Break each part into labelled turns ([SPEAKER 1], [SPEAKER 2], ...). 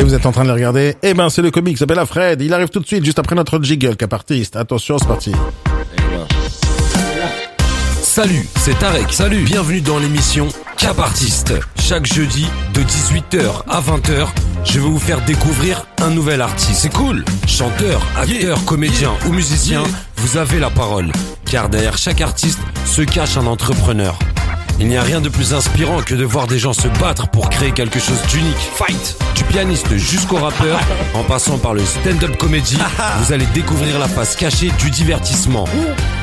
[SPEAKER 1] Vous êtes en train de le regarder Eh ben, c'est le comique, il s'appelle Fred. Il arrive tout de suite, juste après notre jiggle, cap artiste. Attention, c'est parti.
[SPEAKER 2] Salut, c'est Tarek. Salut. Bienvenue dans l'émission Cap Artiste. Chaque jeudi, de 18h à 20h, je vais vous faire découvrir un nouvel artiste. C'est cool. Chanteur, acteur, comédien ou musicien, vous avez la parole. Car derrière chaque artiste se cache un entrepreneur. Il n'y a rien de plus inspirant que de voir des gens se battre pour créer quelque chose d'unique. Fight Du pianiste jusqu'au rappeur, en passant par le stand-up comedy, vous allez découvrir la face cachée du divertissement.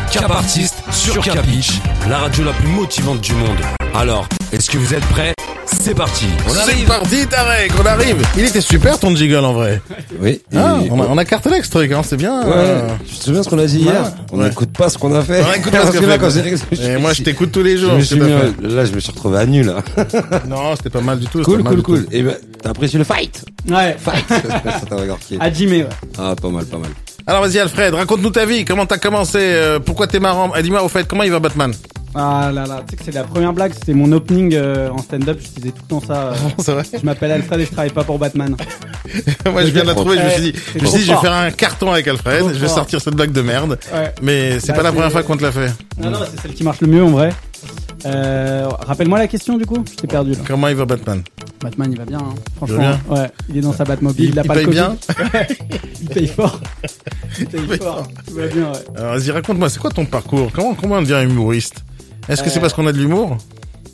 [SPEAKER 2] Cap Artiste sur Capitch, la radio la plus motivante du monde. Alors, est-ce que vous êtes prêts C'est parti On
[SPEAKER 1] C'est parti, Tarek, on arrive. Il était super ton jiggle en vrai.
[SPEAKER 3] Oui. et-
[SPEAKER 1] Ah, on, a, on a cartonné avec ce truc, hein, c'est bien.
[SPEAKER 3] Ouais,
[SPEAKER 1] euh.
[SPEAKER 3] tu te souviens ce qu'on a dit hier On
[SPEAKER 1] ouais.
[SPEAKER 3] n'écoute pas ce qu'on a fait.
[SPEAKER 1] On écoute pas ce
[SPEAKER 3] Parce
[SPEAKER 1] qu'on
[SPEAKER 3] que
[SPEAKER 1] a
[SPEAKER 3] là,
[SPEAKER 1] fait.
[SPEAKER 3] quand j'ai- je-
[SPEAKER 1] Et moi, je t'écoute tous les
[SPEAKER 3] je
[SPEAKER 1] jours.
[SPEAKER 3] me
[SPEAKER 1] ce
[SPEAKER 3] suis
[SPEAKER 1] que
[SPEAKER 3] mis
[SPEAKER 1] t'as
[SPEAKER 3] un- Là, je me suis retrouvé à nul. hein.
[SPEAKER 1] fait. Non, c'était pas mal du tout. c'était
[SPEAKER 3] Cool,
[SPEAKER 1] pas mal
[SPEAKER 3] cool,
[SPEAKER 1] du
[SPEAKER 3] cool.
[SPEAKER 1] tout.
[SPEAKER 3] Et ben, t'as apprécié le fight
[SPEAKER 4] Ouais,
[SPEAKER 3] Fight Ça t'a regardé.
[SPEAKER 4] à 10 mai, ouais.
[SPEAKER 3] Ah, pas mal, pas mal.
[SPEAKER 1] Alors vas-y, Alfred, raconte-nous ta vie. Comment t'as commencé euh, Pourquoi t'es marrant Ah, Dis-moi, au fait, comment il va Batman
[SPEAKER 4] Ah là là, tu sais que c'est la première blague, c'était mon opening euh, en stand-up, je disais tout le temps ça. euh,
[SPEAKER 1] C'est vrai
[SPEAKER 4] je m'appelle Alfred et je travaille pas pour Batman.
[SPEAKER 1] Moi, je viens de la trouver. Je me suis dit, je, me suis dit, je vais
[SPEAKER 4] Trop
[SPEAKER 1] faire un carton avec Alfred.
[SPEAKER 4] Trop
[SPEAKER 1] Je vais
[SPEAKER 4] fort.
[SPEAKER 1] sortir cette blague de merde.
[SPEAKER 4] Ouais.
[SPEAKER 1] Mais c'est
[SPEAKER 4] Bah,
[SPEAKER 1] pas la
[SPEAKER 4] c'est-
[SPEAKER 1] première fois qu'on te l'a fait.
[SPEAKER 4] Non, non, c'est celle qui marche le mieux en vrai. Euh, Rappelle-moi la question du coup, je t'ai perdu là.
[SPEAKER 1] Comment il va Batman
[SPEAKER 4] Batman il va bien, hein.
[SPEAKER 1] Il
[SPEAKER 4] franchement.
[SPEAKER 1] va
[SPEAKER 4] Ouais, il est dans sa Batmobile,
[SPEAKER 1] Il,
[SPEAKER 4] il, a
[SPEAKER 1] il
[SPEAKER 4] pas
[SPEAKER 1] paye
[SPEAKER 4] le Covid.
[SPEAKER 1] bien
[SPEAKER 4] Il paye fort. Il paye,
[SPEAKER 1] paye
[SPEAKER 4] fort. Tout va bien, ouais.
[SPEAKER 1] Alors, Vas-y, raconte-moi, c'est quoi ton parcours Comment, comment on devient humoriste Est-ce que c'est
[SPEAKER 4] Euh,
[SPEAKER 1] parce qu'on a de l'humour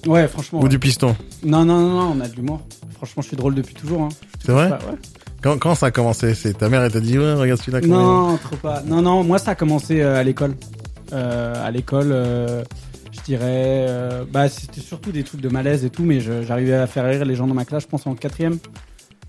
[SPEAKER 4] Ouais, franchement.
[SPEAKER 1] ou
[SPEAKER 4] ouais.
[SPEAKER 1] du piston
[SPEAKER 4] Non, non, non, non, on a de l'humour. Franchement, je suis drôle depuis toujours. Hein.
[SPEAKER 1] C'est vrai
[SPEAKER 4] Bah, ouais.
[SPEAKER 1] quand, quand ça a commencé C'est ta mère elle t'a dit ouais regarde celui-là. comment il
[SPEAKER 4] Non, trop pas. Non, non, moi ça a commencé euh, à l'école. Euh, à l'école, euh, je dirais. euh, bah, c'était surtout des trucs de malaise et tout, mais je- j'arrivais à faire rire les gens dans ma classe, je pense en quatrième.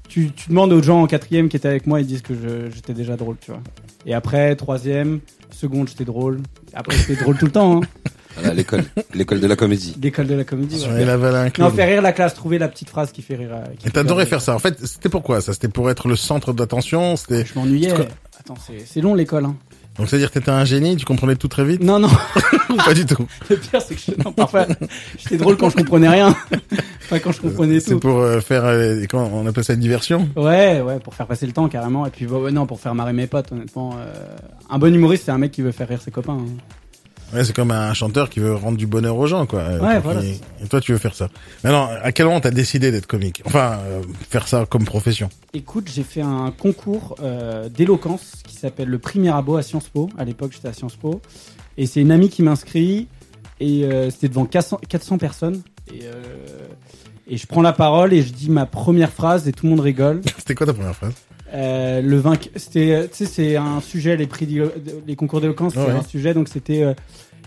[SPEAKER 4] Tu, tu demandes aux gens en quatrième qui étaient avec moi, ils disent que je- j'étais déjà drôle, tu vois. Et après, troisième, seconde, j'étais drôle. Après, j'étais drôle tout le temps, hein.
[SPEAKER 3] Voilà, l'école. L'école de la comédie.
[SPEAKER 4] L'école de la
[SPEAKER 1] est.
[SPEAKER 4] comédie.
[SPEAKER 1] Sur
[SPEAKER 4] ouais.
[SPEAKER 1] les lavales à un clown.
[SPEAKER 4] Non, faire rire la classe, trouver la petite phrase qui fait rire. euh, qui fait
[SPEAKER 1] Et t'adorais
[SPEAKER 4] rire.
[SPEAKER 1] faire ça. En fait, c'était pourquoi ça C'était pour être le centre d'attention. C'était
[SPEAKER 4] Je m'ennuyais.
[SPEAKER 1] C'est quoi
[SPEAKER 4] Attends, c'est c'est long l'école, hein.
[SPEAKER 1] donc c'est à dire que t'étais un génie, tu comprenais tout très vite
[SPEAKER 4] Non, non.
[SPEAKER 1] ou pas du tout
[SPEAKER 4] Le pire, c'est que je- non, parfois, j'étais drôle quand je comprenais rien. Enfin, quand je comprenais
[SPEAKER 1] C'est
[SPEAKER 4] tout.
[SPEAKER 1] pour euh, faire euh, comment on appelle ça une diversion.
[SPEAKER 4] Ouais, ouais, pour faire passer le temps, carrément. Et puis, bah, ouais, non, pour faire marrer mes potes, honnêtement. euh, Un bon humoriste, c'est un mec qui veut faire rire ses copains. hein.
[SPEAKER 1] Ouais, c'est comme un chanteur qui veut rendre du bonheur aux gens, quoi. Euh,
[SPEAKER 4] Ouais,
[SPEAKER 1] donc,
[SPEAKER 4] voilà,
[SPEAKER 1] il- Et toi, tu veux faire ça. Mais alors, à quel moment t'as décidé d'être comique Enfin, euh, faire ça comme profession.
[SPEAKER 4] Écoute, j'ai fait un concours euh, d'éloquence qui s'appelle le Prix Mirabeau à Sciences Po. À l'époque, j'étais à Sciences Po. Et c'est une amie qui m'inscrit. Et euh, c'était devant 400, 400 personnes. Et, euh, et je prends la parole et je dis ma première phrase et tout le monde rigole.
[SPEAKER 1] C'était quoi ta première phrase
[SPEAKER 4] Euh, le vainque c'était euh, tu sais c'est un sujet les prix d'élo- les concours d'éloquence
[SPEAKER 1] Ouais.
[SPEAKER 4] c'est un sujet donc c'était euh,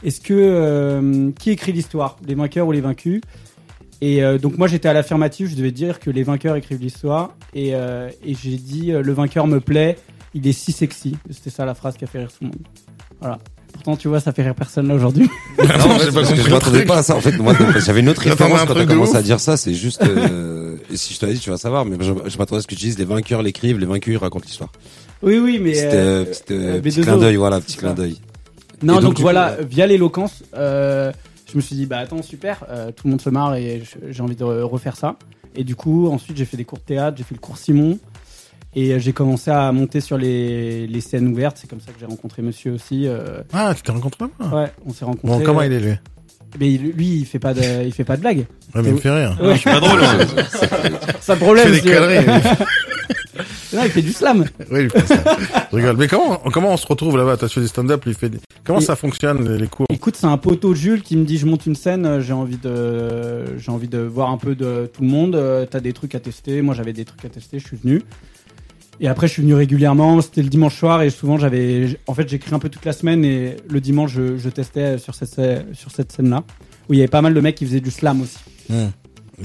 [SPEAKER 4] est-ce que euh, qui écrit l'histoire les vainqueurs ou les vaincus et euh, donc moi j'étais à l'affirmative je devais dire que les vainqueurs écrivent l'histoire et, euh, et j'ai dit euh, le vainqueur me plaît il est si sexy c'était ça la phrase qui a fait rire tout le monde voilà pourtant tu vois ça fait rire personne là aujourd'hui
[SPEAKER 3] Non, en fait, parce que je
[SPEAKER 1] le truc.
[SPEAKER 3] m'attendais pas à ça. En fait, moi, j'avais une autre
[SPEAKER 1] J'attendais
[SPEAKER 3] référence
[SPEAKER 1] un
[SPEAKER 3] quand t'as
[SPEAKER 1] truc de
[SPEAKER 3] commencé
[SPEAKER 1] ouf.
[SPEAKER 3] à dire ça. C'est juste, euh, et si je te l'ai dit, tu vas savoir, mais je, je m'attendais à ce que tu dises, les vainqueurs l'écrivent, les vaincus racontent l'histoire.
[SPEAKER 4] oui oui mais
[SPEAKER 3] C'était,
[SPEAKER 4] euh,
[SPEAKER 3] euh, petite, euh,
[SPEAKER 4] euh,
[SPEAKER 3] petit
[SPEAKER 4] B2O.
[SPEAKER 3] clin d'œil, voilà, petit
[SPEAKER 4] C'est
[SPEAKER 3] clin
[SPEAKER 4] ça.
[SPEAKER 3] d'œil.
[SPEAKER 4] Non,
[SPEAKER 3] Et donc,
[SPEAKER 4] donc,
[SPEAKER 3] du coup,
[SPEAKER 4] voilà,
[SPEAKER 3] ouais.
[SPEAKER 4] via l'éloquence, euh, je me suis dit, bah attends, super, euh, tout le monde se marre et je- j'ai envie de re- refaire ça. Et du coup, ensuite, j'ai fait des cours de théâtre, j'ai fait le cours Simon. Et euh, j'ai commencé à monter sur les, les scènes ouvertes. C'est comme ça que j'ai rencontré monsieur aussi. euh,
[SPEAKER 1] Ah, tu t'es rencontré moi
[SPEAKER 4] ouais, on s'est rencontrés. euh,
[SPEAKER 1] Bon, comment il est lui Ouais,
[SPEAKER 4] Mais il- lui, il fait pas de, il fait pas de blagues.
[SPEAKER 1] mais il me fait rire.
[SPEAKER 4] Ouais,
[SPEAKER 3] Pas drôle,
[SPEAKER 4] c'est un
[SPEAKER 1] Il
[SPEAKER 4] problème.
[SPEAKER 1] fait des
[SPEAKER 4] c'est-
[SPEAKER 1] conneries.
[SPEAKER 4] Non, il fait du slam.
[SPEAKER 1] Oui, il fait ça. Je rigole. Mais comment, comment on se retrouve là-bas T'as fait des stand-up, il fait des- Comment
[SPEAKER 4] Et-
[SPEAKER 1] ça fonctionne les- les cours
[SPEAKER 4] Écoute, c'est un poteau Jules qui me dit je monte une scène, euh, j'ai envie de j'ai envie de voir un peu de tout le monde, euh, t'as des trucs à tester, moi j'avais des trucs à tester, je suis venu. Et après je suis venu régulièrement, c'était le dimanche soir et souvent j'avais en fait j'écris un peu toute la semaine et le dimanche je, je testais sur cette scè- sur cette scène là où il y avait pas mal de mecs qui faisaient du slam aussi.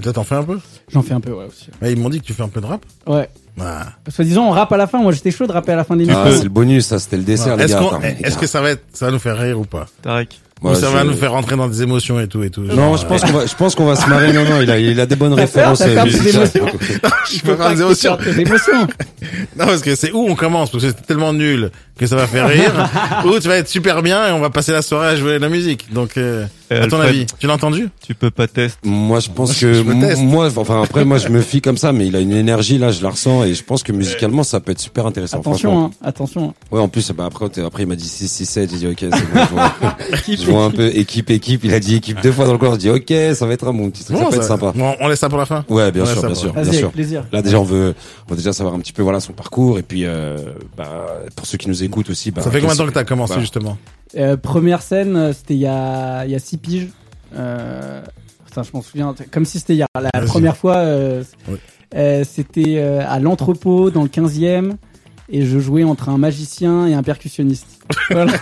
[SPEAKER 1] Là, t'en fais un peu
[SPEAKER 4] J'en fais un peu, ouais, aussi.
[SPEAKER 1] Mais Ils m'ont dit que tu fais un peu de rap.
[SPEAKER 4] Ouais.
[SPEAKER 1] Ah.
[SPEAKER 4] Soit disant, on rappe à la fin. Moi, j'étais chaud de rapper à la fin de l'émission.
[SPEAKER 3] Ah, c'est le bonus, ça, c'était le dessert, les
[SPEAKER 1] Est-ce
[SPEAKER 3] gars.
[SPEAKER 1] qu'on-
[SPEAKER 3] Attends, les
[SPEAKER 1] est-ce
[SPEAKER 3] gars.
[SPEAKER 1] que ça va être, ça va nous faire rire ou pas
[SPEAKER 5] Tarek.
[SPEAKER 3] Moi,
[SPEAKER 1] Ou ça va
[SPEAKER 3] je-
[SPEAKER 1] nous faire rentrer dans des émotions et tout et tout
[SPEAKER 3] Non, je pense qu'on va, je pense qu'on va se marrer. Non, non, il a, il a des bonnes
[SPEAKER 4] T'as peur,
[SPEAKER 3] références.
[SPEAKER 4] t'as peur,
[SPEAKER 3] euh,
[SPEAKER 4] c'est
[SPEAKER 3] Jacques.
[SPEAKER 4] émotion.
[SPEAKER 1] je
[SPEAKER 4] Faut
[SPEAKER 1] peux faire
[SPEAKER 4] pas
[SPEAKER 1] des
[SPEAKER 4] que tu
[SPEAKER 1] émotions.
[SPEAKER 4] sortes tes émotions.
[SPEAKER 1] Non, parce que c'est où on commence, parce que c'est tellement nul que ça va faire rire, ou tu vas être super bien et on va passer la soirée à jouer de la musique. Donc, euh,
[SPEAKER 5] Euh,
[SPEAKER 1] à ton
[SPEAKER 5] Alfred.
[SPEAKER 1] avis, tu l'as entendu
[SPEAKER 5] Tu peux pas tester.
[SPEAKER 3] Moi, je pense
[SPEAKER 1] Je
[SPEAKER 3] que
[SPEAKER 1] me teste.
[SPEAKER 3] moi, enfin après, moi, je me fie comme ça, mais il a une énergie là, je la ressens et je pense que musicalement, ça peut être super intéressant.
[SPEAKER 4] Attention,
[SPEAKER 3] franchement.
[SPEAKER 4] hein, attention.
[SPEAKER 3] Ouais, en plus, bah après, t'es- après, il m'a dit 6, 6, 7, j'ai dit ok, c'est bon, je vois, je vois un peu équipe, équipe. Il a dit équipe deux fois dans le corps, je dis ok, ça va être un bon petit truc,
[SPEAKER 1] Bon,
[SPEAKER 3] ça peut être
[SPEAKER 1] ça-
[SPEAKER 3] sympa.
[SPEAKER 1] bon, on laisse ça pour la fin.
[SPEAKER 3] Ouais, bien
[SPEAKER 1] Ouais,
[SPEAKER 3] sûr,
[SPEAKER 1] ça
[SPEAKER 3] bien
[SPEAKER 1] va.
[SPEAKER 3] sûr, bien
[SPEAKER 4] Vas-y,
[SPEAKER 3] sûr.
[SPEAKER 4] avec plaisir.
[SPEAKER 3] Là déjà on veut, on veut déjà savoir un petit peu voilà son parcours et puis euh, bah, pour ceux qui nous écoutent aussi. Bah,
[SPEAKER 1] Ça fait combien de temps que t'as commencé
[SPEAKER 3] Bah.
[SPEAKER 1] justement
[SPEAKER 4] Euh, première scène, euh, c'était il y a, il y a six piges. Euh, putain, je m'en souviens, t- comme si c'était hier. La
[SPEAKER 1] Vas-y.
[SPEAKER 4] première fois, euh,
[SPEAKER 1] Ouais.
[SPEAKER 4] euh, c'était euh, à l'entrepôt, dans le 15e, et je jouais entre un magicien et un percussionniste. Voilà.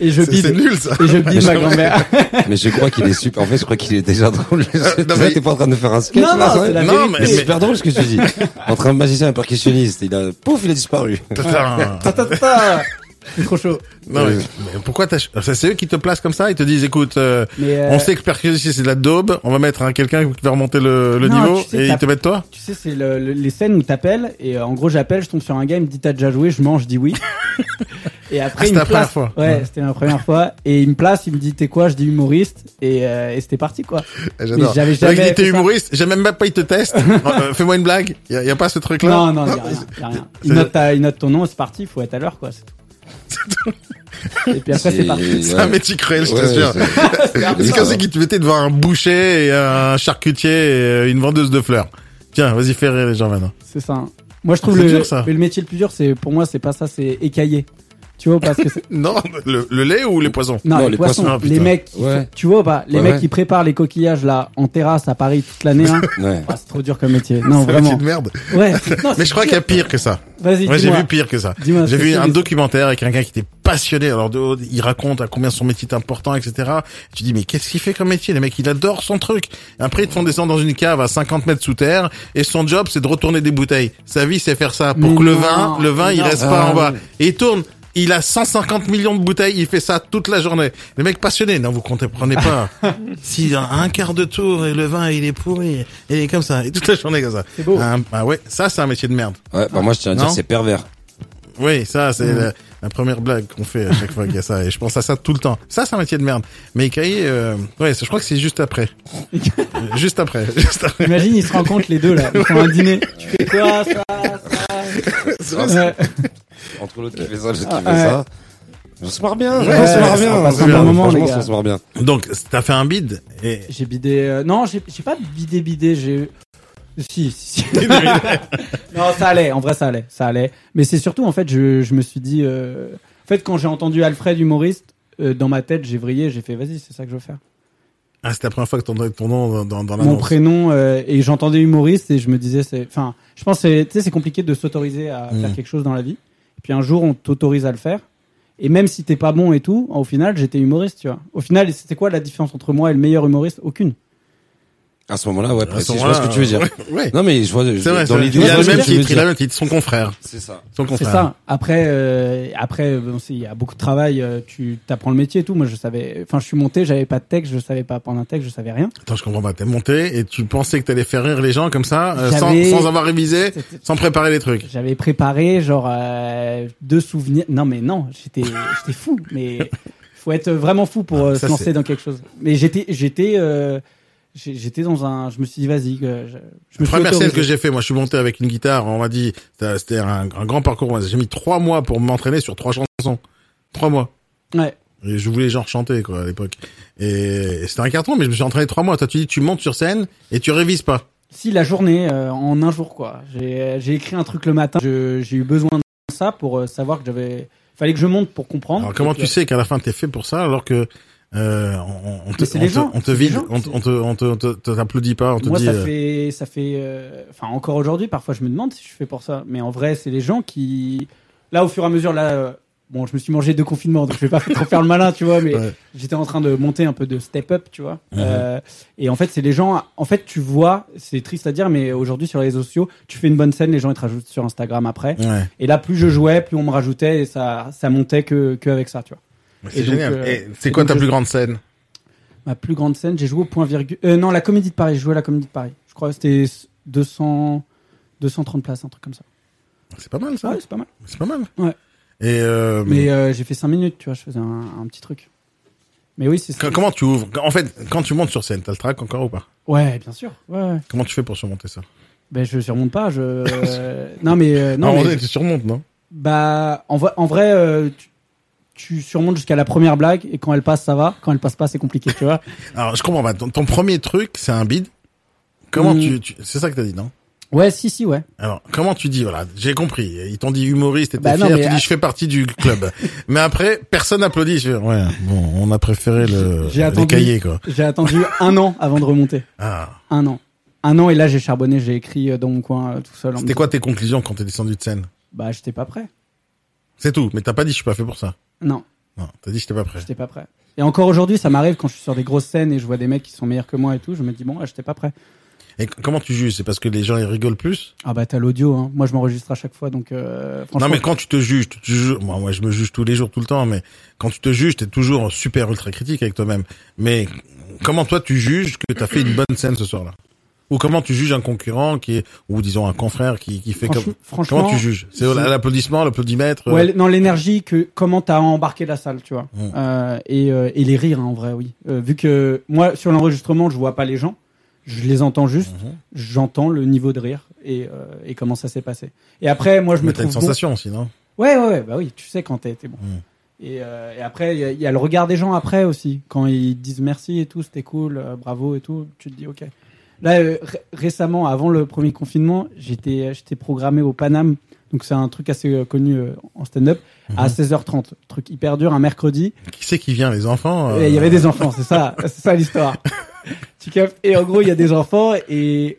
[SPEAKER 4] et je
[SPEAKER 1] C'est c'est
[SPEAKER 4] bide,
[SPEAKER 1] nul ça.
[SPEAKER 4] et je bide ma grand-mère.
[SPEAKER 3] Mais je crois qu'il est super. En fait, je crois qu'il est déjà drôle.
[SPEAKER 1] Euh, Non, mais-
[SPEAKER 3] Non, mais t'es pas en train de faire un sketch
[SPEAKER 4] Non,
[SPEAKER 3] là,
[SPEAKER 4] non,
[SPEAKER 3] ça
[SPEAKER 4] c'est la
[SPEAKER 1] Non,
[SPEAKER 4] vérité.
[SPEAKER 1] mais-
[SPEAKER 3] C'est super drôle ce que tu dis. Entre un magicien et un percussionniste, il a, pouf, il a disparu.
[SPEAKER 1] Putain.
[SPEAKER 4] Ta, ta, ta, ta. C'est trop chaud.
[SPEAKER 1] Non, mais, mais pourquoi t'as ça, C'est eux qui te placent comme ça Ils te disent, écoute, euh,
[SPEAKER 4] Mais euh,
[SPEAKER 1] on sait que Percussi c'est de la daube, on va mettre un quelqu'un qui va remonter le, le
[SPEAKER 4] Non,
[SPEAKER 1] niveau
[SPEAKER 4] tu sais,
[SPEAKER 1] et
[SPEAKER 4] t'as-
[SPEAKER 1] ils te mettent toi
[SPEAKER 4] tu sais, c'est le- le- les scènes où t'appelles, et euh, en gros, j'appelle, je tombe sur un gars, il me dit t'as déjà joué, je mange, je dis oui. et après, il
[SPEAKER 1] Ah, c'était
[SPEAKER 4] me
[SPEAKER 1] la
[SPEAKER 4] place.
[SPEAKER 1] première fois.
[SPEAKER 4] Ouais, c'était la première fois. Et il me place, il me dit t'es quoi, je dis humoriste, et, euh, et c'était parti quoi.
[SPEAKER 1] J'adore.
[SPEAKER 4] j'avais
[SPEAKER 1] Le mec,
[SPEAKER 4] jamais
[SPEAKER 1] il était
[SPEAKER 4] fait ça.
[SPEAKER 1] humoriste, j'aime même pas, il te teste. Euh, Fais-moi une blague. Y a, y a pas ce truc là
[SPEAKER 4] Non, non, y a rien, y a rien. Il
[SPEAKER 1] C'est-
[SPEAKER 4] note, ta- il note ton nom, c'est parti, faut être à l'heure quoi, c'est tout. Et puis après, c'est parti.
[SPEAKER 1] C'est un métier cruel, je te
[SPEAKER 3] Ouais,
[SPEAKER 1] jure.
[SPEAKER 3] ouais,
[SPEAKER 1] C'est hein. comme si qui te mettait devant un boucher et un charcutier et euh, une vendeuse de fleurs. Tiens, vas-y, fais rire les gens maintenant.
[SPEAKER 4] C'est ça. hein. Moi, je trouve
[SPEAKER 1] C'est
[SPEAKER 4] le,
[SPEAKER 1] dur, ça.
[SPEAKER 4] mais le métier le plus dur, c'est pour moi, c'est pas ça, c'est écailler. Tu vois, parce que c'est-
[SPEAKER 1] Non, le, le lait ou les poissons
[SPEAKER 4] Non,
[SPEAKER 3] Non,
[SPEAKER 4] les,
[SPEAKER 3] les
[SPEAKER 4] poissons,
[SPEAKER 1] poissons, ah,
[SPEAKER 4] les
[SPEAKER 1] putain.
[SPEAKER 4] mecs, qui
[SPEAKER 3] Ouais.
[SPEAKER 4] font- tu vois ou pas, les
[SPEAKER 3] Ouais,
[SPEAKER 4] mecs
[SPEAKER 3] ouais.
[SPEAKER 4] qui préparent les coquillages là en terrasse à Paris toute l'année. Hein.
[SPEAKER 3] Ouais.
[SPEAKER 4] Ah, c'est trop dur comme métier. Non,
[SPEAKER 1] C'est un métier
[SPEAKER 4] vraiment.
[SPEAKER 1] de merde.
[SPEAKER 4] Ouais. non,
[SPEAKER 1] Mais
[SPEAKER 4] c'est
[SPEAKER 1] je
[SPEAKER 4] dur.
[SPEAKER 1] crois qu'il y a pire que ça.
[SPEAKER 4] Vas-y,
[SPEAKER 1] Moi, j'ai
[SPEAKER 4] dis-moi.
[SPEAKER 1] vu pire que ça.
[SPEAKER 4] Dis-moi,
[SPEAKER 1] J'ai
[SPEAKER 4] c'est
[SPEAKER 1] vu
[SPEAKER 4] sûr,
[SPEAKER 1] un
[SPEAKER 4] mais-
[SPEAKER 1] documentaire avec quelqu'un qui était passionné. Alors, de, il raconte à combien son métier est important, etc. Tu dis, mais qu'est-ce qu'il fait comme métier? Le mec, il adore son truc. Après, ils te font descendre dans une cave à 50 mètres sous terre. Et son job, c'est de retourner des bouteilles. Sa vie, c'est faire ça. Pour
[SPEAKER 4] Mais
[SPEAKER 1] que le
[SPEAKER 4] non,
[SPEAKER 1] vin, le vin, il
[SPEAKER 4] non.
[SPEAKER 1] reste pas
[SPEAKER 3] Ah,
[SPEAKER 1] en bas.
[SPEAKER 3] oui.
[SPEAKER 1] Et il tourne. Il a 150 millions de bouteilles. Il fait ça toute la journée. Le mec passionné. Non, vous comprenez pas. si un, un quart de tour et le vin, il est pourri. Il est comme ça. Et toute la journée, comme ça.
[SPEAKER 4] C'est beau.
[SPEAKER 1] Ah, ah ouais. Ça, c'est un métier de merde.
[SPEAKER 3] Ouais, bah, moi, je tiens à
[SPEAKER 1] Non.
[SPEAKER 3] dire, c'est pervers.
[SPEAKER 1] Oui, ça, c'est
[SPEAKER 3] Mm.
[SPEAKER 1] la, la première blague qu'on fait à chaque fois qu'il y a ça. Et je pense à ça tout le temps. Ça, c'est un métier de merde. Mais Ikaï, euh, ouais, je crois que c'est juste après. juste après. Juste après.
[SPEAKER 4] Imagine, ils se rencontrent les deux là. Ils font un dîner. Tu fais quoi, ça, ça
[SPEAKER 1] C'est vrai,
[SPEAKER 4] Ouais.
[SPEAKER 3] Entre l'autre qui fait ça, l'autre qui
[SPEAKER 4] Ah,
[SPEAKER 3] fait
[SPEAKER 4] ouais.
[SPEAKER 3] ça. On se marre bien.
[SPEAKER 4] Ouais,
[SPEAKER 3] on se marre
[SPEAKER 4] on
[SPEAKER 3] bien.
[SPEAKER 4] passe
[SPEAKER 3] se
[SPEAKER 4] un bon
[SPEAKER 3] marre bien.
[SPEAKER 4] moment, les
[SPEAKER 3] Franchement,
[SPEAKER 4] gars.
[SPEAKER 3] on se marre bien.
[SPEAKER 1] c'est- Donc, t'as fait un bide et...
[SPEAKER 4] J'ai bidé. euh, Non, j'ai j'ai pas bidé bidé. J'ai. Si, si, si. non, ça allait. En vrai, ça allait. Ça allait. Mais c'est surtout en fait, je, je me suis dit. euh, En fait, quand j'ai entendu Alfred humoriste. euh, dans ma tête, j'ai vrillé, j'ai fait vas-y, c'est ça que je veux faire.
[SPEAKER 1] Ah, c'était la première fois que t'entendais ton nom dans, dans, dans
[SPEAKER 4] Mon
[SPEAKER 1] l'annonce.
[SPEAKER 4] prénom euh, et j'entendais humoriste et je me disais c'est, enfin, je pense c'est, tu sais, c'est compliqué de s'autoriser à
[SPEAKER 1] Mm.
[SPEAKER 4] faire quelque chose dans la vie. Et puis un jour, on t'autorise à le faire. Et même si t'es pas bon et tout, au final, j'étais humoriste, tu vois. Au final, c'était quoi la différence entre moi et le meilleur humoriste Aucune.
[SPEAKER 3] À ce moment-là, ouais,
[SPEAKER 1] À ce
[SPEAKER 3] précis, je vois ce
[SPEAKER 1] moment-là,
[SPEAKER 3] que tu veux dire.
[SPEAKER 1] euh, Ouais.
[SPEAKER 3] Non, mais je vois, je-
[SPEAKER 1] C'est vrai, c'est
[SPEAKER 3] dans
[SPEAKER 1] vrai.
[SPEAKER 3] l'idée,
[SPEAKER 1] il
[SPEAKER 3] je
[SPEAKER 1] a
[SPEAKER 3] vois
[SPEAKER 1] le
[SPEAKER 3] ce que
[SPEAKER 1] même
[SPEAKER 3] tu veux
[SPEAKER 1] titre, il a
[SPEAKER 3] dire.
[SPEAKER 1] le même titre, son confrère.
[SPEAKER 3] C'est ça.
[SPEAKER 1] Son
[SPEAKER 4] C'est
[SPEAKER 1] confrère.
[SPEAKER 4] ça. Après, euh, après, euh, bon, c'est- il y a beaucoup de travail. euh, tu t'apprends le métier et tout. Moi, je savais. Enfin, je suis monté, j'avais pas de texte, je savais pas prendre un texte, je savais rien.
[SPEAKER 1] Attends, je comprends pas. T'es monté et tu pensais que t'allais faire rire les gens comme ça, euh, sans,
[SPEAKER 4] J'avais-
[SPEAKER 1] sans avoir révisé,
[SPEAKER 4] C'était-
[SPEAKER 1] sans préparer les trucs.
[SPEAKER 4] J'avais préparé genre euh, deux souvenirs. Non, mais non, j'étais, j'étais fou. Mais faut être vraiment fou pour
[SPEAKER 1] Ah,
[SPEAKER 4] euh,
[SPEAKER 1] ça,
[SPEAKER 4] se lancer
[SPEAKER 1] c'est-
[SPEAKER 4] dans quelque chose. Mais j'étais, j'étais, euh, j'ai- j'étais dans un. Je me suis dit, vas-y. que Je, je me suis
[SPEAKER 1] Première scène
[SPEAKER 4] autorisé.
[SPEAKER 1] que j'ai fait, moi je suis monté avec une guitare, on m'a dit, ça, c'était un, un grand parcours, Moi, j'ai mis trois mois pour m'entraîner sur trois chansons. Trois mois.
[SPEAKER 4] Ouais.
[SPEAKER 1] Et je voulais genre chanter quoi à l'époque. Et, et c'était un carton, mais je me suis entraîné trois mois. Toi tu dis, tu montes sur scène et tu révises pas.
[SPEAKER 4] Si la journée euh, en un jour quoi. J'ai euh, j'ai écrit un truc le matin. Je- J'ai eu besoin de ça pour euh, savoir que j'avais. Fallait que je monte pour comprendre.
[SPEAKER 1] Alors comment
[SPEAKER 4] Et puis,
[SPEAKER 1] tu sais qu'à la fin t'es fait pour ça alors que euh, on, on te,
[SPEAKER 4] Mais c'est
[SPEAKER 1] on
[SPEAKER 4] les
[SPEAKER 1] te-
[SPEAKER 4] gens,
[SPEAKER 1] on te
[SPEAKER 4] c'est les
[SPEAKER 1] vide,
[SPEAKER 4] gens,
[SPEAKER 1] on, te-
[SPEAKER 4] c'est-
[SPEAKER 1] on te, on te, on te- te- t'applaudit pas, on te
[SPEAKER 4] Moi,
[SPEAKER 1] dit.
[SPEAKER 4] ça
[SPEAKER 1] euh,
[SPEAKER 4] fait, ça fait, euh, enfin, encore aujourd'hui, parfois, je me demande si je fais pour ça. Mais en vrai, c'est les gens qui, là, au fur et à mesure, là, euh, Bon, je me suis mangé deux confinements, donc je vais pas trop faire le malin, tu vois, mais
[SPEAKER 1] Ouais. Mhm.
[SPEAKER 4] j'étais en train de monter un peu de step up, tu vois. Euh, et en fait, c'est les gens. En fait, tu vois, c'est triste à dire, mais aujourd'hui sur les réseaux sociaux, tu fais une bonne scène, les gens ils te rajoutent sur Instagram après.
[SPEAKER 1] Ouais.
[SPEAKER 4] Et là, plus je jouais, plus on me rajoutait, et ça, ça montait que, que avec ça, tu vois.
[SPEAKER 1] C'est
[SPEAKER 4] donc,
[SPEAKER 1] génial.
[SPEAKER 4] euh,
[SPEAKER 1] Et c'est
[SPEAKER 4] et
[SPEAKER 1] quoi
[SPEAKER 4] donc,
[SPEAKER 1] ta
[SPEAKER 4] je-
[SPEAKER 1] plus grande scène
[SPEAKER 4] Ma plus grande scène, j'ai joué au point virgule. Euh, non, la Comédie de Paris. J'ai joué à la Comédie de Paris. Je crois que c'était 200, 230 places, un truc comme ça.
[SPEAKER 1] C'est pas mal ça.
[SPEAKER 4] Ouais, c'est pas mal.
[SPEAKER 1] C'est pas mal.
[SPEAKER 4] Ouais.
[SPEAKER 1] Et euh,
[SPEAKER 4] Mais euh, j'ai fait 5 minutes, tu vois. Je faisais un, un petit truc. Mais oui, c'est ça.
[SPEAKER 1] qu- comment tu ouvres En fait, quand tu montes sur scène, t'as le track encore ou pas
[SPEAKER 4] Ouais, bien sûr. Ouais. ouais.
[SPEAKER 1] Comment tu fais pour surmonter ça
[SPEAKER 4] Ben, je surmonte pas. Je. euh, non, mais euh,
[SPEAKER 1] Ah,
[SPEAKER 4] non.
[SPEAKER 1] on
[SPEAKER 4] mais-
[SPEAKER 1] est- tu surmontes, non
[SPEAKER 4] Bah, en, vrai- en vrai, euh, tu, tu surmontes jusqu'à la première blague et quand elle passe, ça va. Quand elle passe pas, c'est compliqué, tu vois.
[SPEAKER 1] Alors, je comprends pas. Ton, ton premier truc, c'est un bid. Comment
[SPEAKER 4] Hmm.
[SPEAKER 1] tu, tu- c'est ça que t'as dit, non
[SPEAKER 4] Ouais, si, si, ouais.
[SPEAKER 1] Alors, comment tu dis voilà, j'ai compris. Ils t'ont dit humoriste, et
[SPEAKER 4] Bah
[SPEAKER 1] t'es
[SPEAKER 4] non,
[SPEAKER 1] fier.
[SPEAKER 4] mais
[SPEAKER 1] Tu dis
[SPEAKER 4] à-
[SPEAKER 1] je fais partie du club. mais après, personne n'applaudit. Je fais, ouais. Bon, on a préféré le
[SPEAKER 4] J'ai
[SPEAKER 1] les
[SPEAKER 4] attendu.
[SPEAKER 1] cahiers quoi.
[SPEAKER 4] J'ai attendu un an avant de remonter.
[SPEAKER 1] Ah.
[SPEAKER 4] Un an. Un an et là, j'ai charbonné. J'ai écrit euh, dans mon coin euh, tout seul. en me
[SPEAKER 1] C'était quoi tes conclusions quand t'es descendu de scène
[SPEAKER 4] Bah, j'étais pas prêt.
[SPEAKER 1] C'est tout. Mais t'as pas dit je suis pas fait pour ça.
[SPEAKER 4] Non,
[SPEAKER 1] Non, t'as dit j'étais pas prêt.
[SPEAKER 4] j'étais pas prêt. Et encore aujourd'hui, ça m'arrive quand je suis sur des grosses scènes et je vois des mecs qui sont meilleurs que moi et tout, je me dis bon, ah, j'étais pas prêt.
[SPEAKER 1] Et c- comment tu juges C'est parce que les gens ils rigolent plus
[SPEAKER 4] Ah bah t'as l'audio, hein. Moi, je m'enregistre à chaque fois, donc euh, franchement.
[SPEAKER 1] Non mais quand tu te juges, tu te juges- moi, moi je me juge tous les jours, tout le temps, mais quand tu te juges, t'es toujours super ultra critique avec toi-même. Mais comment toi tu juges que t'as fait une bonne scène ce soir-là Ou comment tu juges un concurrent qui est, ou disons un confrère qui, qui fait
[SPEAKER 4] Franchement-
[SPEAKER 1] comme...
[SPEAKER 4] franchement,
[SPEAKER 1] Comment tu juges C'est
[SPEAKER 4] je-
[SPEAKER 1] l'applaudissement, l'applaudimètre euh,
[SPEAKER 4] Ouais, non, l'énergie que comment t'as embarqué la salle, tu vois,
[SPEAKER 1] Mm.
[SPEAKER 4] Euh, et, euh, et les rires hein, en vrai, oui. Euh, vu que moi sur l'enregistrement, je vois pas les gens, je les entends juste,
[SPEAKER 1] Mhm.
[SPEAKER 4] j'entends le niveau de rire et, euh, et comment ça s'est passé. Et après, moi je me
[SPEAKER 1] Mais t'as
[SPEAKER 4] trouve
[SPEAKER 1] une
[SPEAKER 4] bon.
[SPEAKER 1] sensation aussi, non
[SPEAKER 4] Ouais, ouais, ouais, bah oui, tu sais quand t'es t'es bon.
[SPEAKER 1] Mm.
[SPEAKER 4] Et, euh, et après, il y, a- il y a le regard des gens après aussi, quand ils disent merci et tout, c'était cool, euh, bravo et tout, tu te dis ok. Là, euh, ré- récemment, avant le premier confinement, j'étais j'étais programmé au Paname, donc c'est un truc assez euh, connu euh, en stand-up, à 16h30, truc hyper dur, un mercredi,
[SPEAKER 1] Qui c'est qui vient Les enfants
[SPEAKER 4] et
[SPEAKER 1] euh,
[SPEAKER 4] Eh, il y avait des enfants, c'est ça, c'est ça l'histoire. tu captes Et en gros, il y a des enfants et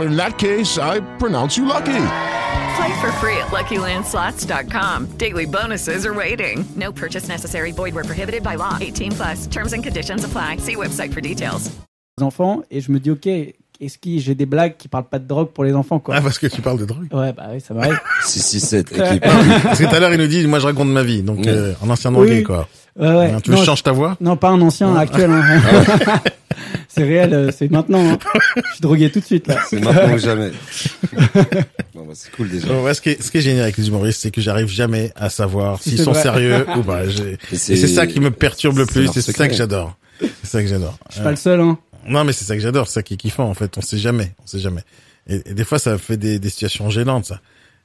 [SPEAKER 6] In that case, I pronounce you lucky.
[SPEAKER 7] Play for free at LuckyLandSlots.com. Daily bonuses are waiting. No purchase necessary. Void were prohibited by law. 18 plus. Terms and conditions apply. See website for details.
[SPEAKER 4] enfants et je me dis ok est-ce que j'ai des blagues qui parlent pas de drogue pour les enfants quoi
[SPEAKER 1] Ah parce que tu parles de drogue.
[SPEAKER 4] ouais bah oui ça m'arrive
[SPEAKER 3] 667 équipe.
[SPEAKER 1] parce que tout à l'heure il nous dit, moi je raconte ma vie, donc
[SPEAKER 3] Oui.
[SPEAKER 1] euh, un ancien anglais
[SPEAKER 4] Oui.
[SPEAKER 1] quoi.
[SPEAKER 4] ouais, ouais.
[SPEAKER 1] Tu veux que
[SPEAKER 4] Non,
[SPEAKER 1] je change ta voix Ah.
[SPEAKER 4] non pas un ancien un actuel hein. c'est réel euh, c'est maintenant hein. je suis drogué tout de suite là
[SPEAKER 3] C'est maintenant ou jamais. Bon, bah, c'est cool déjà.
[SPEAKER 1] Bon, Euh, ouais, ce, qui est, ce qui est génial avec les humoristes, c'est que j'arrive jamais à savoir s'ils
[SPEAKER 4] C'est
[SPEAKER 1] sont
[SPEAKER 4] vrai.
[SPEAKER 1] sérieux ou pas. J'ai-
[SPEAKER 3] Et
[SPEAKER 1] Et
[SPEAKER 3] c'est-
[SPEAKER 1] c'est ça qui me perturbe le
[SPEAKER 3] c'est
[SPEAKER 1] plus.
[SPEAKER 3] leur
[SPEAKER 1] C'est ça
[SPEAKER 3] secret.
[SPEAKER 1] que j'adore. C'est ça que j'adore.
[SPEAKER 4] je suis pas le seul hein
[SPEAKER 1] Euh, Non, mais c'est ça que j'adore. C'est ça qui est kiffant, en fait. On sait jamais. On sait jamais. Et, et des fois, ça fait des, des situations gênantes, ça.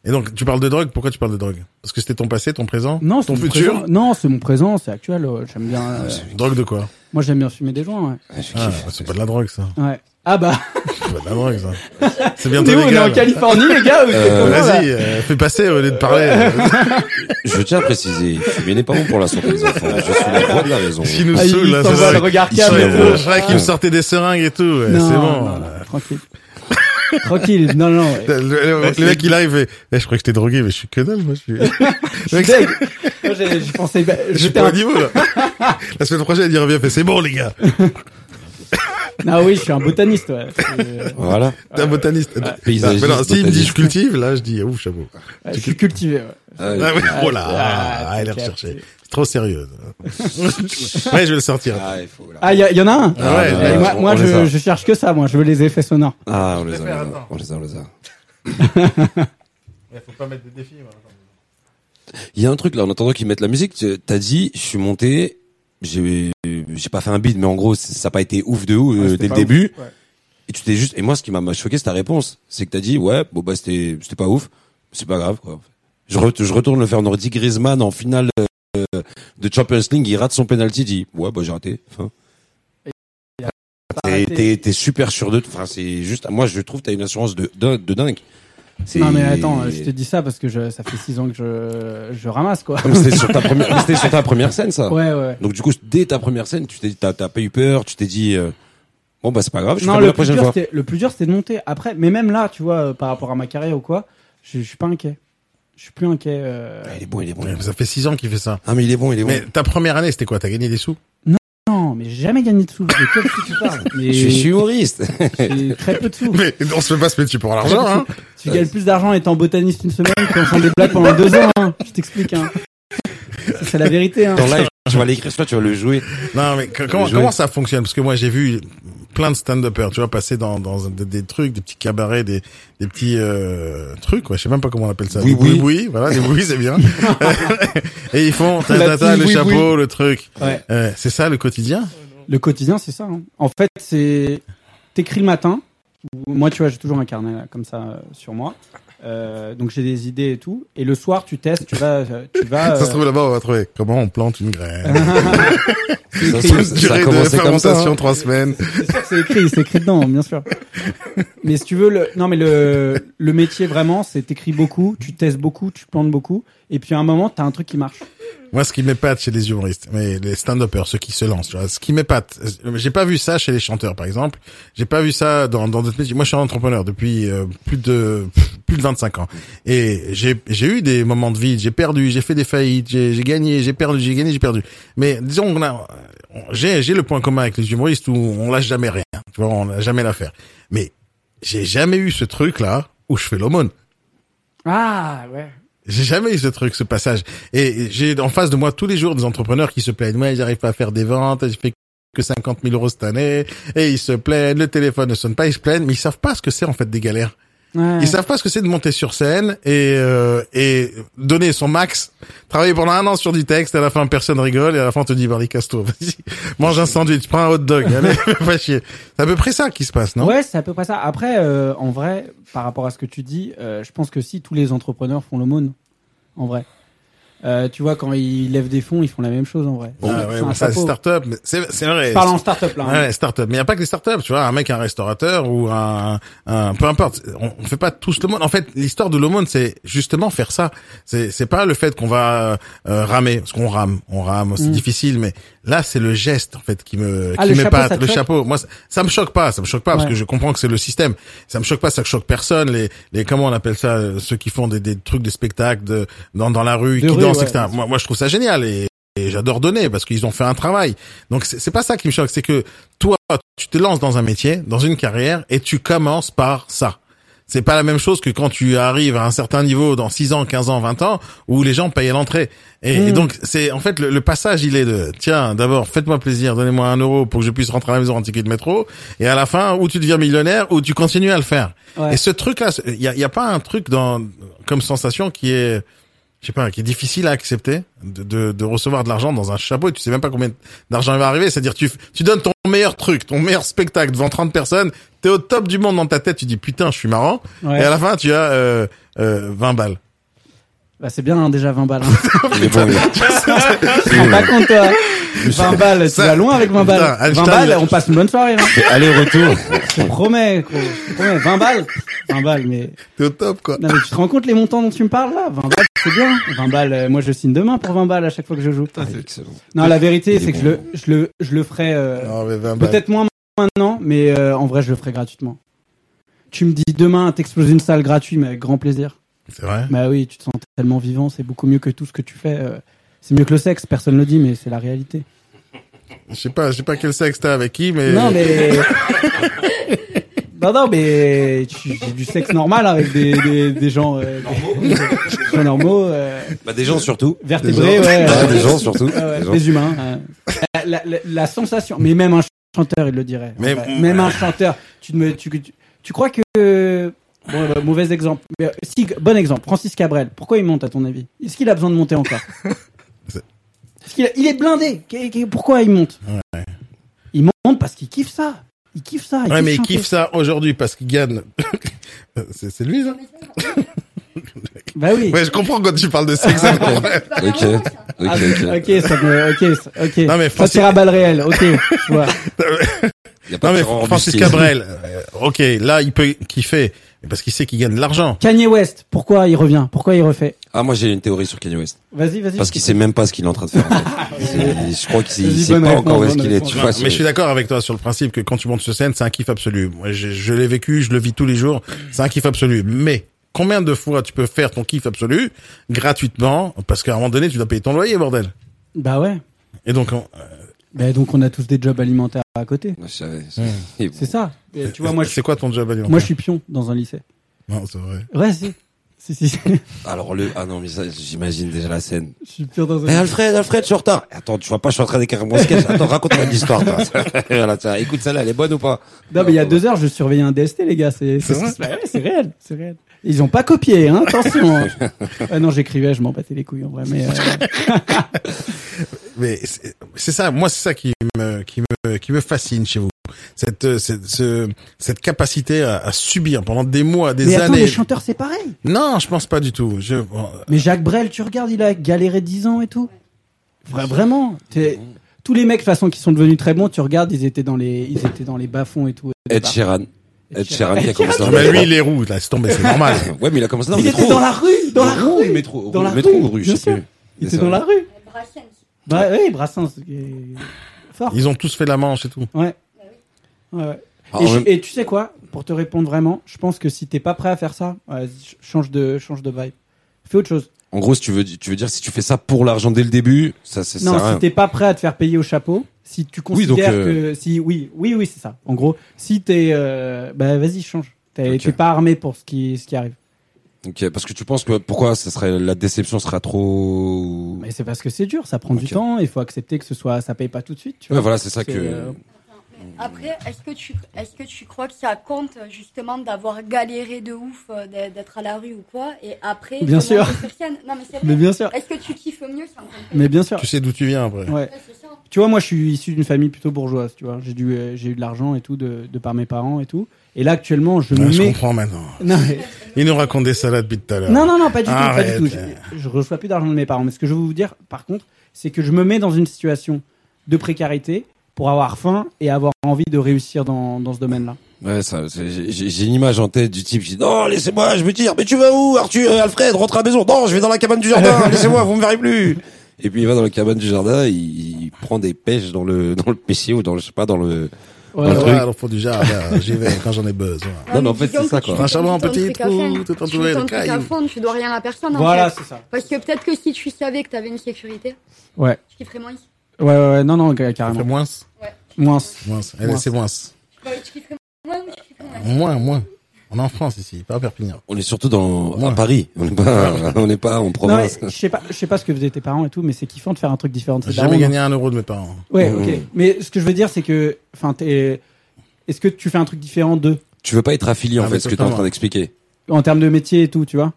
[SPEAKER 1] Et donc, tu parles de drogue. Pourquoi tu parles de drogue Parce que c'était ton passé, ton présent,
[SPEAKER 4] non c'est
[SPEAKER 1] ton Ah
[SPEAKER 4] mon
[SPEAKER 1] futur.
[SPEAKER 4] présent. non c'est mon présent c'est actuel euh, j'aime bien euh,
[SPEAKER 1] Drogue de quoi
[SPEAKER 4] moi j'aime bien fumer des joints ouais,
[SPEAKER 3] Ah, je
[SPEAKER 1] Ah,
[SPEAKER 3] kiffe.
[SPEAKER 1] C'est pas de la drogue, ça.
[SPEAKER 4] ouais. ah bah
[SPEAKER 1] C'est pas de la drogue, ça. C'est
[SPEAKER 4] on
[SPEAKER 1] bientôt
[SPEAKER 4] est où on est en
[SPEAKER 1] légal.
[SPEAKER 4] Californie les gars ou c'est
[SPEAKER 3] Euh,
[SPEAKER 1] Euh,
[SPEAKER 4] comment, là
[SPEAKER 1] Vas-y, euh, fais passer au lieu de parler. Euh,
[SPEAKER 3] Je tiens à préciser, fumer n'est pas bon pour la santé des enfants. Je suis la voix de la raison.
[SPEAKER 1] Ce qui nous
[SPEAKER 4] Ah, il
[SPEAKER 1] saoule, là,
[SPEAKER 4] s'en
[SPEAKER 1] c'est
[SPEAKER 4] va,
[SPEAKER 1] ça.
[SPEAKER 4] le regard
[SPEAKER 3] Il
[SPEAKER 1] Je
[SPEAKER 3] s'en
[SPEAKER 4] câble et
[SPEAKER 3] va.
[SPEAKER 4] tout.
[SPEAKER 1] me- je croyais qu'il me sortait des seringues et tout. ouais, C'est
[SPEAKER 4] Non,
[SPEAKER 1] bon.
[SPEAKER 4] non, non, tranquille tranquille non non ouais.
[SPEAKER 1] Le, le- le mec, il arrive et, Eh, je crois que j'étais drogué, mais je suis que dalle, moi. Je suis,
[SPEAKER 4] je suis deg. Moi, j'ai- j'ai pensé bah,
[SPEAKER 1] je suis
[SPEAKER 4] j'étais
[SPEAKER 1] pas
[SPEAKER 4] un-
[SPEAKER 1] au niveau, là. La semaine prochaine, il revient, fait, c'est bon, les gars.
[SPEAKER 4] ah oui je euh, suis un botaniste ouais. C'est-
[SPEAKER 3] Voilà.
[SPEAKER 1] T'es un botaniste. Non,
[SPEAKER 3] paysagiste,
[SPEAKER 1] mais non, s'il me dit,
[SPEAKER 3] botaniste.
[SPEAKER 1] je cultive, là, je dis, ouf, chapeau.
[SPEAKER 4] Ouais, je suis cultivé. ouais.
[SPEAKER 3] Ah,
[SPEAKER 1] Ah, oui, oh là,
[SPEAKER 4] ah,
[SPEAKER 1] ah, elle est
[SPEAKER 4] t'es
[SPEAKER 1] recherchée.
[SPEAKER 4] capté.
[SPEAKER 1] C'est trop sérieux. ouais, je vais le sortir.
[SPEAKER 3] ah, il faut, là.
[SPEAKER 4] Ah, il y, a- y en a un
[SPEAKER 1] Ah ouais,
[SPEAKER 4] Et
[SPEAKER 1] ouais,
[SPEAKER 4] Moi,
[SPEAKER 3] on-
[SPEAKER 4] moi,
[SPEAKER 3] on les
[SPEAKER 4] je,
[SPEAKER 3] a.
[SPEAKER 4] je cherche que ça, moi. Je veux les effets sonores.
[SPEAKER 3] Ah, on les a, on les a, on les a.
[SPEAKER 1] Il faut pas mettre des défis. hein, moi.
[SPEAKER 3] Il y a un truc là, en attendant qu'ils mettent la musique, tu- t'as dit, je suis monté, j'ai j'ai pas fait un beat, mais en gros, c'est- ça n'a pas été ouf de ouf euh, dès le
[SPEAKER 8] pas ouf,
[SPEAKER 3] début.
[SPEAKER 8] ouais.
[SPEAKER 3] Et tu t'es juste, et moi, ce qui m'a m'a choqué, c'est ta réponse. C'est que t'as dit, ouais, bon bah c'était c'était pas ouf, c'est pas grave quoi. Je, re- je retourne le faire Nordi Griezmann en finale euh, de Champions League, il rate son penalty, il dit, ouais, bah j'ai raté. Enfin,
[SPEAKER 4] Ah,
[SPEAKER 3] t'es- T'es t'es super sûr de, enfin c'est juste, moi je trouve que t'as une assurance de de, de dingue. C'est-
[SPEAKER 4] Non mais attends, je te dis ça parce que je, ça fait 6 ans que je, je ramasse quoi.
[SPEAKER 3] Ah, mais C'était sur, ta première- mais c'était sur ta première scène, ça.
[SPEAKER 4] Ouais, ouais.
[SPEAKER 3] Donc du coup, dès ta première scène, tu t'es, t'as, t'as pas eu peur, tu t'es dit, euh, bon bah c'est pas grave, je
[SPEAKER 4] Non,
[SPEAKER 3] ferai mieux
[SPEAKER 4] le
[SPEAKER 3] la
[SPEAKER 4] plus,
[SPEAKER 3] prochaine
[SPEAKER 4] dur,
[SPEAKER 3] fois.
[SPEAKER 4] c'était, le plus dur c'était de monter. Après, mais même là, tu vois, euh, par rapport à ma carrière ou quoi, je, je suis pas inquiet. Je suis plus inquiet. euh.
[SPEAKER 3] Il est bon, il est bon.
[SPEAKER 1] Ça fait 6 ans qu'il fait ça.
[SPEAKER 3] Ah, mais il est bon, il est
[SPEAKER 1] Mais ta première année, c'était quoi T'as gagné des sous
[SPEAKER 4] Non, mais j'ai jamais gagné de sous. De quel sous tu parles Mais-
[SPEAKER 3] humoriste.
[SPEAKER 4] J'ai très peu de sous.
[SPEAKER 1] Mais on se fait pas se métier pour l'argent, hein.
[SPEAKER 4] Tu gagnes plus d'argent étant botaniste une semaine qu'en faisant des blagues pendant deux ans. hein. Je t'explique. Hein. Ça, C'est la vérité. Hein.
[SPEAKER 3] Ton live, tu vas l'écrire, toi, tu vas le jouer.
[SPEAKER 1] Non, mais que-
[SPEAKER 3] Le
[SPEAKER 1] comment,
[SPEAKER 3] jouer.
[SPEAKER 1] comment ça fonctionne Parce que moi, j'ai vu plein de stand-uppers, tu vois, passer dans, dans des, des trucs, des petits cabarets, des, des petits euh, trucs, ouais, je sais même pas comment on appelle ça.
[SPEAKER 3] Oui,
[SPEAKER 1] Des
[SPEAKER 3] oui.
[SPEAKER 1] oui, voilà, des oui, c'est bien. Et ils font ta,
[SPEAKER 4] La
[SPEAKER 1] ta, ta,
[SPEAKER 4] petite
[SPEAKER 1] le
[SPEAKER 4] oui,
[SPEAKER 1] chapeau,
[SPEAKER 4] oui.
[SPEAKER 1] le truc.
[SPEAKER 4] Ouais.
[SPEAKER 1] Euh, c'est ça le quotidien
[SPEAKER 4] Le quotidien, c'est ça. hein. En fait, c'est t'écris le matin. ou- Moi, tu vois, j'ai toujours un carnet là, comme ça euh, sur moi. Euh, donc j'ai des idées et tout. Et le soir, tu testes. Tu vas, euh, tu vas.
[SPEAKER 1] Ça
[SPEAKER 4] euh,
[SPEAKER 1] se trouve là-bas, on va trouver comment on plante une graine.
[SPEAKER 4] c'est écrit.
[SPEAKER 1] Une durée de
[SPEAKER 3] hein.
[SPEAKER 1] fermentation, trois semaines.
[SPEAKER 4] C'est sûr que c'est écrit, c'est écrit dedans, bien sûr. Mais si tu veux, le, non, mais le, le métier vraiment, c'est t'écris beaucoup, tu testes beaucoup, tu plantes beaucoup, et puis à un moment, t'as un truc qui marche.
[SPEAKER 1] Moi, ce qui m'épate chez les humoristes, mais les stand-uppers, ceux qui se lancent, tu vois, ce qui m'épate, euh, j'ai pas vu ça chez les chanteurs, par exemple. J'ai pas vu ça dans dans d'autres métiers. Moi, je suis un entrepreneur depuis euh, plus de pff, plus de 25 ans, et j'ai j'ai eu des moments de vide. J'ai perdu, j'ai fait des faillites, j'ai j'ai gagné, j'ai perdu, j'ai gagné, j'ai perdu. Mais disons qu'on a, on- j'ai j'ai le point commun avec les humoristes où on lâche jamais rien. Tu vois, on n'a jamais l'affaire. Mais j'ai jamais eu ce truc là où je fais l'aumône.
[SPEAKER 4] Ah, ouais.
[SPEAKER 1] J'ai jamais eu ce truc, ce passage. Et j'ai en face de moi tous les jours des entrepreneurs qui se plaignent. Ouais, j'arrive pas à faire des ventes, j'ai fait que 50 000 euros cette année, et ils se plaignent, le téléphone ne sonne pas, ils se plaignent, mais ils savent pas ce que c'est en fait des galères. Ils savent pas ce que c'est de monter sur scène et, euh, et donner son max, travailler pendant un an sur du texte, à la fin personne rigole, et à la fin on te dit, vas-y, casse-toi, vas-y, mange un sandwich, prends un hot dog, allez, fais pas chier. C'est à peu près ça qui se passe, non?
[SPEAKER 4] Ouais, c'est à peu près ça. Après, euh, en vrai, par rapport à ce que tu dis, euh, je pense que si tous les entrepreneurs font l'aumône, en vrai. Euh, tu vois, quand ils lèvent des fonds, ils font la même chose, en vrai.
[SPEAKER 1] Ah ouais,
[SPEAKER 4] C'est un
[SPEAKER 1] bon, ça,
[SPEAKER 4] chapeau.
[SPEAKER 1] start-up, mais c'est c'est vrai.
[SPEAKER 4] Je parle en start-up, là, hein.
[SPEAKER 1] Ouais, start-up. Mais il y a pas que les start-up, tu vois, un mec, un restaurateur ou un, un peu importe. On, on fait pas tous l'aumône. En fait, l'histoire de l'aumône, c'est justement faire ça. C'est c'est pas le fait qu'on va euh, ramer, parce qu'on rame, on rame, c'est
[SPEAKER 4] Mm.
[SPEAKER 1] difficile, mais là, c'est le geste en fait qui me
[SPEAKER 4] Ah,
[SPEAKER 1] qui
[SPEAKER 4] le chapeau,
[SPEAKER 1] m'épate.
[SPEAKER 4] ça te
[SPEAKER 1] le
[SPEAKER 4] choque
[SPEAKER 1] chapeau. Moi, ça, ça me choque pas, ça me choque pas parce
[SPEAKER 4] Ouais.
[SPEAKER 1] que je comprends que c'est le système. Ça me choque pas, ça choque personne. Les les comment on appelle ça, euh, ceux qui font des, des trucs, des spectacles de, dans dans la rue,
[SPEAKER 4] De
[SPEAKER 1] qui
[SPEAKER 4] rue,
[SPEAKER 1] dansent,
[SPEAKER 4] ouais.
[SPEAKER 1] etc. Moi, moi, je trouve ça génial et, et j'adore donner parce qu'ils ont fait un travail. Donc, c'est c'est pas ça qui me choque, c'est que toi, tu te lances dans un métier, dans une carrière, et tu commences par ça. C'est pas la même chose que quand tu arrives à un certain niveau dans 6 ans, 15 ans, 20 ans, où les gens payent à l'entrée. Et, et
[SPEAKER 8] Mm.
[SPEAKER 1] donc, c'est en fait le, le passage, il est de tiens, d'abord faites-moi plaisir, donnez-moi un euro pour que je puisse rentrer à la maison en ticket de métro, et à la fin, ou tu deviens millionnaire, ou tu continues à le faire.
[SPEAKER 4] Ouais.
[SPEAKER 1] Et ce truc-là, c'est- il y a, il y a pas un truc dans comme sensation qui est je sais pas, qui est difficile à accepter de, de, de recevoir de l'argent dans un chapeau et tu sais même pas combien d'argent il va arriver. C'est-à-dire, tu, f- tu donnes ton meilleur truc, ton meilleur spectacle devant 30 personnes, t'es au top du monde dans ta tête, tu dis putain, je suis marrant.
[SPEAKER 4] Ouais.
[SPEAKER 1] Et à la fin, tu as euh, euh, 20 balles.
[SPEAKER 4] Bah, c'est bien, hein, déjà 20 balles. hein.
[SPEAKER 3] Il est bon, il est-
[SPEAKER 4] Tu te rends pas compte, toi. 20 balles, tu
[SPEAKER 1] Ça-
[SPEAKER 4] vas loin avec 20 balles.
[SPEAKER 1] Putain,
[SPEAKER 4] 20
[SPEAKER 1] Einstein,
[SPEAKER 4] balles,
[SPEAKER 1] il-
[SPEAKER 4] on passe une bonne soirée. hein.
[SPEAKER 3] C'est aller-retour.
[SPEAKER 4] Je te promets, gros. Je te promets, 20 balles. 20 balles, mais.
[SPEAKER 1] T'es au top, quoi.
[SPEAKER 4] Non, mais tu te rends compte les montants dont tu me parles là 20 balles, c'est bien. 20 balles, euh, moi je signe demain pour 20 balles à chaque fois que je joue. Non, la vérité, c'est que je le, je le, je le ferai euh,
[SPEAKER 1] Non, mais 20 balles.
[SPEAKER 4] peut-être moins maintenant, mais euh, en vrai, je le ferai gratuitement. Tu me dis demain, t'exploses une salle gratuite, mais avec grand plaisir.
[SPEAKER 1] C'est vrai.
[SPEAKER 4] Bah oui, tu te sens tellement vivant, c'est beaucoup mieux que tout ce que tu fais. euh, C'est mieux que le sexe, personne le dit, mais c'est la réalité.
[SPEAKER 1] Je sais pas, je sais pas quel sexe t'as avec qui, mais.
[SPEAKER 4] Non, mais. non, non, mais tu- j'ai du sexe normal avec des, des, des gens euh, des- des gens normaux. euh,
[SPEAKER 3] Bah, des gens surtout.
[SPEAKER 4] Vertébrés,
[SPEAKER 3] Des gens.
[SPEAKER 4] ouais.
[SPEAKER 3] Ah,
[SPEAKER 4] euh,
[SPEAKER 3] des gens surtout.
[SPEAKER 4] ouais, ouais,
[SPEAKER 3] Des gens.
[SPEAKER 4] des humains. euh. La, la- la sensation, mais même un chanteur, il le dirait.
[SPEAKER 1] Mais-
[SPEAKER 4] Ouais, Même un chanteur, tu, ne me, tu, tu, tu crois que Bon, euh, mauvais exemple. Mais, euh, si, bon exemple. Francis Cabrel. Pourquoi il monte, à ton avis Est-ce qu'il a besoin de monter encore Parce qu'il a- il est blindé. Qu'est- qu'est- Pourquoi il monte Il monte parce qu'il kiffe ça. Il kiffe ça.
[SPEAKER 1] Ouais, mais il
[SPEAKER 4] chanter.
[SPEAKER 1] kiffe ça aujourd'hui parce qu'il gagne. c'est c'est lui, ça
[SPEAKER 4] Bah oui.
[SPEAKER 1] Ouais, je comprends quand tu parles de sexe. c'est pas vrai.
[SPEAKER 4] Ah, ok, ça me- ok, ça- ok.
[SPEAKER 1] Non, mais
[SPEAKER 4] ça
[SPEAKER 1] Francis-
[SPEAKER 4] tire à balles réelles. Ok. je vois.
[SPEAKER 1] Non, mais
[SPEAKER 3] Florent
[SPEAKER 1] Francis
[SPEAKER 3] Bustier.
[SPEAKER 1] Cabrel, euh, ok, là, il peut kiffer mais parce qu'il sait qu'il gagne de l'argent.
[SPEAKER 4] Kanye West. Pourquoi il revient Pourquoi il refait
[SPEAKER 3] Ah, moi, j'ai une théorie sur Kanye West.
[SPEAKER 4] Vas-y, vas-y.
[SPEAKER 3] Parce qu'il sait même pas ce qu'il est en train de faire. en fait. C'est- je crois qu'il sait- il
[SPEAKER 4] Vas-y,
[SPEAKER 3] sait
[SPEAKER 4] bonne
[SPEAKER 3] pas
[SPEAKER 4] réponse,
[SPEAKER 3] encore où est-ce
[SPEAKER 4] bonne
[SPEAKER 3] qu'il est.
[SPEAKER 4] réponse.
[SPEAKER 3] Tu
[SPEAKER 1] Non,
[SPEAKER 3] vois, c'est-
[SPEAKER 1] mais je suis d'accord avec toi sur le principe que quand tu montes sur scène, c'est un kiff absolu. Moi, je, je l'ai vécu, je le vis tous les jours, c'est un kiff absolu. Mais combien de fois tu peux faire ton kiff absolu gratuitement Parce qu'à un moment donné, tu dois payer ton loyer, bordel.
[SPEAKER 4] Bah ouais.
[SPEAKER 1] Et donc, on-
[SPEAKER 4] Bah donc on a tous des jobs alimentaires à côté.
[SPEAKER 3] Je savais.
[SPEAKER 4] C'est ça. Et tu vois, moi, je
[SPEAKER 1] c'est quoi ton job alimentaire
[SPEAKER 4] Moi, je suis pion dans un lycée.
[SPEAKER 1] Non, c'est vrai.
[SPEAKER 4] Ouais, si. Si, si, si.
[SPEAKER 3] Alors le ah non mais ça j'imagine déjà la scène.
[SPEAKER 4] Je suis pion dans un
[SPEAKER 3] Eh Alfred, Alfred, je suis en retard. Attends, tu vois pas, je suis en train d'écrire mon sketch. Attends, raconte-moi l'histoire. toi. Voilà, tiens, écoute celle-là, elle est bonne ou pas
[SPEAKER 4] Non, mais il y a deux heures, je surveillais un DST, les gars. C'est c'est- c'est- bah ouais, c'est réel. C'est réel. Ils ont pas copié, hein, attention. hein. ah non, j'écrivais, je m'en battais les couilles en vrai. Mais euh,
[SPEAKER 1] Mais c'est- c'est ça, moi c'est ça qui me qui me qui me fascine chez vous. Cette euh, cette ce- cette capacité à, à subir pendant des mois, des
[SPEAKER 4] mais attends,
[SPEAKER 1] années.
[SPEAKER 4] les chanteurs, c'est pareil.
[SPEAKER 1] Non, je pense pas du tout. Je bon,
[SPEAKER 4] Mais Jacques Brel, tu regardes, il a galéré 10 ans et tout. Vra- vraiment. T'es- Tous les mecs, de toute façon, qui sont devenus très bons, tu regardes, ils étaient dans les, ils étaient dans les bas-fonds et tout.
[SPEAKER 3] Ed Sheeran. Ed Sheran qui a commencé dans
[SPEAKER 1] ah
[SPEAKER 3] le
[SPEAKER 1] bah lui
[SPEAKER 3] métro.
[SPEAKER 1] il est roux là, c'est tombé, c'est normal.
[SPEAKER 3] Ouais, mais il a commencé dans le
[SPEAKER 4] Ils
[SPEAKER 3] métro.
[SPEAKER 4] étaient dans la rue, dans la
[SPEAKER 3] Le rue,
[SPEAKER 4] rue.
[SPEAKER 3] le métro,
[SPEAKER 4] dans
[SPEAKER 3] rue,
[SPEAKER 4] la
[SPEAKER 3] métro
[SPEAKER 4] rue,
[SPEAKER 3] ou rue, je
[SPEAKER 4] bien
[SPEAKER 3] sais
[SPEAKER 4] sûr.
[SPEAKER 3] plus.
[SPEAKER 4] Ils
[SPEAKER 3] C'est
[SPEAKER 4] étaient dans
[SPEAKER 3] vrai.
[SPEAKER 4] la rue. Bah oui, Brassens. qui est Fort.
[SPEAKER 1] Ils ont tous fait la manche et tout.
[SPEAKER 4] Ouais. Ouais, ouais.
[SPEAKER 3] Ah,
[SPEAKER 4] Et,
[SPEAKER 3] en
[SPEAKER 4] je-
[SPEAKER 3] même-
[SPEAKER 4] et tu sais quoi Pour te répondre vraiment, je pense que si t'es pas prêt à faire ça, ouais, ch- change de change de vibe. Fais autre chose.
[SPEAKER 3] En gros, si tu veux tu veux dire si tu fais ça pour l'argent dès le début, ça c'est ça.
[SPEAKER 4] non,
[SPEAKER 3] sert à
[SPEAKER 4] si t'es pas prêt à te faire payer au chapeau, si tu
[SPEAKER 3] Oui,
[SPEAKER 4] considères
[SPEAKER 3] donc,
[SPEAKER 4] que
[SPEAKER 3] euh,
[SPEAKER 4] si oui, oui, oui, c'est ça. En gros, si t'es, euh, bah vas-y, change. T'es
[SPEAKER 3] Ok.
[SPEAKER 4] t'es pas armé pour ce qui ce qui arrive.
[SPEAKER 3] rien. Ok, parce que tu penses que pourquoi ça serait la déception sera trop
[SPEAKER 4] Mais c'est parce que c'est dur, ça prend du
[SPEAKER 3] Ok.
[SPEAKER 4] temps. Il faut accepter que ce soit, ça paye pas tout de suite. Tu
[SPEAKER 3] Ouais,
[SPEAKER 4] vois.
[SPEAKER 3] voilà, c'est ça
[SPEAKER 4] C'est,
[SPEAKER 3] que
[SPEAKER 4] euh,
[SPEAKER 8] Après, est-ce que, tu, est-ce que tu crois que ça compte justement d'avoir galéré de ouf, euh, d'être d'être à la rue ou quoi, et après
[SPEAKER 4] Bien
[SPEAKER 8] de
[SPEAKER 4] sûr.
[SPEAKER 8] monter sur scène Non, mais c'est vrai.
[SPEAKER 4] Mais bien sûr.
[SPEAKER 8] Est-ce que tu kiffes mieux sans compter
[SPEAKER 4] Mais bien sûr.
[SPEAKER 1] Tu sais d'où tu viens après.
[SPEAKER 4] Ouais.
[SPEAKER 8] Ouais, c'est ça.
[SPEAKER 4] Tu vois, moi, je suis issu d'une famille plutôt bourgeoise. Tu vois, j'ai dû, euh, j'ai eu de l'argent et tout de, de par mes parents et tout. Et là, actuellement, je
[SPEAKER 1] Ouais,
[SPEAKER 4] me
[SPEAKER 1] je
[SPEAKER 4] mets.
[SPEAKER 1] comprends maintenant.
[SPEAKER 4] Non, mais-
[SPEAKER 1] Il nous raconte des salades depuis tout à l'heure.
[SPEAKER 4] non, non, non, pas du
[SPEAKER 1] Euh, Arrête.
[SPEAKER 4] tout, pas du tout. Je, je reçois plus d'argent de mes parents. Mais ce que je veux vous dire, par contre, c'est que je me mets dans une situation de précarité pour avoir faim et avoir envie de réussir dans, dans ce domaine-là.
[SPEAKER 3] Ouais, ça, c'est- j'ai- j'ai j'ai une image en tête du type qui dit non, laissez-moi, je me tire. Mais tu vas où, Arthur, euh, Alfred, rentre à la maison. Non, je vais dans la cabane du jardin. laissez-moi, vous me verrez plus. Et puis il va dans la cabane du jardin, il, il prend des pêches dans le dans le pêcher ou dans le je sais pas dans le.
[SPEAKER 4] Ouais,
[SPEAKER 1] Ouais,
[SPEAKER 4] ouais.
[SPEAKER 1] ouais, alors, faut du jardin, j'y vais quand j'en ai besoin.
[SPEAKER 4] Ah
[SPEAKER 3] Non, mais en
[SPEAKER 8] mais
[SPEAKER 3] fait,
[SPEAKER 8] disons
[SPEAKER 3] c'est ça,
[SPEAKER 8] que tu
[SPEAKER 3] quoi.
[SPEAKER 8] fais
[SPEAKER 1] Un charmant
[SPEAKER 8] ton
[SPEAKER 1] petit
[SPEAKER 8] truc à fond.
[SPEAKER 1] trou, tout
[SPEAKER 8] Tu
[SPEAKER 1] entouré
[SPEAKER 8] fais ton
[SPEAKER 1] de
[SPEAKER 8] truc à
[SPEAKER 1] cailloux.
[SPEAKER 8] fond, tu dois rien à personne. en
[SPEAKER 4] Voilà,
[SPEAKER 8] fait.
[SPEAKER 4] c'est ça.
[SPEAKER 8] Parce que peut-être que si tu savais que t'avais une sécurité,
[SPEAKER 4] Ouais.
[SPEAKER 8] tu kifferais moins.
[SPEAKER 4] Ouais, ouais, ouais. Non, non, ca-
[SPEAKER 1] Fais
[SPEAKER 4] carrément.
[SPEAKER 1] moins,
[SPEAKER 4] Moins.
[SPEAKER 1] moins. Allez,
[SPEAKER 4] Moins.
[SPEAKER 1] c'est moins.
[SPEAKER 8] Ouais, Bah, Tu kifferais moins ou tu kifferais moins
[SPEAKER 1] Moins, moins. On est en France ici, pas à Perpignan.
[SPEAKER 3] On est surtout dans
[SPEAKER 1] Ouais.
[SPEAKER 3] à Paris. On n'est pas on n'est pas en
[SPEAKER 4] Non, mais
[SPEAKER 3] province.
[SPEAKER 4] je sais pas, je sais pas ce que faisaient tes parents et tout, mais c'est kiffant de faire un truc différent. de
[SPEAKER 1] J'ai
[SPEAKER 4] ses
[SPEAKER 1] jamais
[SPEAKER 4] darons,
[SPEAKER 1] gagné un euro de mes parents.
[SPEAKER 4] Ouais,
[SPEAKER 3] Mmh.
[SPEAKER 4] ok. Mais ce que je veux dire, c'est que, enfin, t'es- est-ce que tu fais un truc différent d'eux
[SPEAKER 3] Tu veux pas être affilié
[SPEAKER 1] Ah,
[SPEAKER 3] en
[SPEAKER 1] mais
[SPEAKER 3] fait, ce que t'es en
[SPEAKER 1] totalement.
[SPEAKER 3] train d'expliquer.
[SPEAKER 4] en termes de métier et tout, tu vois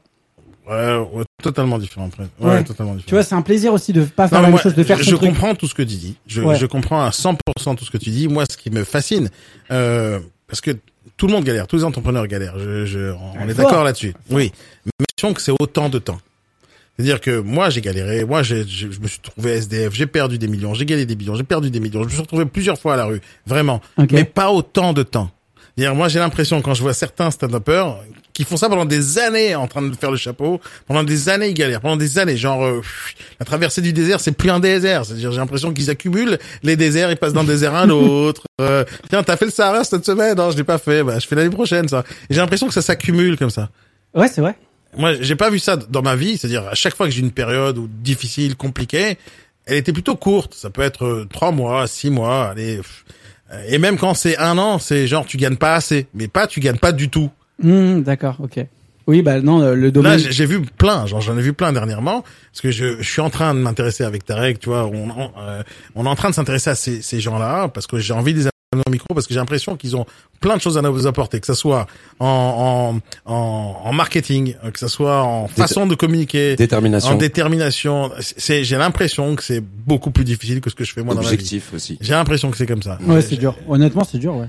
[SPEAKER 1] Ouais, ouais, totalement différent. après. Ouais,
[SPEAKER 4] Ouais.
[SPEAKER 1] totalement différent.
[SPEAKER 4] Tu vois, c'est un plaisir aussi de pas faire la
[SPEAKER 1] Non, mais
[SPEAKER 4] même
[SPEAKER 1] moi,
[SPEAKER 4] chose, de faire
[SPEAKER 1] je,
[SPEAKER 4] son
[SPEAKER 1] je
[SPEAKER 4] truc.
[SPEAKER 1] comprends tout ce que tu dis. Je,
[SPEAKER 4] Ouais.
[SPEAKER 1] je comprends à 100% tout ce que tu dis. Moi, ce qui me fascine, euh, parce que tout le monde galère, tous les entrepreneurs galèrent. Je, je, on
[SPEAKER 4] Ah,
[SPEAKER 1] est
[SPEAKER 4] fort.
[SPEAKER 1] d'accord là-dessus. Oui, mais je sens que c'est autant de temps. C'est-à-dire que moi, j'ai galéré, moi, j'ai- j'ai- je me suis trouvé SDF, j'ai perdu des millions, j'ai gagné des millions, j'ai perdu des millions, je me suis retrouvé plusieurs fois à la rue, vraiment,
[SPEAKER 4] Ok.
[SPEAKER 1] mais pas autant de temps. C'est-à-dire, moi, j'ai l'impression, quand je vois certains stand-uppers qui font ça pendant des années en train de faire le chapeau, pendant des années, ils galèrent, pendant des années, genre, euh, pff, la traversée du désert, c'est plus un désert. C'est-à-dire, j'ai l'impression qu'ils accumulent les déserts, ils passent d'un désert à un autre. Euh, Tiens, t'as fait le Sahara cette semaine, non, je l'ai pas fait, bah, je fais l'année prochaine, ça. Et j'ai l'impression que ça s'accumule comme ça.
[SPEAKER 4] Ouais, c'est vrai.
[SPEAKER 1] Moi, j'ai pas vu ça dans ma vie. C'est-à-dire, à chaque fois que j'ai une période ou difficile, compliquée, elle était plutôt courte. Ça peut être euh, trois mois, six mois, allez. pff. Euh, Et même quand c'est un an, c'est genre tu gagnes pas assez, mais pas tu gagnes pas du tout.
[SPEAKER 4] Hmm, D'accord, ok. Oui, bah non, euh, le
[SPEAKER 1] Là,
[SPEAKER 4] domaine.
[SPEAKER 1] j'ai j'ai vu plein, genre j'en ai vu plein dernièrement, parce que je, je suis en train de m'intéresser avec Tarek, tu vois, on, on, euh, on est en train de s'intéresser à ces, ces gens-là, parce que j'ai envie de les au micro parce que j'ai l'impression qu'ils ont plein de choses à nous apporter, que ça soit en, en, en, en marketing, euh, que ça soit en façon de communiquer,
[SPEAKER 3] Détermination.
[SPEAKER 1] en détermination. C'est, j'ai l'impression que c'est beaucoup plus difficile que ce que je fais moi dans
[SPEAKER 3] Objectif
[SPEAKER 1] la vie.
[SPEAKER 3] aussi.
[SPEAKER 1] J'ai l'impression que c'est comme ça.
[SPEAKER 4] Ouais, c'est dur. Honnêtement, c'est dur, ouais.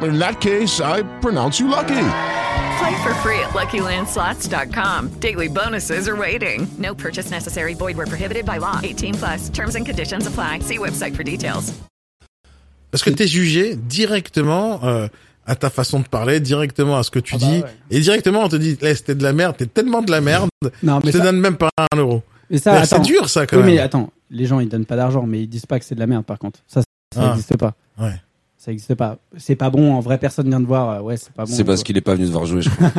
[SPEAKER 6] In that case, I pronounce you lucky.
[SPEAKER 7] Play for free at LuckyLandSlots.com. Daily bonuses are waiting. No purchase necessary. Void where prohibited by law. 18 plus terms and conditions apply. See website for details.
[SPEAKER 1] Parce que t'es jugé directement euh, à ta façon de parler, directement à ce que
[SPEAKER 4] Ah
[SPEAKER 1] tu
[SPEAKER 4] bah
[SPEAKER 1] dis, et directement on te dit, laisse, t'es de la merde, t'es tellement de la merde,
[SPEAKER 4] Non, mais
[SPEAKER 1] je te
[SPEAKER 4] ça-
[SPEAKER 1] donne même pas un euro.
[SPEAKER 4] Mais ça,
[SPEAKER 1] C'est-à-dire, c'est
[SPEAKER 4] attends.
[SPEAKER 1] dur ça quand
[SPEAKER 4] Oui,
[SPEAKER 1] même.
[SPEAKER 4] mais attends, les gens ils donnent pas d'argent, mais ils disent pas que c'est de la merde par contre. Ça,
[SPEAKER 1] Ah.
[SPEAKER 4] ça n'existe pas.
[SPEAKER 1] Ouais.
[SPEAKER 4] Ça n'existe pas. C'est pas bon. En vrai, personne vient de voir. euh, Ouais, c'est pas bon.
[SPEAKER 3] C'est parce qu'il est pas venu te voir jouer, je crois.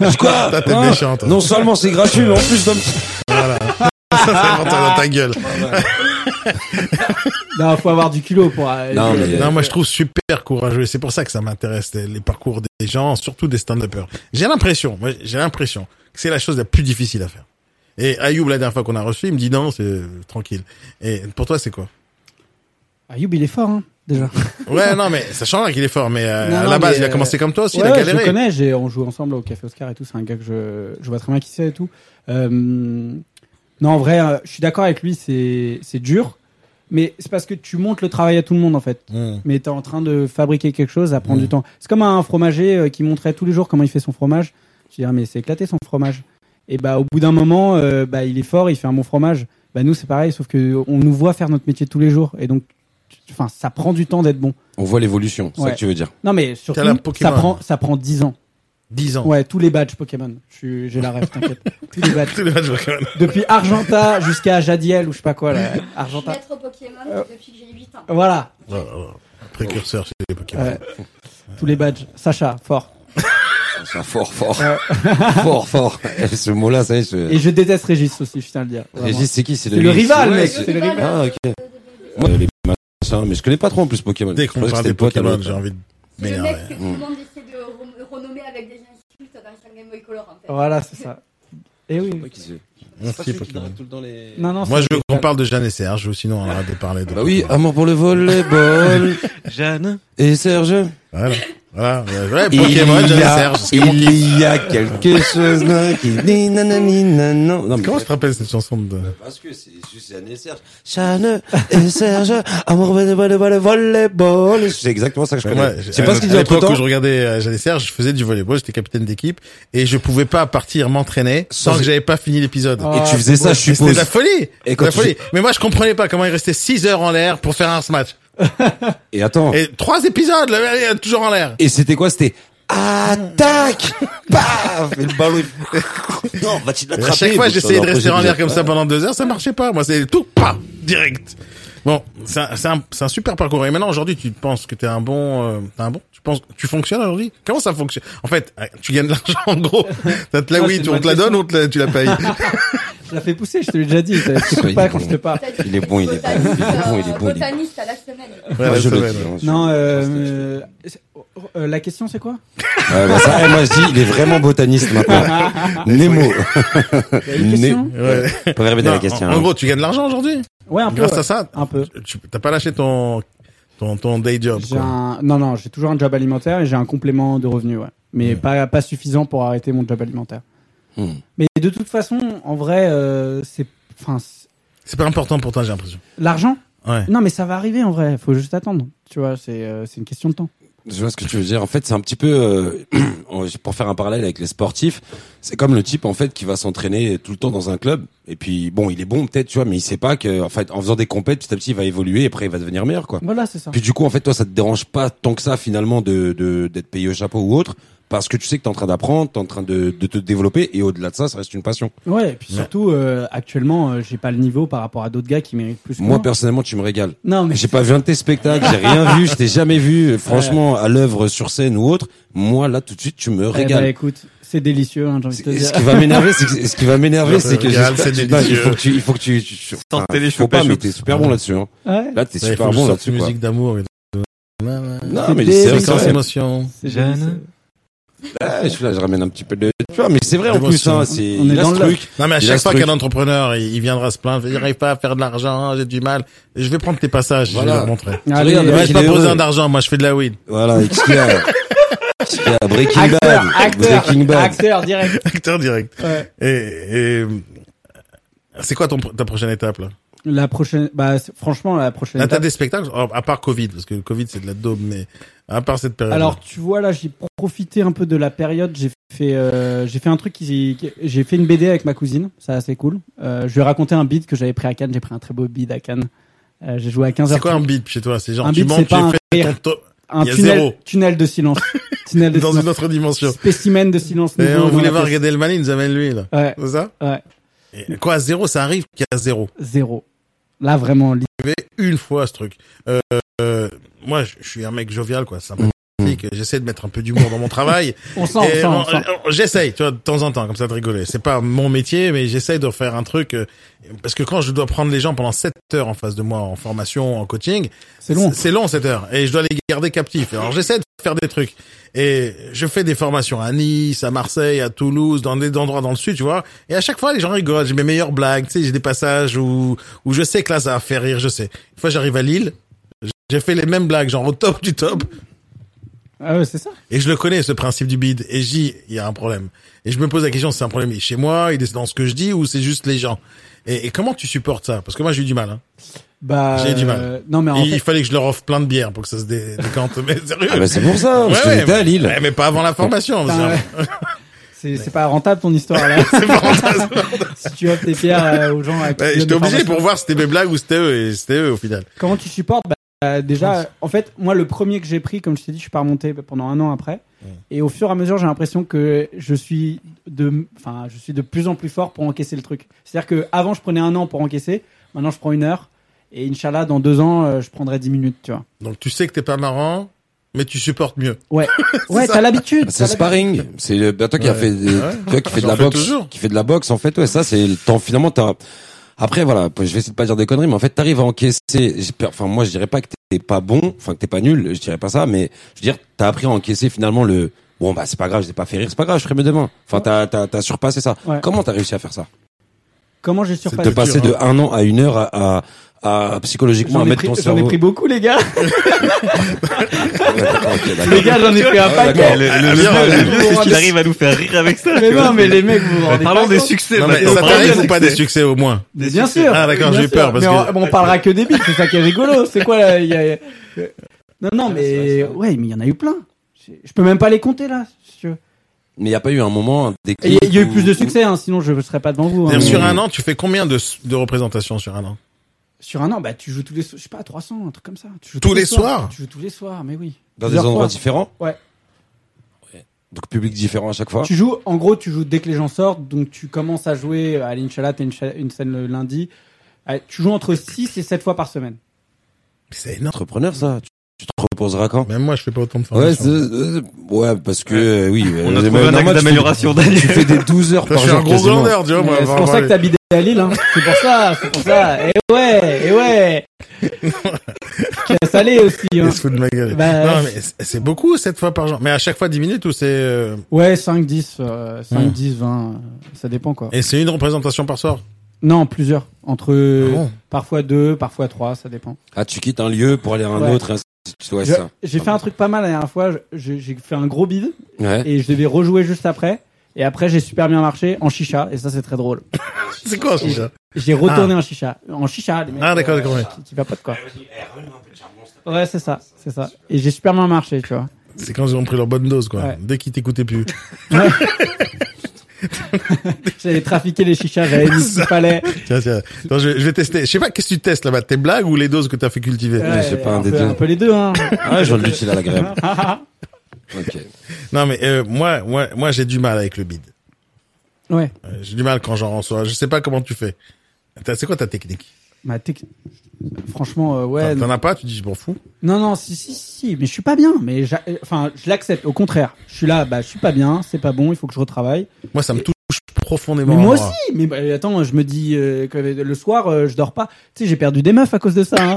[SPEAKER 1] Je
[SPEAKER 3] crois.
[SPEAKER 1] T'es
[SPEAKER 3] Hein
[SPEAKER 1] méchant. toi.
[SPEAKER 3] Non seulement c'est gratuit, mais en plus, donne-
[SPEAKER 1] Voilà. ça c'est vraiment toi dans ta gueule.
[SPEAKER 4] Non, faut avoir du culot pour. euh,
[SPEAKER 3] Non, mais-
[SPEAKER 1] Non, moi je trouve super courageux. C'est pour ça que ça m'intéresse les, les parcours des gens, surtout des stand-uppers. J'ai l'impression, moi j'ai l'impression que c'est la chose la plus difficile à faire. Et Ayoub la dernière fois qu'on a reçu, il me dit non, c'est euh, tranquille. Et pour toi c'est quoi
[SPEAKER 4] Ayoub, il est fort, hein, déjà.
[SPEAKER 1] Ouais, non mais ça change qu'il est fort, mais euh,
[SPEAKER 4] Non,
[SPEAKER 1] à
[SPEAKER 4] non,
[SPEAKER 1] la base
[SPEAKER 4] mais,
[SPEAKER 1] il a
[SPEAKER 4] euh,
[SPEAKER 1] commencé comme toi aussi,
[SPEAKER 4] ouais,
[SPEAKER 1] il a
[SPEAKER 4] ouais,
[SPEAKER 1] galéré.
[SPEAKER 4] Je le connais, j'ai- on joue ensemble au Café Oscar et tout. C'est un gars que je, je vois très bien qui c'est et tout. Euh, non, en vrai, euh, je suis d'accord avec lui, c'est c'est dur. Mais c'est parce que tu montes le travail à tout le monde en fait.
[SPEAKER 1] Mmh.
[SPEAKER 4] Mais t'es en train de fabriquer quelque chose, à prendre du temps. C'est comme un fromager euh, qui montrait tous les jours comment il fait son fromage. Je dis ah, mais c'est éclaté son fromage. Et bah au bout d'un moment, euh, bah il est fort, il fait un bon fromage. Bah nous c'est pareil, sauf que on nous voit faire notre métier tous les jours. Et donc, tu- enfin ça prend du temps d'être bon.
[SPEAKER 3] on voit l'évolution, c'est ça
[SPEAKER 4] Ouais.
[SPEAKER 3] que tu veux dire.
[SPEAKER 4] Non, mais surtout,
[SPEAKER 1] T'as la
[SPEAKER 4] ça
[SPEAKER 1] Pokémon.
[SPEAKER 4] prend, ça prend 10 ans.
[SPEAKER 1] 10 ans.
[SPEAKER 4] Ouais, tous les badges Pokémon. Je suis- J'ai la rêve, t'inquiète. tous les badges.
[SPEAKER 1] Tous les matchs Pokémon.
[SPEAKER 4] Depuis Argenta jusqu'à Jadiel ou je sais pas quoi, là.
[SPEAKER 8] Je suis
[SPEAKER 4] Argenta.
[SPEAKER 8] maître Pokémon depuis que j'ai 8 ans.
[SPEAKER 4] Voilà.
[SPEAKER 1] Voilà, voilà. Oh, Précurseur chez les Pokémon.
[SPEAKER 4] Ouais. Tous les badges. Sacha, fort.
[SPEAKER 3] Ça, fort, fort. fort, fort. Eh, Ce mot-là, ça y est, je-
[SPEAKER 4] Et je déteste Régis aussi, je tiens à le dire. Vraiment.
[SPEAKER 3] Régis, c'est qui
[SPEAKER 4] C'est le rival,
[SPEAKER 3] Ouais,
[SPEAKER 4] mec. C'est le rival.
[SPEAKER 3] Ah, ok. Moi, les machins, mais je connais pas trop en plus Pokémon.
[SPEAKER 1] Dès qu'on
[SPEAKER 3] Je pensais
[SPEAKER 1] parle
[SPEAKER 3] que
[SPEAKER 1] des
[SPEAKER 3] c'était pote à
[SPEAKER 1] Pokémon,
[SPEAKER 3] l'autre.
[SPEAKER 1] j'ai envie de
[SPEAKER 8] C'est le
[SPEAKER 1] m'énerver.
[SPEAKER 8] mec que tout le monde essaie de re- renommer avec des insultes dans un Game Boy Color en fait.
[SPEAKER 4] Voilà, c'est ça. Et oui.
[SPEAKER 3] Ouais, qui c'est
[SPEAKER 1] Merci,
[SPEAKER 3] C'est pas celui qui
[SPEAKER 1] Pokémon.
[SPEAKER 3] drague tout le temps les-
[SPEAKER 4] Non, non,
[SPEAKER 1] Moi je
[SPEAKER 4] c'est-
[SPEAKER 1] veux qu'on parle de Jeanne et Serge, ou sinon on arrête de parler de
[SPEAKER 3] Bah oui, amour pour le volleyball.
[SPEAKER 9] Jeanne.
[SPEAKER 3] Et Serge.
[SPEAKER 1] Voilà. Voilà. Ouais, Pokémon,
[SPEAKER 3] il
[SPEAKER 1] Jeanne
[SPEAKER 3] y
[SPEAKER 1] et
[SPEAKER 3] a,
[SPEAKER 1] Serge. c'est mon kiff.
[SPEAKER 3] il y a quelque chose là qui dit nanani nanan. Non, mais-
[SPEAKER 1] Comment je te rappelle cette chanson de...
[SPEAKER 3] Parce que c'est juste Jeanne et Serge. Jeanne et Serge, amour, volleyball, volleyball. C'est exactement ça que je connais.
[SPEAKER 1] Ouais,
[SPEAKER 3] c'est pas ce qu'ils
[SPEAKER 1] à
[SPEAKER 3] disent tout le
[SPEAKER 1] l'époque où je
[SPEAKER 3] temps.
[SPEAKER 1] regardais euh, Jeanne et Serge, je faisais du volleyball, j'étais capitaine d'équipe et je pouvais pas partir m'entraîner sans
[SPEAKER 3] Sans-
[SPEAKER 1] que j'avais pas fini l'épisode.
[SPEAKER 3] Et tu faisais ça, je
[SPEAKER 1] Mais C'était
[SPEAKER 3] suppose.
[SPEAKER 1] de la folie.
[SPEAKER 3] Et
[SPEAKER 1] Et
[SPEAKER 3] quand
[SPEAKER 1] la
[SPEAKER 3] tu-
[SPEAKER 1] folie. Mais moi je comprenais pas comment il restait 6 heures en l'air pour faire un match.
[SPEAKER 3] Et attends.
[SPEAKER 1] Et trois épisodes, le mec, il est toujours en l'air.
[SPEAKER 3] Et c'était quoi C'était attaque Paf Et le ballon il- Non, va-t-il
[SPEAKER 1] Et
[SPEAKER 3] l'attraper
[SPEAKER 1] À chaque fois,
[SPEAKER 3] Putain,
[SPEAKER 1] j'essayais de
[SPEAKER 3] après,
[SPEAKER 1] rester en
[SPEAKER 3] j'ai
[SPEAKER 1] l'air
[SPEAKER 3] dit,
[SPEAKER 1] comme ça
[SPEAKER 3] ah.
[SPEAKER 1] pendant deux heures, ça marchait pas. Moi, c'est tout, pas direct. Bon, c'est un, c'est un, c'est un super parcours. Et maintenant, aujourd'hui, tu penses que t'es un bon, euh, t'es un bon. Tu penses, tu fonctionnes aujourd'hui Comment ça fonctionne En fait, euh, tu gagnes de l'argent en gros. T'as te la
[SPEAKER 4] Ah,
[SPEAKER 1] oui,
[SPEAKER 4] c'est
[SPEAKER 1] tu-
[SPEAKER 4] une
[SPEAKER 1] on te la
[SPEAKER 4] bonne
[SPEAKER 1] donne, on te la, tu la payes.
[SPEAKER 4] Je la fais pousser, je te l'ai déjà dit. C'est
[SPEAKER 3] Ouais,
[SPEAKER 4] pas
[SPEAKER 3] il est
[SPEAKER 4] quand je te parle.
[SPEAKER 3] Il est bon, il est bon, il est bon, il est bon. il est bon.
[SPEAKER 8] Botaniste à la semaine.
[SPEAKER 1] Ouais,
[SPEAKER 3] Moi, je
[SPEAKER 1] c'est
[SPEAKER 3] le
[SPEAKER 1] vrai,
[SPEAKER 3] dis, hein, je-
[SPEAKER 4] Non, euh, euh, euh, la question c'est quoi
[SPEAKER 3] Ouais, bah ça, eh, moi je dis, il est vraiment botaniste maintenant. Nemo.
[SPEAKER 4] une question
[SPEAKER 1] Ouais.
[SPEAKER 3] On peut répéter
[SPEAKER 1] Non,
[SPEAKER 3] la question.
[SPEAKER 1] en- En,
[SPEAKER 3] hein.
[SPEAKER 1] gros, tu gagnes de l'argent aujourd'hui.
[SPEAKER 4] Ouais, un peu.
[SPEAKER 1] Grâce
[SPEAKER 4] ouais.
[SPEAKER 1] à ça,
[SPEAKER 4] Un peu.
[SPEAKER 1] tu t'as pas lâché ton ton ton day job.
[SPEAKER 4] J'ai
[SPEAKER 1] Quoi.
[SPEAKER 4] un... Non, non, j'ai toujours un job alimentaire et j'ai un complément de revenu, ouais. Mais pas, pas suffisant pour arrêter mon job alimentaire.
[SPEAKER 3] Hmm.
[SPEAKER 4] Mais de toute façon, en vrai, euh, c'est. Enfin, c'est-
[SPEAKER 1] C'est pas important pour toi, j'ai l'impression.
[SPEAKER 4] l'argent
[SPEAKER 1] Ouais.
[SPEAKER 4] Non, mais ça va arriver en vrai, faut juste attendre. Tu vois, c'est euh, c'est une question de temps.
[SPEAKER 3] Je vois ce que tu veux dire. En fait, c'est un petit peu, euh, pour faire un parallèle avec les sportifs, c'est comme le type en fait qui va s'entraîner tout le temps dans un club. Et puis bon, il est bon peut-être, tu vois, mais il sait pas que en fait, en faisant des compètes, petit à petit, il va évoluer et après, il va devenir meilleur, quoi.
[SPEAKER 4] Voilà, c'est ça.
[SPEAKER 3] Puis du coup, en fait, toi, ça te dérange pas tant que ça finalement de de- d'être payé au chapeau ou autre, parce que tu sais que t'es en train d'apprendre, t'es en train de, de te développer, et au-delà de ça, ça reste une passion.
[SPEAKER 4] Ouais, et puis surtout, euh, actuellement, euh, j'ai pas le niveau par rapport à d'autres gars qui méritent plus que
[SPEAKER 3] Moi personnellement, tu me régales.
[SPEAKER 4] Non, mais-
[SPEAKER 3] j'ai pas vu un de tes spectacles, j'ai rien vu, je t'ai jamais vu. Franchement, à l'œuvre sur scène ou autre, moi là tout de suite, tu me
[SPEAKER 4] Eh ben,
[SPEAKER 3] régales.
[SPEAKER 4] écoute, c'est délicieux, hein, j'ai envie de te
[SPEAKER 3] Et
[SPEAKER 4] dire.
[SPEAKER 3] ce qui va m'énerver, c'est que, ce qui va m'énerver, c'est que,
[SPEAKER 1] Regarde,
[SPEAKER 3] j'espère-
[SPEAKER 1] c'est
[SPEAKER 3] putain, il
[SPEAKER 1] délicieux.
[SPEAKER 3] faut que tu, il faut que tu, tu- tu-
[SPEAKER 1] Sans
[SPEAKER 3] enfin,
[SPEAKER 1] télé,
[SPEAKER 3] faut pas,
[SPEAKER 1] choper,
[SPEAKER 3] mais
[SPEAKER 1] choper.
[SPEAKER 3] t'es super bon là-dessus, hein.
[SPEAKER 4] Ouais.
[SPEAKER 3] Là, t'es
[SPEAKER 1] Ouais, il
[SPEAKER 3] super
[SPEAKER 1] faut que je
[SPEAKER 3] bon
[SPEAKER 1] sorte
[SPEAKER 3] là-dessus,
[SPEAKER 1] une
[SPEAKER 3] quoi.
[SPEAKER 1] musique d'amour. et de-
[SPEAKER 3] Non, mais c'est vrai,
[SPEAKER 1] sans
[SPEAKER 3] c'est vrai.
[SPEAKER 1] émotion.
[SPEAKER 4] C'est
[SPEAKER 9] Jeanne.
[SPEAKER 3] Ouais, je, suis là, je ramène un petit peu de, tu vois, mais c'est vrai en
[SPEAKER 1] D'émotion.
[SPEAKER 3] plus, hein, c'est, il a ce truc.
[SPEAKER 1] Non, mais à
[SPEAKER 3] Il a
[SPEAKER 1] chaque
[SPEAKER 3] ce
[SPEAKER 1] fois
[SPEAKER 3] truc.
[SPEAKER 1] qu'un entrepreneur, il il viendra se plaindre, il n'arrive pas à faire de l'argent, j'ai du mal. Je vais prendre tes passages, je vais
[SPEAKER 3] Voilà.
[SPEAKER 1] leur montrer.
[SPEAKER 3] Allez,
[SPEAKER 1] Regarde,
[SPEAKER 3] le
[SPEAKER 1] moi,
[SPEAKER 3] mec,
[SPEAKER 1] j'ai
[SPEAKER 3] il
[SPEAKER 1] pas
[SPEAKER 3] est
[SPEAKER 1] besoin
[SPEAKER 3] heureux.
[SPEAKER 1] d'argent, moi, je fais de la weed.
[SPEAKER 3] Voilà, XPA. XPA, Breaking Bad.
[SPEAKER 4] Acteur, acteur,
[SPEAKER 3] Breaking Bad.
[SPEAKER 4] acteur direct.
[SPEAKER 1] Acteur direct.
[SPEAKER 4] Ouais.
[SPEAKER 1] Et, et, c'est quoi ton, pr- ta prochaine étape, là?
[SPEAKER 4] La prochaine, bah, c'est- franchement, la prochaine.
[SPEAKER 1] Là, t'as
[SPEAKER 4] étape-
[SPEAKER 1] des spectacles, oh, à part Covid, parce que le Covid, c'est de la daube, mais à part cette période.
[SPEAKER 4] Alors tu vois là, j'ai profité un peu de la période. J'ai fait, euh, j'ai fait un truc qui, qui- j'ai fait une BD avec ma cousine. Ça c'est cool. Euh, je lui ai raconté un beat que j'avais pris à Cannes. J'ai pris un très beau beat à Cannes. Euh, j'ai joué à 15 h
[SPEAKER 1] c'est quoi un beat chez toi? C'est genre,
[SPEAKER 4] Un
[SPEAKER 1] tu
[SPEAKER 4] beat,
[SPEAKER 1] montes,
[SPEAKER 4] c'est
[SPEAKER 1] tu
[SPEAKER 4] pas un
[SPEAKER 1] fais ton
[SPEAKER 4] rire.
[SPEAKER 1] top.
[SPEAKER 4] un
[SPEAKER 1] Il y a
[SPEAKER 4] tunnel,
[SPEAKER 1] zéro.
[SPEAKER 4] tunnel de silence. tunnel de
[SPEAKER 1] Dans
[SPEAKER 4] silence.
[SPEAKER 1] une autre dimension.
[SPEAKER 4] Spécimen de silence.
[SPEAKER 1] Et
[SPEAKER 4] nouveau
[SPEAKER 1] on
[SPEAKER 4] dans
[SPEAKER 1] voulait
[SPEAKER 4] la
[SPEAKER 1] voir
[SPEAKER 4] pièce.
[SPEAKER 1] Gad Elmaleh, il nous amène lui, là.
[SPEAKER 4] Ouais.
[SPEAKER 1] C'est ça?
[SPEAKER 4] Ouais.
[SPEAKER 1] Et quoi, zéro, ça arrive qu'il y a zéro.
[SPEAKER 4] Zéro. Là vraiment. li-
[SPEAKER 1] arrivé une fois ce truc. Euh, euh, moi, je je suis un mec jovial, quoi, sympathique. J'essaie de mettre un peu d'humour dans mon travail.
[SPEAKER 4] On sent,
[SPEAKER 1] Et
[SPEAKER 4] on sent,
[SPEAKER 1] on-
[SPEAKER 4] on sent.
[SPEAKER 1] on- J'essaye, tu vois, de temps en temps, comme ça, de rigoler. C'est pas mon métier, mais j'essaye de faire un truc. euh, parce que quand je dois prendre les gens pendant 7 heures en face de moi, en formation, en coaching,
[SPEAKER 4] C'est long.
[SPEAKER 1] C'est long, 7 heures. Et je dois les garder captifs. Alors, j'essaie de faire des trucs. Et je fais des formations à Nice, à Marseille, à Toulouse, dans des endroits dans le sud, tu vois. Et à chaque fois, les gens rigolent. J'ai mes meilleures blagues, tu sais, j'ai des passages où, où je sais que là, ça va faire rire, je sais. Une fois, j'arrive à Lille, j'ai fait les mêmes blagues, genre au top du top.
[SPEAKER 4] Ah ouais, c'est ça.
[SPEAKER 1] Et je le connais, ce principe du bide. Et j'y, il y a un problème. Et je me pose la question, c'est un problème chez moi, il est dans ce que je dis, ou c'est juste les gens? Et, et comment tu supportes ça? Parce que moi, j'ai eu du mal, hein.
[SPEAKER 4] Bah.
[SPEAKER 1] J'ai eu du
[SPEAKER 4] euh,
[SPEAKER 1] mal.
[SPEAKER 4] Non mais en
[SPEAKER 1] il
[SPEAKER 4] fait,
[SPEAKER 1] fallait que je leur offre plein de bières pour que ça se dé- décante. Mais sérieux.
[SPEAKER 3] Ah bah, c'est pour ça, parce que j'étais
[SPEAKER 1] mais,
[SPEAKER 3] à Lille.
[SPEAKER 1] ouais, mais pas avant la formation.
[SPEAKER 4] Putain,
[SPEAKER 1] parce que-
[SPEAKER 4] c'est c'est pas rentable ton histoire là.
[SPEAKER 1] c'est pas rentable.
[SPEAKER 4] si tu offres tes pierres euh, aux gens. à qui
[SPEAKER 1] Bah,
[SPEAKER 4] tu donnes
[SPEAKER 1] J'étais
[SPEAKER 4] des
[SPEAKER 1] obligé
[SPEAKER 4] formations.
[SPEAKER 1] pour voir si c'était mes blagues ou c'était eux, et c'était eux au final.
[SPEAKER 4] Comment tu supportes bah, euh, Déjà, en fait, moi, le premier que j'ai pris, comme je t'ai dit, je suis pas remonté pendant un an après. Et au fur et à mesure, j'ai l'impression que je suis de, enfin, je suis de plus en plus fort pour encaisser le truc. C'est-à-dire que avant, je prenais un an pour encaisser. Maintenant, je prends une heure. Et Inch'Allah, dans deux ans, euh, je prendrai dix minutes, tu vois.
[SPEAKER 1] Donc tu sais que t'es pas marrant, mais tu supportes mieux.
[SPEAKER 4] Ouais, ouais,
[SPEAKER 1] ça.
[SPEAKER 4] t'as l'habitude.
[SPEAKER 3] Bah, C'est le
[SPEAKER 4] t'as l'habitude.
[SPEAKER 3] sparring. C'est le, bah, toi qui a
[SPEAKER 1] Ouais.
[SPEAKER 3] fait, des-
[SPEAKER 1] Ouais.
[SPEAKER 3] toi
[SPEAKER 4] Ah,
[SPEAKER 3] qui fait de
[SPEAKER 1] J'en
[SPEAKER 3] la
[SPEAKER 1] fais
[SPEAKER 3] boxe,
[SPEAKER 1] toujours.
[SPEAKER 3] qui fait de la boxe, en fait, ouais, ça, c'est le temps, finalement, t'as, après, voilà, je vais essayer de pas dire des conneries, mais en fait, t'arrives à encaisser, j'ai peur- enfin, moi, je dirais pas que t'es pas bon, enfin, que t'es pas nul, je dirais pas ça, mais je veux dire, t'as appris à encaisser, finalement, le, bon, bah, c'est pas grave, je t'ai pas fait rire, c'est pas grave, je ferai mieux demain. Enfin, t'as, t'as, t'as surpassé ça.
[SPEAKER 4] Ouais.
[SPEAKER 3] Comment t'as réussi à faire ça?
[SPEAKER 4] Comment j'ai
[SPEAKER 3] De
[SPEAKER 4] surpassé
[SPEAKER 3] passer de un an à une heure à, à, à psychologiquement
[SPEAKER 4] J'en
[SPEAKER 3] à
[SPEAKER 4] ai,
[SPEAKER 3] mettre
[SPEAKER 4] pris,
[SPEAKER 3] ton
[SPEAKER 4] j'en ai
[SPEAKER 3] cerveau.
[SPEAKER 4] pris beaucoup, les gars.
[SPEAKER 3] Ok, d'accord.
[SPEAKER 4] les gars, j'en ai pris un
[SPEAKER 3] Ah,
[SPEAKER 4] paquet.
[SPEAKER 9] Et le, le
[SPEAKER 1] Ah,
[SPEAKER 9] mieux,
[SPEAKER 1] bien,
[SPEAKER 9] le
[SPEAKER 1] bien,
[SPEAKER 9] mieux,
[SPEAKER 4] bien.
[SPEAKER 9] c'est qu'il arrive à nous faire rire avec ça.
[SPEAKER 4] Mais
[SPEAKER 9] tu vois.
[SPEAKER 4] non, mais les mecs, vous vous rendez
[SPEAKER 9] Parlons
[SPEAKER 4] pas
[SPEAKER 9] des
[SPEAKER 4] compte.
[SPEAKER 9] succès.
[SPEAKER 3] bah,
[SPEAKER 1] Non, mais
[SPEAKER 9] maintenant,
[SPEAKER 1] ça
[SPEAKER 9] parlons
[SPEAKER 1] t'arrive
[SPEAKER 9] des
[SPEAKER 1] ou pas des
[SPEAKER 9] succès.
[SPEAKER 1] succès au moins
[SPEAKER 4] Mais bien sûr.
[SPEAKER 1] Ah, d'accord,
[SPEAKER 4] bien
[SPEAKER 1] j'ai eu
[SPEAKER 4] sûr.
[SPEAKER 1] peur, parce
[SPEAKER 4] mais
[SPEAKER 1] que-
[SPEAKER 4] on, on parlera que des bites, c'est ça qui est rigolo. C'est quoi là il y a- Non, non, mais ouais, mais il y en a eu plein. Je je peux même pas les compter là. si tu veux.
[SPEAKER 3] Mais il y a pas eu un moment, un déclic
[SPEAKER 4] Et Il y, a- il y a eu
[SPEAKER 3] où-
[SPEAKER 4] plus de succès, hein, sinon je serais pas devant vous. hein.
[SPEAKER 1] C'est-à-dire, Sur un an, tu fais combien de, de représentations sur un an
[SPEAKER 4] Sur un an, bah tu joues tous les, so- je sais pas, 300, un truc comme ça. Tu joues
[SPEAKER 1] Tous les soirs
[SPEAKER 4] Tu joues tous les soirs, mais oui.
[SPEAKER 3] Dans des
[SPEAKER 4] Plusieurs
[SPEAKER 3] endroits
[SPEAKER 4] fois.
[SPEAKER 3] différents?
[SPEAKER 4] Ouais.
[SPEAKER 3] Donc, public différent à chaque fois.
[SPEAKER 4] Tu joues, en gros, tu joues dès que les gens sortent, donc tu commences à jouer à l'Inch'Allah, t'as une, cha- une scène le lundi. Euh, Tu joues entre 6 et 7 fois par semaine.
[SPEAKER 1] C'est énorme.
[SPEAKER 3] entrepreneur ça tu, tu te reposeras quand
[SPEAKER 1] Même moi, je fais pas autant de
[SPEAKER 3] Ouais,
[SPEAKER 1] formations.
[SPEAKER 3] c'est- euh, ouais, parce que euh, oui,
[SPEAKER 9] On a
[SPEAKER 3] euh,
[SPEAKER 9] trouvé
[SPEAKER 3] mais
[SPEAKER 9] un axe
[SPEAKER 3] normal, tu fais-
[SPEAKER 9] d'amélioration, Daniel.
[SPEAKER 3] Tu fais des 12 heures
[SPEAKER 1] Ça,
[SPEAKER 3] par
[SPEAKER 1] je suis
[SPEAKER 3] jour.
[SPEAKER 1] un gros
[SPEAKER 3] quasiment.
[SPEAKER 1] glandeur, tu vois. moi,
[SPEAKER 4] Mais C'est pour
[SPEAKER 1] vraiment,
[SPEAKER 4] ça que t'as bidé à Lille, hein. C'est pour ça, c'est pour ça. Et ouais, et ouais. Qui a salé aussi, hein.
[SPEAKER 1] Il se fout de ma gueule.
[SPEAKER 4] Bah,
[SPEAKER 1] non, mais c'est- c'est beaucoup, cette fois par jour. Mais à chaque fois 10 minutes ou c'est, euh,
[SPEAKER 4] Ouais, 5, 10, euh, 5,
[SPEAKER 1] Hmm.
[SPEAKER 4] 10, 20, euh, ça dépend quoi.
[SPEAKER 1] et c'est une représentation par soir?
[SPEAKER 4] Non, plusieurs. Entre
[SPEAKER 1] Ah bon
[SPEAKER 4] parfois 2, parfois 3, ça dépend.
[SPEAKER 3] Ah, tu quittes un lieu pour aller à un
[SPEAKER 4] Ouais.
[SPEAKER 3] autre. et ainsi de suite. Ouais,
[SPEAKER 4] Je-
[SPEAKER 3] ça.
[SPEAKER 4] J'ai fait un truc pas mal la dernière fois, je- j'ai j'ai fait un gros bide
[SPEAKER 3] Ouais.
[SPEAKER 4] et je devais rejouer juste après. Et après, j'ai super bien marché en chicha, et ça, c'est très drôle.
[SPEAKER 1] C'est quoi, en chicha
[SPEAKER 4] J'ai retourné
[SPEAKER 1] Ah.
[SPEAKER 4] en chicha. En chicha, les mecs.
[SPEAKER 1] Ah, d'accord,
[SPEAKER 4] euh,
[SPEAKER 1] d'accord, ouais.
[SPEAKER 4] Qui, qui vapotent, quoi. Ouais, c'est ça, c'est ça. Et j'ai super bien marché, tu vois.
[SPEAKER 1] C'est quand ils ont pris leur bonne dose, quoi.
[SPEAKER 4] Ouais.
[SPEAKER 1] Dès qu'ils t'écoutaient plus.
[SPEAKER 4] J'avais trafiqué les chichas, j'avais mis
[SPEAKER 1] Ça.
[SPEAKER 4] ce palais.
[SPEAKER 1] tiens, tiens. Attends, je, je vais tester. Je sais pas, qu'est-ce que tu testes là-bas Tes blagues ou les doses que t'as fait cultiver
[SPEAKER 4] Ouais, un, peu, un peu les deux, hein.
[SPEAKER 3] Ah, je vois l'utile à l'agréable.
[SPEAKER 1] Ah,
[SPEAKER 3] Ok.
[SPEAKER 1] Non, mais euh, moi, moi, moi j'ai du mal avec le bide.
[SPEAKER 4] Ouais.
[SPEAKER 1] Euh, J'ai du mal quand j'en reçois. Je sais pas comment tu fais. T'as- C'est quoi ta technique
[SPEAKER 4] Ma tec- Franchement, euh, ouais.
[SPEAKER 1] T'en- T'en
[SPEAKER 4] non.
[SPEAKER 1] as pas Tu dis, je m'en fous.
[SPEAKER 4] Non, non, si, si, si, mais je suis pas bien. Mais j'a- euh, enfin, je l'accepte. Au contraire, je suis là, bah, je suis pas bien, c'est pas bon, il faut que je retravaille.
[SPEAKER 1] Moi, ça me
[SPEAKER 4] Et-
[SPEAKER 1] touche profondément.
[SPEAKER 4] Mais moi
[SPEAKER 1] alors.
[SPEAKER 4] aussi. Mais bah, attends, je me dis euh, que le soir, euh, je dors pas. Tu sais, j'ai perdu des meufs à cause de ça. Hein.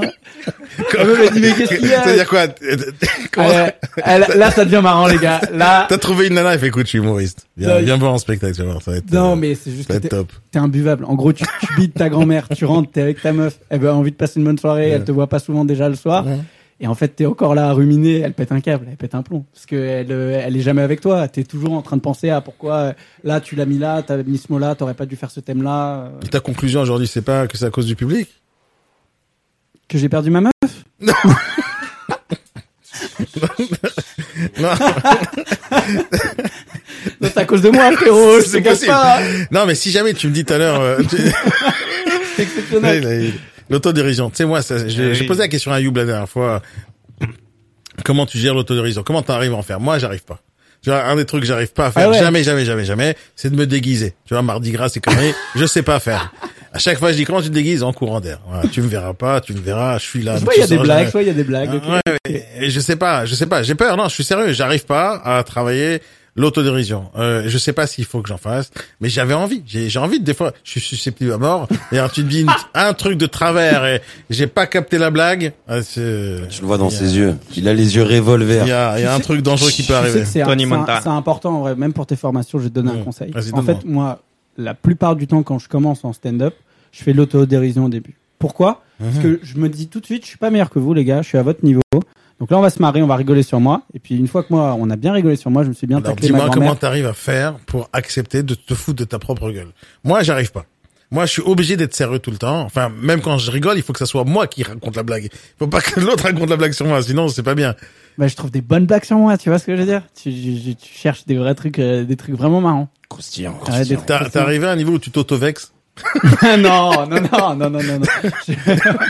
[SPEAKER 4] La meuf, elle dit, mais qu'est-ce qu'il y a
[SPEAKER 1] C'est-à-dire quoi Comment-
[SPEAKER 4] Ah, ah, là- là, ça devient marrant, les gars. Là,
[SPEAKER 1] T'as trouvé une nana, elle fait écoute, je suis humoriste. Viens,
[SPEAKER 4] Non,
[SPEAKER 1] viens voir en spectacle, tu vas voir, ça va être, euh,
[SPEAKER 4] Bah, non, mais c'est juste que
[SPEAKER 1] ça va être
[SPEAKER 4] t'es-
[SPEAKER 1] top.
[SPEAKER 4] t'es imbuvable. En gros, tu, tu bides ta grand-mère, tu rentres, t'es avec ta meuf, elle a envie de passer une bonne soirée, elle te voit pas souvent déjà le soir. Et en fait, t'es encore là à ruminer, elle pète un câble, elle pète un plomb. Parce que elle, euh, elle est jamais avec toi, t'es toujours en train de penser à pourquoi euh, là, tu l'as mis là, t'as mis ce mot-là, t'aurais pas dû faire ce thème-là, euh,
[SPEAKER 1] Et ta conclusion aujourd'hui, c'est pas que c'est à cause du public
[SPEAKER 4] que j'ai perdu ma meuf.
[SPEAKER 1] Non.
[SPEAKER 4] Non, c'est à cause de moi, frérot, je te
[SPEAKER 1] C'est
[SPEAKER 4] cache
[SPEAKER 1] possible.
[SPEAKER 4] pas. hein.
[SPEAKER 1] Non, mais si jamais tu me dis tout à l'heure, euh, tu-
[SPEAKER 4] C'est exceptionnel.
[SPEAKER 1] Ouais, il a- l'autodérision. Tu sais, moi, ça, je-
[SPEAKER 9] Ah
[SPEAKER 1] j'ai
[SPEAKER 9] oui.
[SPEAKER 1] posé la question à Youb la dernière fois. Comment tu gères l'autodérision? Comment t'arrives à en faire? Moi, j'arrive pas. Tu vois, un des trucs que j'arrive pas à faire,
[SPEAKER 4] Ah ouais.
[SPEAKER 1] jamais, jamais, jamais, jamais, c'est de me déguiser. Tu vois, mardi gras, c'est connerie. je sais pas faire. À chaque fois, je dis, comment tu te déguises? En courant d'air. Voilà, tu me verras pas, tu me verras, je suis là.
[SPEAKER 4] Soit
[SPEAKER 1] tu
[SPEAKER 4] il y a des
[SPEAKER 1] sauras
[SPEAKER 4] blagues,
[SPEAKER 1] jamais.
[SPEAKER 4] soit il y a des blagues. ok.
[SPEAKER 1] Ah, ouais, ouais, et je sais pas, je sais pas, j'ai peur. Non, je suis sérieux, j'arrive pas à travailler l'autodérision. Euh, je sais pas s'il faut que j'en fasse, mais j'avais envie. J'ai j'ai envie. Des fois, je suis susceptible à mort. Et alors tu te dis une- un truc de travers et j'ai pas capté la blague. Ah, c'est-
[SPEAKER 3] Je le vois dans ses yeux. Il a les yeux revolver.
[SPEAKER 1] Il y a, il y a un truc dangereux qui
[SPEAKER 4] Je sais
[SPEAKER 1] peut arriver.
[SPEAKER 4] que c'est un- c'est un- c'est important en vrai, même pour tes formations, je vais te donner un conseil.
[SPEAKER 1] vas-y,
[SPEAKER 4] En fait, moi, la plupart du temps, quand je commence en stand-up, je fais l'autodérision au début. Pourquoi Parce
[SPEAKER 9] Mhm.
[SPEAKER 4] que je me dis tout de suite, je suis pas meilleur que vous, les gars, je suis à votre niveau. Donc là, on va se marrer, on va rigoler sur moi. Et puis, une fois que moi, on a bien rigolé sur moi, je me suis bien
[SPEAKER 1] Alors,
[SPEAKER 4] taclé ma
[SPEAKER 1] dis-moi
[SPEAKER 4] grand-mère.
[SPEAKER 1] comment t'arrives à faire pour accepter de te foutre de ta propre gueule. Moi, j'arrive pas. Moi, je suis obligé d'être sérieux tout le temps. Enfin, même quand je rigole, il faut que ça soit moi qui raconte la blague. Faut pas que l'autre raconte la blague sur moi, sinon c'est pas bien.
[SPEAKER 4] Bah, je trouve des bonnes blagues sur moi, tu vois ce que je veux dire tu, je- je- tu cherches des vrais trucs, euh, des trucs vraiment marrants.
[SPEAKER 3] Croustillant.
[SPEAKER 1] Ah,
[SPEAKER 4] Ouais, des trucs
[SPEAKER 1] Oh, T'as- T'es
[SPEAKER 4] croustillants.
[SPEAKER 1] arrivé à un niveau où tu t'auto-vexes
[SPEAKER 4] non, non, non, non, non, non, non. Je,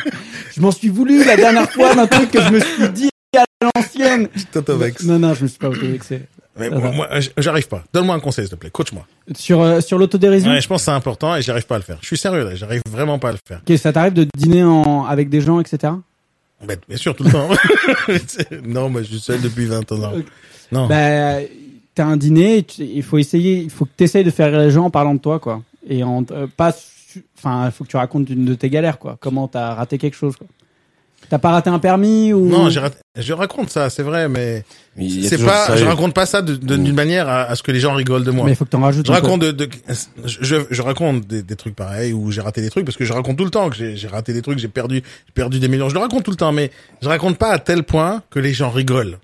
[SPEAKER 4] je m'en suis voulu la dernière fois d'un truc que je me suis dit à l'ancienne.
[SPEAKER 1] t'auto-vexes.
[SPEAKER 4] Non, non, je me suis pas auto-vexé.
[SPEAKER 1] Mais
[SPEAKER 4] Ça va.
[SPEAKER 1] moi, moi, j- j'arrive pas. Donne-moi un conseil, s'il te plaît. Coach-moi.
[SPEAKER 4] Sur, euh, sur l'autodérision
[SPEAKER 1] Ouais, je pense que c'est important et j'arrive pas à le faire. Je suis sérieux là, j'arrive vraiment pas à le faire.
[SPEAKER 4] Ok, ça t'arrive de dîner en, avec des gens, etc.
[SPEAKER 1] Ben, bien sûr, tout le temps. non, moi, je suis seul depuis 20 ans. Non. Non.
[SPEAKER 4] Bah, t'as un dîner, tu- il faut essayer, il faut que t'essayes de faire rire les gens en parlant de toi, quoi. Et en, euh, pas, su- enfin, il faut que tu racontes une de tes galères, quoi. Comment t'as raté quelque chose, quoi. T'as pas raté un permis ou
[SPEAKER 1] Non, j'ai raté- je raconte ça, c'est vrai, mais
[SPEAKER 3] Mais il y a
[SPEAKER 1] c'est
[SPEAKER 3] toujours Mm.
[SPEAKER 1] pas,
[SPEAKER 3] le sérieux.
[SPEAKER 1] je raconte pas ça de- de- d'une manière à, à ce que les gens rigolent de moi.
[SPEAKER 4] Mais il faut que t'en rajoutes.
[SPEAKER 1] je
[SPEAKER 4] un
[SPEAKER 1] raconte
[SPEAKER 4] peu.
[SPEAKER 1] de, de- je, je- je raconte des, des trucs pareils où j'ai raté des trucs parce que je raconte tout le temps que j'ai j'ai raté des trucs, j'ai perdu, j'ai perdu des millions. Je le raconte tout le temps, mais je raconte pas à tel point que les gens rigolent.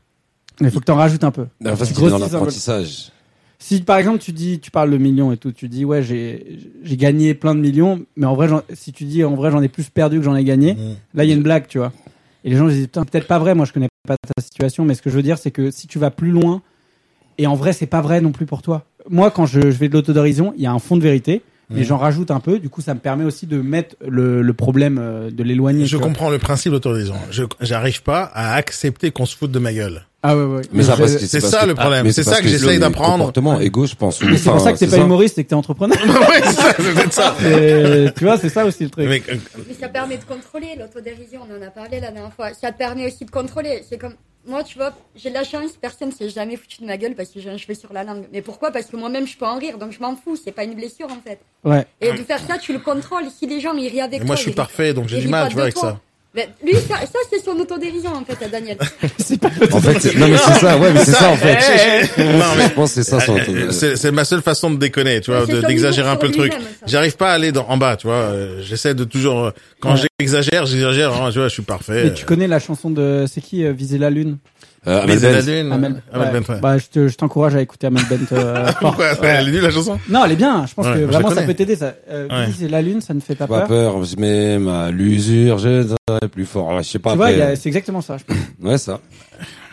[SPEAKER 4] Mais il faut que t'en rajoutes un peu.
[SPEAKER 3] Non, parce
[SPEAKER 4] Tu
[SPEAKER 3] qu'il est dans
[SPEAKER 4] grossis un peu.
[SPEAKER 3] l'apprentissage.
[SPEAKER 4] Si par exemple tu dis, tu parles de millions et tout, tu dis ouais j'ai j'ai gagné plein de millions, mais en vrai j'en- si tu dis en vrai j'en ai plus perdu que j'en ai gagné, là il y a une blague tu vois. Et les gens ils disent putain peut-être pas vrai, moi je connais pas ta situation, mais ce que je veux dire c'est que si tu vas plus loin et en vrai c'est pas vrai non plus pour toi. Moi quand je, je fais de l'autodérision, il y a un fond de vérité, mais
[SPEAKER 1] Mhm.
[SPEAKER 4] j'en rajoute un peu, du coup ça me permet aussi de mettre le, le problème euh, de l'éloigner.
[SPEAKER 1] Je
[SPEAKER 4] tu vois.
[SPEAKER 1] comprends le principe d'autorisant. Je j'arrive pas à accepter qu'on se foute de ma gueule.
[SPEAKER 4] Ah ouais ouais.
[SPEAKER 3] Mais ça,
[SPEAKER 4] Je-
[SPEAKER 3] parce que
[SPEAKER 1] c'est
[SPEAKER 3] parce
[SPEAKER 1] ça,
[SPEAKER 3] que-
[SPEAKER 1] le problème.
[SPEAKER 3] mais
[SPEAKER 1] C'est ça
[SPEAKER 3] parce
[SPEAKER 1] que j'essaye
[SPEAKER 3] le
[SPEAKER 1] d'apprendre.
[SPEAKER 3] Comportement égo, je pense.
[SPEAKER 4] Mais c'est pour ça que t'es pas humoriste et que t'es entrepreneur.
[SPEAKER 1] ouais, c'est ça, c'est peut-être ça.
[SPEAKER 4] Et, tu vois, c'est ça aussi le truc.
[SPEAKER 1] Mais, euh,
[SPEAKER 8] Mais ça permet de contrôler l'autodérision, on en a parlé la dernière fois. Ça te permet aussi de contrôler. C'est comme moi, tu vois, j'ai de la chance, personne s'est jamais foutu de ma gueule parce que j'ai un cheveu sur la langue. Mais pourquoi Parce que moi-même, je peux en rire, donc je m'en fous. C'est pas une blessure en fait.
[SPEAKER 4] Ouais.
[SPEAKER 8] Et de faire ça, tu le contrôles. Si les gens ils rient avec
[SPEAKER 1] Mais
[SPEAKER 8] toi,
[SPEAKER 1] moi, je suis
[SPEAKER 8] ils-
[SPEAKER 1] parfait, donc j'ai
[SPEAKER 8] ils
[SPEAKER 1] du
[SPEAKER 8] rient
[SPEAKER 1] mal,
[SPEAKER 8] pas
[SPEAKER 1] tu vois,
[SPEAKER 8] de
[SPEAKER 1] avec
[SPEAKER 8] toi.
[SPEAKER 1] ça.
[SPEAKER 8] Mais lui, ça, ça, c'est son autodérision en fait à Daniel.
[SPEAKER 3] En fait, c'est- non, mais c'est ça, ouais, mais c'est ça, en fait.
[SPEAKER 1] Eh, Non, mais-
[SPEAKER 3] Je pense que c'est ça, son
[SPEAKER 1] Euh, C'est c'est ma seule façon de déconner, tu vois,
[SPEAKER 8] c'est
[SPEAKER 1] de-
[SPEAKER 8] son
[SPEAKER 1] d'exagérer
[SPEAKER 8] humour
[SPEAKER 1] un peu le
[SPEAKER 8] sur
[SPEAKER 1] truc.
[SPEAKER 8] lui-même, ça.
[SPEAKER 1] J'arrive pas à aller dans, en bas, tu vois. euh, J'essaie de toujours, euh, quand j'exagère, j'exagère, hein, tu vois, je suis parfait.
[SPEAKER 4] Mais tu connais la chanson de c'est qui euh, Viser la lune
[SPEAKER 3] Euh,
[SPEAKER 1] Mais
[SPEAKER 3] Amel
[SPEAKER 1] c'est la
[SPEAKER 3] Benz.
[SPEAKER 1] lune.
[SPEAKER 4] Amel-
[SPEAKER 1] Amel
[SPEAKER 4] ouais.
[SPEAKER 1] Bent, ouais.
[SPEAKER 4] Bah, je te- je t'encourage à écouter Amel Bent. euh, fort.
[SPEAKER 1] Pourquoi
[SPEAKER 4] Ouais.
[SPEAKER 1] Elle est nulle la chanson
[SPEAKER 4] Non, elle est bien. Je pense
[SPEAKER 3] Ouais,
[SPEAKER 4] que
[SPEAKER 3] je la
[SPEAKER 4] vraiment ça
[SPEAKER 3] connais.
[SPEAKER 4] peut t'aider. Ça, Euh,
[SPEAKER 3] Ouais.
[SPEAKER 4] Vise et la lune, ça ne fait pas,
[SPEAKER 3] Pas peur, mais à l'usure, je serai plus fort. Ouais, je sais pas.
[SPEAKER 4] Tu vois,
[SPEAKER 3] après.
[SPEAKER 4] il y a- c'est exactement ça. Je pense.
[SPEAKER 3] Ouais, ça.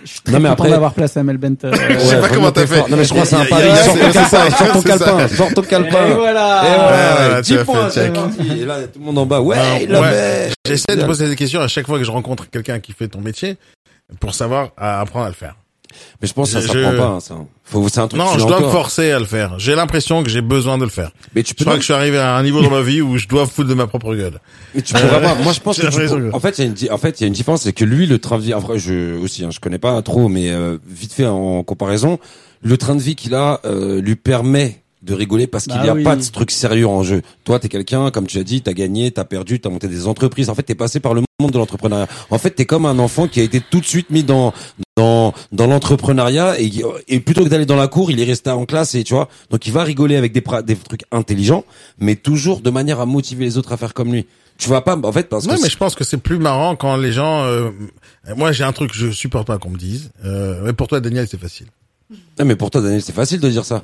[SPEAKER 4] Je suis très content d'avoir placé Amel Bent. euh,
[SPEAKER 3] Je sais pas
[SPEAKER 4] vraiment
[SPEAKER 3] comment t'as
[SPEAKER 4] très
[SPEAKER 3] fait.
[SPEAKER 4] fort.
[SPEAKER 3] Non, mais je crois que c'est un
[SPEAKER 4] Il y a-
[SPEAKER 3] pari.
[SPEAKER 4] il y a-
[SPEAKER 3] Sors ton
[SPEAKER 4] c'est ça,
[SPEAKER 3] calepin, sors ton
[SPEAKER 4] c'est ça.
[SPEAKER 3] calepin, sors ton calepin.
[SPEAKER 4] Et voilà.
[SPEAKER 3] Et
[SPEAKER 1] Ouais,
[SPEAKER 3] voilà.
[SPEAKER 1] ouais,
[SPEAKER 3] 10
[SPEAKER 1] tu as
[SPEAKER 3] points,
[SPEAKER 1] fait le check.
[SPEAKER 3] c'est parti. Et là, tout le monde en bas. Ouais,
[SPEAKER 1] Non,
[SPEAKER 3] il l'a
[SPEAKER 1] ouais.
[SPEAKER 3] fait.
[SPEAKER 1] J'essaie de
[SPEAKER 3] Génial.
[SPEAKER 1] poser des questions à chaque fois que je rencontre quelqu'un qui fait ton métier pour savoir à apprendre à le faire.
[SPEAKER 3] Mais je pense que ça
[SPEAKER 1] Je-
[SPEAKER 3] s'apprend
[SPEAKER 1] je-
[SPEAKER 3] pas, hein, ça. Faut, c'est un truc que
[SPEAKER 1] non,
[SPEAKER 3] tu
[SPEAKER 1] je
[SPEAKER 3] l'as
[SPEAKER 1] dois me
[SPEAKER 3] encore.
[SPEAKER 1] forcer à le faire. J'ai l'impression que j'ai besoin de le faire.
[SPEAKER 3] Mais tu peux
[SPEAKER 1] je crois
[SPEAKER 3] donc-
[SPEAKER 1] que je suis arrivé à un niveau dans ma vie où je dois foutre de ma propre gueule.
[SPEAKER 3] Mais tu pourras pas. Moi, je pense
[SPEAKER 1] J'ai
[SPEAKER 3] que tu
[SPEAKER 1] l'impression
[SPEAKER 3] pour- en fait, il y a une, di- en fait, il y a une différence, c'est que lui, le train de vie, enfin, je aussi, hein, je connais pas trop, mais euh, vite fait en comparaison, le train de vie qu'il a euh, lui permet de rigoler parce qu'il
[SPEAKER 4] Bah
[SPEAKER 3] n'y a
[SPEAKER 4] oui.
[SPEAKER 3] pas de truc sérieux en jeu. Toi, t'es quelqu'un, comme tu as dit, t'as gagné, t'as perdu, t'as monté des entreprises. En fait, t'es passé par le monde de l'entrepreneuriat. En fait, t'es comme un enfant qui a été tout de suite mis dans dans dans l'entrepreneuriat et, et plutôt que d'aller dans la cour, il est resté en classe et tu vois. Donc, il va rigoler avec des pra- des trucs intelligents, mais toujours de manière à motiver les autres à faire comme lui. Tu vas pas, en fait, parce
[SPEAKER 1] Ouais,
[SPEAKER 3] que
[SPEAKER 1] mais je pense que c'est plus marrant quand les gens. euh, Moi, j'ai un truc que je supporte pas qu'on me dise. Euh, mais pour toi, Daniel, c'est facile.
[SPEAKER 3] Non, Eh, mais pour toi, Daniel, c'est facile de dire ça.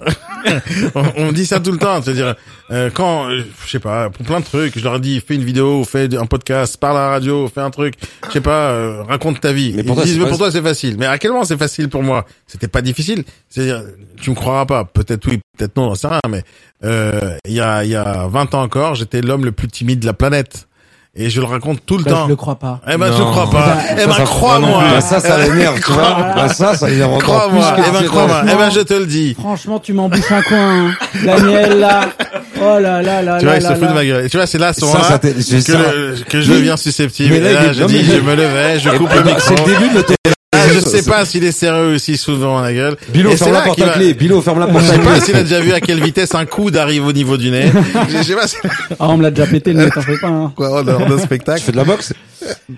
[SPEAKER 1] on, on me dit ça tout le temps. C'est-à-dire, euh, quand, euh, je sais pas, pour plein de trucs, je leur dis, fais une vidéo, fais un podcast, parle à la radio, fais un truc, je sais pas, euh, raconte ta vie. Ils
[SPEAKER 3] pour toi,
[SPEAKER 1] disent,
[SPEAKER 3] c'est
[SPEAKER 1] mais
[SPEAKER 3] pas-
[SPEAKER 1] pour toi, c'est facile. Mais à quel moment c'est facile pour moi C'était pas difficile. C'est-à-dire, tu me croiras pas. Peut-être oui, peut-être non, j'en sais rien. Mais euh, il y, a, il y a 20 ans encore, j'étais l'homme le plus timide de la planète. Et je le raconte tout le
[SPEAKER 4] Bah,
[SPEAKER 1] temps.
[SPEAKER 4] je le crois pas.
[SPEAKER 1] Eh ben, je
[SPEAKER 3] Non.
[SPEAKER 1] le crois pas.
[SPEAKER 3] Bah,
[SPEAKER 1] eh
[SPEAKER 3] ça,
[SPEAKER 1] ben,
[SPEAKER 3] ça-
[SPEAKER 1] crois-moi. Eh ben,
[SPEAKER 3] Bah, ça, ça l'énerve, tu vois. Bah, ça, ça l'énerve encore
[SPEAKER 1] Crois-moi.
[SPEAKER 3] plus que-
[SPEAKER 1] Eh ben, crois-moi. Eh ben, je te le dis.
[SPEAKER 4] Franchement, tu m'en bouffes un coin, hein. Daniel, là. Oh là là là
[SPEAKER 1] Tu
[SPEAKER 4] là
[SPEAKER 1] vois, il se
[SPEAKER 4] là
[SPEAKER 1] fout de
[SPEAKER 4] là.
[SPEAKER 1] ma gueule. Et tu vois, c'est là, à ce
[SPEAKER 3] Ça,
[SPEAKER 1] moment-là,
[SPEAKER 3] ça
[SPEAKER 1] que,
[SPEAKER 3] t'est- c'est ça.
[SPEAKER 1] le- que je
[SPEAKER 3] Mais-
[SPEAKER 1] deviens susceptible.
[SPEAKER 3] mais
[SPEAKER 1] Et
[SPEAKER 3] là,
[SPEAKER 1] là,
[SPEAKER 3] il est-
[SPEAKER 1] je
[SPEAKER 3] non,
[SPEAKER 1] dis,
[SPEAKER 3] mais-
[SPEAKER 1] je me levais, je
[SPEAKER 3] Eh
[SPEAKER 1] coupe
[SPEAKER 3] ben,
[SPEAKER 1] le micro.
[SPEAKER 3] C'est le début de l'auto.
[SPEAKER 1] Ah, je sais pas s'il est sérieux ou s'il se fout devant la gueule.
[SPEAKER 3] Bilo,
[SPEAKER 1] Et c'est
[SPEAKER 3] ferme la
[SPEAKER 1] là
[SPEAKER 3] porte
[SPEAKER 1] qu'il
[SPEAKER 3] à
[SPEAKER 1] va-
[SPEAKER 3] clé. Bilo, ferme la porte
[SPEAKER 1] Je
[SPEAKER 3] à
[SPEAKER 1] sais pas
[SPEAKER 3] clé.
[SPEAKER 1] s'il a déjà vu à quelle vitesse un coude arrive au niveau du nez. Je je sais pas si...
[SPEAKER 4] Ah, on me l'a déjà pété, le nez, t'en fais pas, hein.
[SPEAKER 1] Quoi, lors d'un
[SPEAKER 3] Tu
[SPEAKER 1] spectacle.
[SPEAKER 3] fais oh, de la boxe?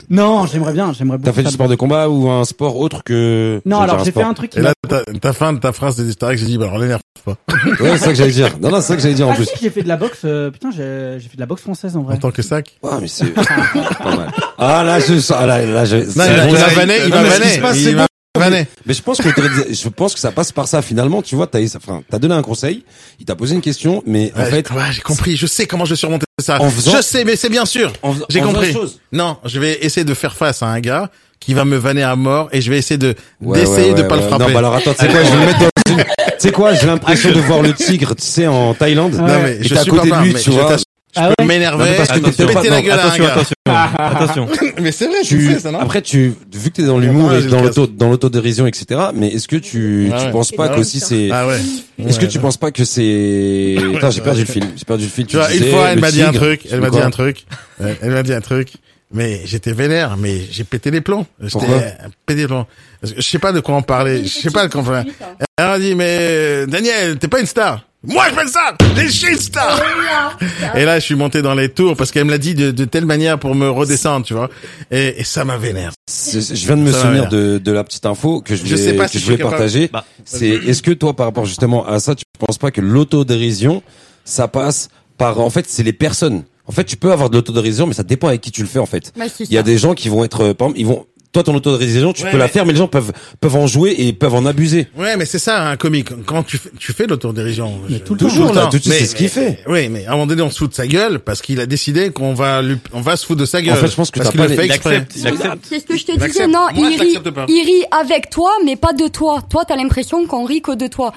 [SPEAKER 4] Non, j'aimerais bien, j'aimerais beaucoup.
[SPEAKER 3] T'as fait du
[SPEAKER 4] ça.
[SPEAKER 3] sport de combat ou un sport autre que...
[SPEAKER 4] Non,
[SPEAKER 3] J'allais
[SPEAKER 4] alors,
[SPEAKER 3] dire
[SPEAKER 4] j'ai fait
[SPEAKER 3] sport.
[SPEAKER 4] un truc qui
[SPEAKER 1] Et
[SPEAKER 4] m'a
[SPEAKER 1] là, ta, ta fin de ta phrase des que j'ai dit, bah alors l'énerve pas.
[SPEAKER 3] Ouais, c'est ça que j'allais dire. Non, non, c'est ça que j'allais dire en
[SPEAKER 4] Ah
[SPEAKER 3] plus.
[SPEAKER 4] si, j'ai fait de la boxe. euh, putain, j'ai j'ai fait de la boxe française en
[SPEAKER 1] En
[SPEAKER 4] vrai.
[SPEAKER 1] tant que sac.
[SPEAKER 3] Ah, mais c'est pas mal. Ah, là, je sens, ah, là, là, je,
[SPEAKER 1] Non,
[SPEAKER 3] c'est
[SPEAKER 1] Euh, il va-
[SPEAKER 3] bon,
[SPEAKER 1] il va
[SPEAKER 3] là,
[SPEAKER 1] vanner, il
[SPEAKER 3] non,
[SPEAKER 1] va
[SPEAKER 3] mais ce qui se
[SPEAKER 1] vanner.
[SPEAKER 3] passe, c'est
[SPEAKER 1] Il
[SPEAKER 3] bon.
[SPEAKER 1] va vanner.
[SPEAKER 3] Mais je pense que t'aurais- je pense que ça passe par ça finalement. Tu vois, t'as, enfin, t'as donné un conseil, il t'a posé une question, mais en
[SPEAKER 1] Ouais,
[SPEAKER 3] fait,
[SPEAKER 1] ouais, j'ai compris, je sais comment je vais surmonter ça.
[SPEAKER 3] En faisant-
[SPEAKER 1] Je sais, mais c'est bien sûr.
[SPEAKER 3] En fais-
[SPEAKER 1] J'ai
[SPEAKER 3] en faisant
[SPEAKER 1] compris.
[SPEAKER 3] la chose.
[SPEAKER 1] Non, je vais essayer de faire face à un gars qui va me vanner à mort et je vais essayer de
[SPEAKER 3] Ouais,
[SPEAKER 1] d'essayer
[SPEAKER 3] ouais,
[SPEAKER 1] de
[SPEAKER 3] ouais,
[SPEAKER 1] pas
[SPEAKER 3] ouais.
[SPEAKER 1] le frapper.
[SPEAKER 3] Non, bah alors attends, c'est quoi Je vais le mettre dans une. Tu sais quoi J'ai l'impression de voir le tigre, tu sais, en Thaïlande.
[SPEAKER 4] Ouais.
[SPEAKER 1] Non, mais
[SPEAKER 3] Et
[SPEAKER 1] je
[SPEAKER 3] t'es à
[SPEAKER 1] suis
[SPEAKER 3] côté
[SPEAKER 1] pas plein,
[SPEAKER 3] de lui,
[SPEAKER 1] mais je
[SPEAKER 3] tu vois.
[SPEAKER 1] t'assure,
[SPEAKER 4] Ah
[SPEAKER 1] je peux
[SPEAKER 4] ouais
[SPEAKER 3] Non,
[SPEAKER 1] m'énerver,
[SPEAKER 3] mais parce que
[SPEAKER 1] je peux
[SPEAKER 3] t'étais pas-
[SPEAKER 1] péter la
[SPEAKER 3] non,
[SPEAKER 1] gueule à un
[SPEAKER 9] Attention,
[SPEAKER 1] gars.
[SPEAKER 9] attention, attention. Attention.
[SPEAKER 3] Tu-
[SPEAKER 1] ça, non
[SPEAKER 3] Après, tu, vu que t'es dans l'humour
[SPEAKER 1] Ah,
[SPEAKER 3] et
[SPEAKER 1] j'ai
[SPEAKER 3] dans
[SPEAKER 1] le
[SPEAKER 3] l'auto, dans l'autodérision, etc. Mais est-ce que tu,
[SPEAKER 1] Ah
[SPEAKER 3] tu
[SPEAKER 1] ouais.
[SPEAKER 3] penses pas
[SPEAKER 8] Ah
[SPEAKER 3] qu'aussi c'est,
[SPEAKER 1] Ah ouais.
[SPEAKER 3] est-ce que tu penses pas que c'est, Attends, j'ai perdu le film, j'ai perdu le film.
[SPEAKER 1] Tu vois, une
[SPEAKER 3] disais,
[SPEAKER 1] fois, elle
[SPEAKER 3] le
[SPEAKER 1] m'a dit un
[SPEAKER 3] tigre,
[SPEAKER 1] truc,
[SPEAKER 3] je sais
[SPEAKER 1] elle m'a dit
[SPEAKER 3] quoi.
[SPEAKER 1] un truc, euh, elle m'a dit un truc, mais j'étais vénère, mais j'ai pété les plombs. J'étais
[SPEAKER 3] Pourquoi
[SPEAKER 1] euh, pété les plombs. Parce que je sais pas de quoi on parlait, je sais pas de quoi on parlait. Elle m'a dit, mais euh, Daniel, t'es pas une star. Moi, je fais une star! Je suis une star! Et là, je suis monté dans les tours parce qu'elle me l'a dit de, de telle manière pour me redescendre, tu vois. Et, et ça m'a vénère.
[SPEAKER 3] C'est- Je viens de me
[SPEAKER 1] Ça va
[SPEAKER 3] souvenir
[SPEAKER 1] bien.
[SPEAKER 3] de, de la petite info que je
[SPEAKER 1] Je
[SPEAKER 3] voulais,
[SPEAKER 1] sais pas
[SPEAKER 3] que
[SPEAKER 1] si
[SPEAKER 3] je
[SPEAKER 1] je
[SPEAKER 3] voulais
[SPEAKER 1] suis capable.
[SPEAKER 3] partager.
[SPEAKER 9] Bah.
[SPEAKER 3] C'est est-ce que toi par rapport justement à ça, tu penses pas que l'autodérision ça passe par en fait c'est les personnes. En fait, tu peux avoir de l'autodérision, mais ça dépend avec qui tu le fais en fait.
[SPEAKER 8] Bah, c'est
[SPEAKER 3] Il y a
[SPEAKER 8] ça.
[SPEAKER 3] des gens qui vont être, euh, par exemple, ils vont toi ton autorisation tu
[SPEAKER 1] Ouais,
[SPEAKER 3] peux la
[SPEAKER 1] mais-
[SPEAKER 3] faire mais les gens peuvent peuvent en jouer et peuvent en abuser
[SPEAKER 1] Ouais, mais c'est ça, un comique. Quand tu fais, tu fais de l'autodérision.
[SPEAKER 4] Mais
[SPEAKER 1] je-
[SPEAKER 4] tout le
[SPEAKER 3] toujours
[SPEAKER 1] le
[SPEAKER 3] là
[SPEAKER 1] temps.
[SPEAKER 3] tout de suite
[SPEAKER 1] Mais-
[SPEAKER 3] c'est ce qu'il fait
[SPEAKER 1] Oui, mais à un moment donné, on se fout de sa gueule parce qu'il a décidé qu'on va lui, on va se foutre de sa gueule.
[SPEAKER 3] En fait, je pense que
[SPEAKER 1] parce
[SPEAKER 3] t'as
[SPEAKER 1] qu'il
[SPEAKER 3] pas
[SPEAKER 1] le
[SPEAKER 3] les-
[SPEAKER 1] fait
[SPEAKER 9] Il
[SPEAKER 1] exprès.
[SPEAKER 9] accepte, il accepte.
[SPEAKER 8] C'est ce que je te
[SPEAKER 1] Il
[SPEAKER 8] disais,
[SPEAKER 1] accepte.
[SPEAKER 8] non,
[SPEAKER 1] Moi,
[SPEAKER 8] il
[SPEAKER 1] je
[SPEAKER 8] rit,
[SPEAKER 1] l'accepte pas.
[SPEAKER 8] il rit avec toi, mais pas de toi. Toi, t'as l'impression qu'on rit que de toi.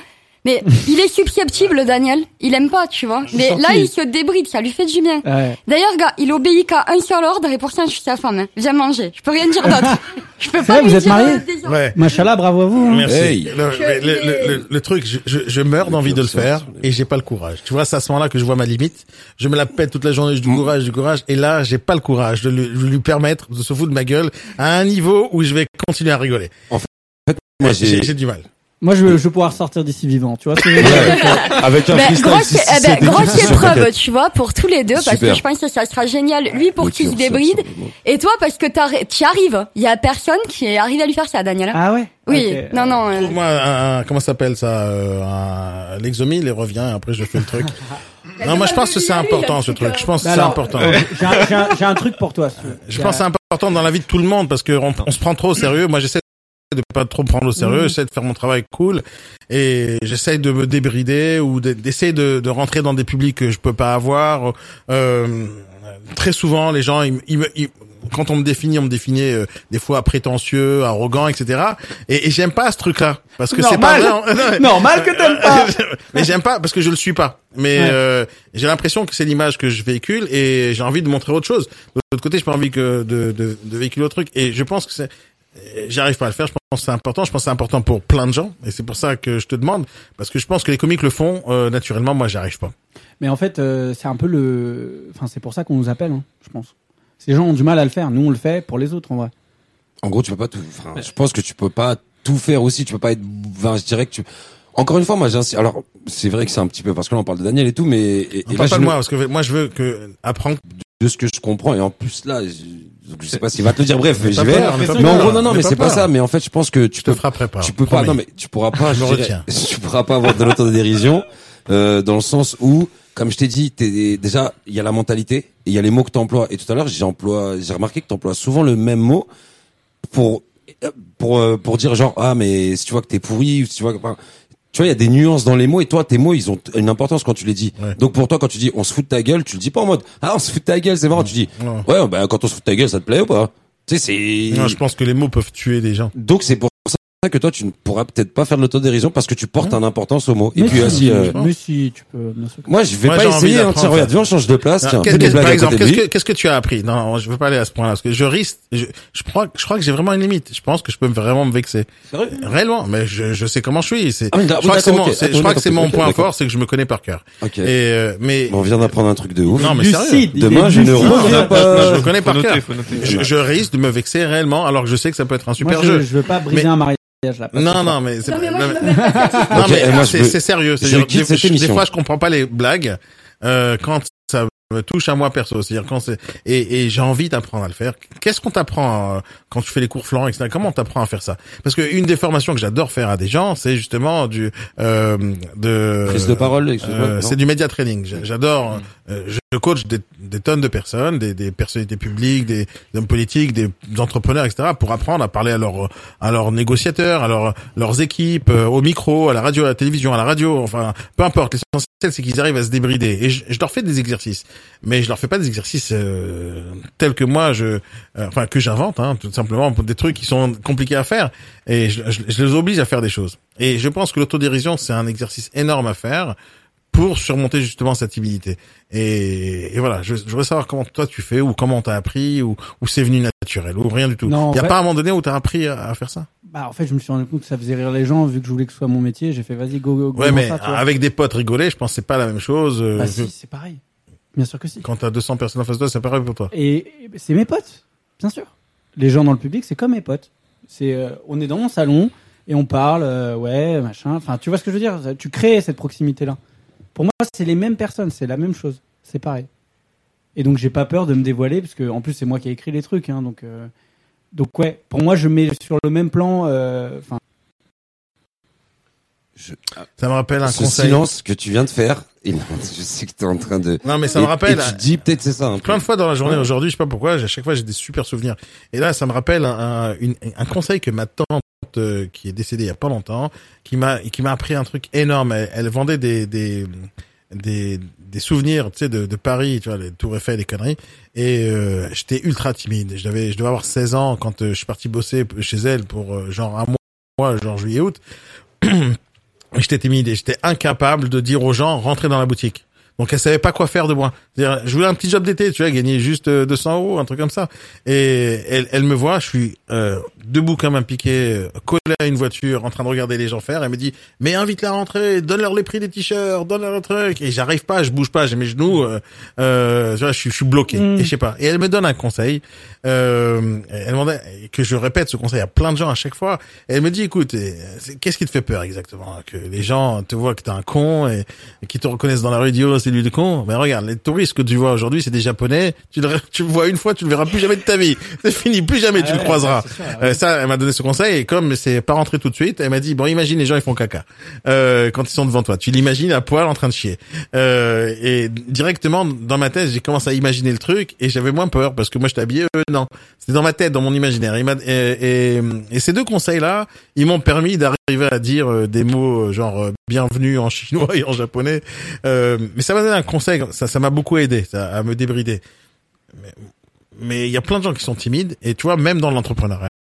[SPEAKER 8] Mais il est susceptible, Daniel. Il aime pas, tu vois. Mais
[SPEAKER 4] sorti.
[SPEAKER 8] là, il se débride, ça lui fait du bien.
[SPEAKER 4] Ouais.
[SPEAKER 8] D'ailleurs, gars, il obéit qu'à un seul ordre et pour ça, je suis sa femme. hein. Viens manger. Je peux rien dire d'autre. Je peux
[SPEAKER 4] vrai,
[SPEAKER 8] pas lui
[SPEAKER 4] vous êtes
[SPEAKER 8] dire,
[SPEAKER 4] mariés
[SPEAKER 8] euh, des ordres.
[SPEAKER 1] Ouais.
[SPEAKER 4] Machallah, bravo à vous. hein.
[SPEAKER 1] Merci.
[SPEAKER 3] Hey.
[SPEAKER 1] Le, le- le- le- le truc, je, je, je meurs d'envie de le faire et j'ai pas le courage. Tu vois, c'est à ce moment-là que je vois ma limite. Je me la pète toute la journée, j'ai du courage, du courage. Et là, j'ai pas le courage de lui, de lui permettre de se foutre de ma gueule à un niveau où je vais continuer à rigoler.
[SPEAKER 3] moi j'ai
[SPEAKER 1] J'ai j'ai du mal.
[SPEAKER 4] Moi, je, veux- je veux pouvoir sortir d'ici vivant, tu vois. ce que je veux dire
[SPEAKER 3] Ouais. avec un
[SPEAKER 8] Ben,
[SPEAKER 3] freestyle
[SPEAKER 8] grosse,
[SPEAKER 3] Bah, si- si
[SPEAKER 8] eh ben,
[SPEAKER 3] c'est des-
[SPEAKER 8] grosse
[SPEAKER 3] sur
[SPEAKER 8] épreuve,
[SPEAKER 3] quatre.
[SPEAKER 8] tu vois, pour tous les deux, parce
[SPEAKER 3] Super.
[SPEAKER 8] que je pense que ça sera génial. Lui, pour qu'il se
[SPEAKER 3] Sur- sur-
[SPEAKER 8] débride,
[SPEAKER 3] sur-
[SPEAKER 8] et toi, parce que t'arri- t'y arrives. Il y a personne qui est arrivé à lui faire ça, Daniel.
[SPEAKER 4] Ah ouais.
[SPEAKER 8] oui,
[SPEAKER 4] Ok.
[SPEAKER 8] non, non. euh,
[SPEAKER 1] Trouve-moi un, un- comment ça s'appelle ça, euh, un- l'exomile et reviens. et Après, je fais le truc. non, moi, je pense que c'est important ce truc. Je pense que
[SPEAKER 4] Bah
[SPEAKER 1] c'est
[SPEAKER 4] alors,
[SPEAKER 1] important.
[SPEAKER 4] J'ai un, j'ai un- j'ai un truc pour toi. si tu veux.
[SPEAKER 1] Je pense que c'est important dans la vie de tout le monde parce que on, on se prend trop au sérieux. Moi, j'essaie de pas trop me prendre au sérieux,
[SPEAKER 4] Mm.
[SPEAKER 10] Mhm.
[SPEAKER 1] j'essaie de faire mon travail cool et j'essaie de me débrider ou d'e- d'essayer de, de rentrer dans des publics que je peux pas avoir. Euh, très souvent, les gens, ils, me- ils me- ils- quand on me définit, on me définit euh, des fois prétentieux, arrogant, etc. Et, et j'aime pas ce truc-là parce que c'est pas
[SPEAKER 4] Normal.
[SPEAKER 1] vrai, hein. en- non, mais-
[SPEAKER 4] Normal que t'aimes pas.
[SPEAKER 1] mais j'aime pas parce que je le suis pas. Mais
[SPEAKER 4] Ouais.
[SPEAKER 1] euh, j'ai l'impression que c'est l'image que je véhicule et j'ai envie de montrer autre chose. De l'autre côté, j'ai pas envie que de, de, de véhiculer autre truc. Et je pense que c'est euh, J'arrive pas à le faire. Je pense que c'est important. Je pense que c'est important pour plein de gens, et c'est pour ça que je te demande, parce que je pense que les comiques le font euh, naturellement. Moi, j'arrive pas.
[SPEAKER 4] Mais en fait, euh, c'est un peu le. Enfin, c'est pour ça qu'on nous appelle, hein, je pense. Ces gens ont du mal à le faire. Nous, on le fait pour les autres, en vrai.
[SPEAKER 3] En gros, tu peux pas tout. enfin, je pense que tu peux pas tout faire aussi. Tu peux pas être. Enfin, je dirais que tu. Encore une fois, moi, j'insiste. Alors, c'est vrai que c'est un petit peu parce que là, on parle de Daniel et tout, mais et, et
[SPEAKER 1] On
[SPEAKER 3] là,
[SPEAKER 1] parle
[SPEAKER 3] je
[SPEAKER 1] pas de
[SPEAKER 3] ne-
[SPEAKER 1] moi, parce que moi, je veux que apprendre.
[SPEAKER 3] de ce que je comprends et en plus là je, donc, je sais pas s'il va te le dire bref
[SPEAKER 1] N'aie
[SPEAKER 3] mais
[SPEAKER 1] pas
[SPEAKER 3] j'y vais
[SPEAKER 1] peur, n'aie pas
[SPEAKER 3] mais en
[SPEAKER 1] peur,
[SPEAKER 3] gros non non
[SPEAKER 1] n'aie
[SPEAKER 3] mais
[SPEAKER 1] pas
[SPEAKER 3] c'est pas
[SPEAKER 1] peur.
[SPEAKER 3] ça mais en fait je pense que tu peux tu peux pas
[SPEAKER 1] promis.
[SPEAKER 3] non mais tu pourras pas
[SPEAKER 1] Je
[SPEAKER 3] je
[SPEAKER 1] me
[SPEAKER 3] dirais-
[SPEAKER 1] retiens.
[SPEAKER 3] tu pourras pas avoir de l'autodérision euh, dans le sens où comme je t'ai dit t'es déjà il y a la mentalité et il y a les mots que t'emploies et tout à l'heure j'ai emploie- j'ai remarqué que t'emploies souvent le même mot pour pour euh, pour dire genre ah mais si tu vois que t'es pourri ou si tu vois que enfin, tu vois il y a des nuances dans les mots et toi tes mots ils ont t- une importance quand tu les dis donc pour toi quand tu dis on se fout de ta gueule tu le dis pas en mode ah on se fout de ta gueule c'est marrant tu dis ouais bah quand on se fout de ta gueule ça te plaît ou pas tu sais c'est
[SPEAKER 1] Non, je pense que les mots peuvent tuer des gens.
[SPEAKER 3] donc c'est pour ça que toi tu ne pourras peut-être pas faire de l'autodérision parce que tu portes
[SPEAKER 1] Hein
[SPEAKER 3] un importance aux mots et
[SPEAKER 4] Mais
[SPEAKER 3] puis
[SPEAKER 4] si,
[SPEAKER 3] aussi euh,
[SPEAKER 4] Mais si, tu peux. bien sûr que-
[SPEAKER 3] moi je vais pas essayer hein, tiens regarde viens on change de place
[SPEAKER 1] Non,
[SPEAKER 3] tiens
[SPEAKER 1] Ah, qu'est-ce
[SPEAKER 3] fais des
[SPEAKER 1] que-
[SPEAKER 3] blagues
[SPEAKER 1] par
[SPEAKER 3] à
[SPEAKER 1] exemple,
[SPEAKER 3] côté de
[SPEAKER 1] qu'est-ce
[SPEAKER 3] lui.
[SPEAKER 1] que, qu'est-ce que tu as appris Non, non, je veux pas aller à ce point-là parce que je risque. Je, je crois, je crois que j'ai vraiment une limite. Je pense que je peux vraiment me vexer.
[SPEAKER 3] Sérieux
[SPEAKER 1] Réellement, mais je, je sais comment je suis. C'est,
[SPEAKER 3] Ah oui,
[SPEAKER 1] je
[SPEAKER 3] d'accord,
[SPEAKER 1] crois que c'est
[SPEAKER 3] ok,
[SPEAKER 1] mon, c'est-
[SPEAKER 3] d'accord,
[SPEAKER 1] je crois que c'est mon
[SPEAKER 3] d'accord,
[SPEAKER 1] point
[SPEAKER 3] d'accord.
[SPEAKER 1] fort, c'est que je me connais par cœur.
[SPEAKER 3] Ok.
[SPEAKER 1] Et euh, mais
[SPEAKER 3] on vient d'apprendre un truc de ouf
[SPEAKER 1] non, mais sérieux.
[SPEAKER 3] demain je ne reviens pas
[SPEAKER 1] Je, je me connais par cœur. Je,
[SPEAKER 3] Je-
[SPEAKER 1] je risque de me vexer réellement, alors que je sais que ça peut être un super
[SPEAKER 4] Moi, je,
[SPEAKER 1] jeu.
[SPEAKER 4] je veux pas briser
[SPEAKER 1] Mais-
[SPEAKER 4] un mariage là. pas ce
[SPEAKER 1] Non,
[SPEAKER 4] soir.
[SPEAKER 1] non, mais c'est
[SPEAKER 8] Non, mais moi,
[SPEAKER 1] non,
[SPEAKER 8] je me
[SPEAKER 1] mais- Non,
[SPEAKER 3] Ok,
[SPEAKER 1] mais
[SPEAKER 3] et moi, je
[SPEAKER 1] c'est
[SPEAKER 3] veux-
[SPEAKER 1] c'est sérieux.
[SPEAKER 3] je
[SPEAKER 1] C'est-à-dire,
[SPEAKER 3] quitte
[SPEAKER 1] des,
[SPEAKER 3] cette
[SPEAKER 1] je- des
[SPEAKER 3] émission.
[SPEAKER 1] fois, je comprends pas les blagues euh, quand ça me touche à moi perso. C'est-à-dire quand c'est et, et j'ai envie d'apprendre à le faire. Qu'est-ce qu'on t'apprend euh, quand tu fais les cours Florent, etc. Comment on t'apprend à faire ça Parce que une des formations que j'adore faire à des gens, c'est justement du euh, de
[SPEAKER 3] Prise de parole, excuse-moi,
[SPEAKER 1] euh,
[SPEAKER 3] non Mm.
[SPEAKER 1] c'est du média training. J'a- J'adore. euh, je je coach des, des tonnes de personnes, des, des personnalités publiques, des, des hommes politiques, des entrepreneurs, etc. pour apprendre à parler à leurs à leurs négociateurs, à leurs leurs équipes, euh, au micro, à la radio, à la télévision, à la radio. Enfin, peu importe. L'essentiel, c'est qu'ils arrivent à se débrider. Et je, je leur fais des exercices, mais je leur fais pas des exercices euh, tels que moi je, euh, enfin que j'invente, hein, tout simplement pour des trucs qui sont compliqués à faire. Et je, je- je les oblige à faire des choses. Et je pense que l'autodérision, c'est un exercice énorme à faire pour surmonter justement cette timidité. Et, et voilà, je, je voudrais savoir comment toi tu fais, ou comment t'as appris, ou, ou c'est venu naturel, ou rien du tout.
[SPEAKER 4] Non, en
[SPEAKER 1] Il y a
[SPEAKER 4] vrai-
[SPEAKER 1] pas un moment donné où t'as appris à, à faire ça
[SPEAKER 4] Bah, en fait, je me suis rendu compte que ça faisait rire les gens, vu que je voulais que ce soit mon métier. J'ai fait, vas-y, go, go, go.
[SPEAKER 1] Ouais,
[SPEAKER 4] dans
[SPEAKER 1] mais ah
[SPEAKER 4] ça, tu vois.
[SPEAKER 1] avec des potes rigoler, je pense que c'est pas la même chose. euh,
[SPEAKER 4] Bah,
[SPEAKER 1] je-
[SPEAKER 4] si, c'est pareil. Bien sûr que si.
[SPEAKER 1] Quand t'as 200 personnes en face de toi, c'est pareil pour toi.
[SPEAKER 4] Et et c'est mes potes, bien sûr. Les gens dans le public, c'est comme mes potes. C'est, euh, on est dans mon salon et on parle, euh, ouais, machin. Enfin, tu vois ce que je veux dire Tu crées cette proximité-là. Pour moi, c'est les mêmes personnes, c'est la même chose, c'est pareil. Et donc, j'ai pas peur de me dévoiler parce que, en plus, c'est moi qui ai écrit les trucs, hein, donc. euh, donc ouais, pour moi je mets sur le même plan. euh, Enfin,
[SPEAKER 1] Ça me rappelle un
[SPEAKER 3] ce
[SPEAKER 1] conseil.
[SPEAKER 3] silence que tu viens de faire il- je sais que t'es en train de
[SPEAKER 1] Non, mais ça me
[SPEAKER 3] Et-
[SPEAKER 1] rappelle- euh,
[SPEAKER 3] et tu dis peut-être c'est ça un peu.
[SPEAKER 1] Plein de fois dans la journée
[SPEAKER 3] Ouais.
[SPEAKER 1] aujourd'hui, je sais pas pourquoi, j'ai- à chaque fois j'ai des super souvenirs. Et là, ça me rappelle un, un- une- un conseil que ma tante euh, qui est décédée il y a pas longtemps, qui m'a qui m'a appris un truc énorme. Elle, elle vendait des des des, des souvenirs, tu sais, de, de Paris, tu vois, les Tours Eiffel, les conneries. Et euh, j'étais ultra timide. Je devais je devais avoir 16 ans quand euh, je suis parti bosser chez elle pour euh, genre un mois, genre juillet août. j'étais timide et j'étais incapable de dire aux gens rentrez dans la boutique. Donc elle savait pas quoi faire de moi. C'est-à-dire, je voulais un petit job d'été, tu vois, gagner juste euh, 200 euros, un truc comme ça. Et elle, elle me voit, je suis euh, debout comme un piqué, euh, collé à une voiture, en train de regarder les gens faire. Elle me dit, mais invite-la à rentrer, donne-leur les prix des t-shirts, donne-leur le truc. Et j'arrive pas, je bouge pas, j'ai mes genoux, euh, euh, tu vois, je suis, je suis bloqué. Et je sais pas. Et elle me donne un conseil. Euh, elle demandait que je répète ce conseil à plein de gens à chaque fois. Et elle me dit, écoute, et, euh, c'est- qu'est-ce qui te fait peur exactement Que les gens te voient que t'es un con et, et qu'ils te reconnaissent dans la rue, ils disent, oh, c'est lui le con. Mais regarde, les touristes que tu vois aujourd'hui, c'est des Japonais. Tu le, tu le vois une fois, tu le verras plus jamais de ta vie. C'est fini, plus jamais tu le croiseras. Euh, Euh, ça, elle m'a donné ce conseil et comme c'est pas rentré tout de suite, elle m'a dit bon, imagine les gens ils font caca euh, quand ils sont devant toi. Tu l'imagines à poil en train de chier. Euh, et directement dans ma tête, j'ai commencé à imaginer le truc et j'avais moins peur parce que moi je t'habillais, eux non. C'était dans ma tête, dans mon imaginaire. Il m'a- et, et- et ces deux conseils là, ils m'ont permis d'arriver à dire euh, des mots euh, genre euh, bienvenue en chinois et en japonais. Euh, mais ça m'a donné un conseil, ça ça m'a beaucoup aidé ça, à me débrider. Mais il y a plein de gens qui sont timides et tu vois même dans l'entrepreneuriat.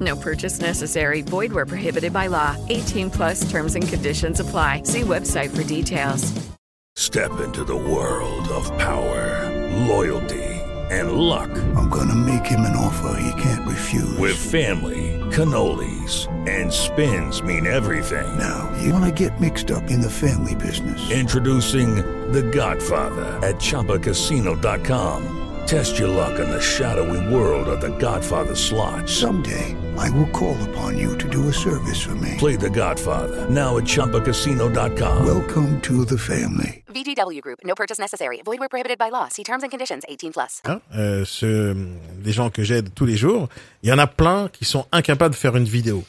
[SPEAKER 7] No purchase necessary. Void where prohibited by law. 18 plus terms and conditions apply. See website for details.
[SPEAKER 10] Step into the world of power, loyalty, and luck. I'm going to make him an offer he can't refuse. With family, cannolis, and spins mean everything. Now,
[SPEAKER 11] You want to get mixed up in the family business.
[SPEAKER 10] Introducing The Godfather at ChumbaCasino.com. Test your luck in the shadowy world of The Godfather slot. Someday, I will call upon you to do a service for me. Play The Godfather now at ChumbaCasino.com. Welcome to the family.
[SPEAKER 12] VGW Group. No purchase necessary. Void where prohibited by law. See terms and conditions. 18 plus.
[SPEAKER 1] Hein, euh, ce, les gens que j'aide tous les jours, il y en a plein qui sont incapables de faire une vidéo.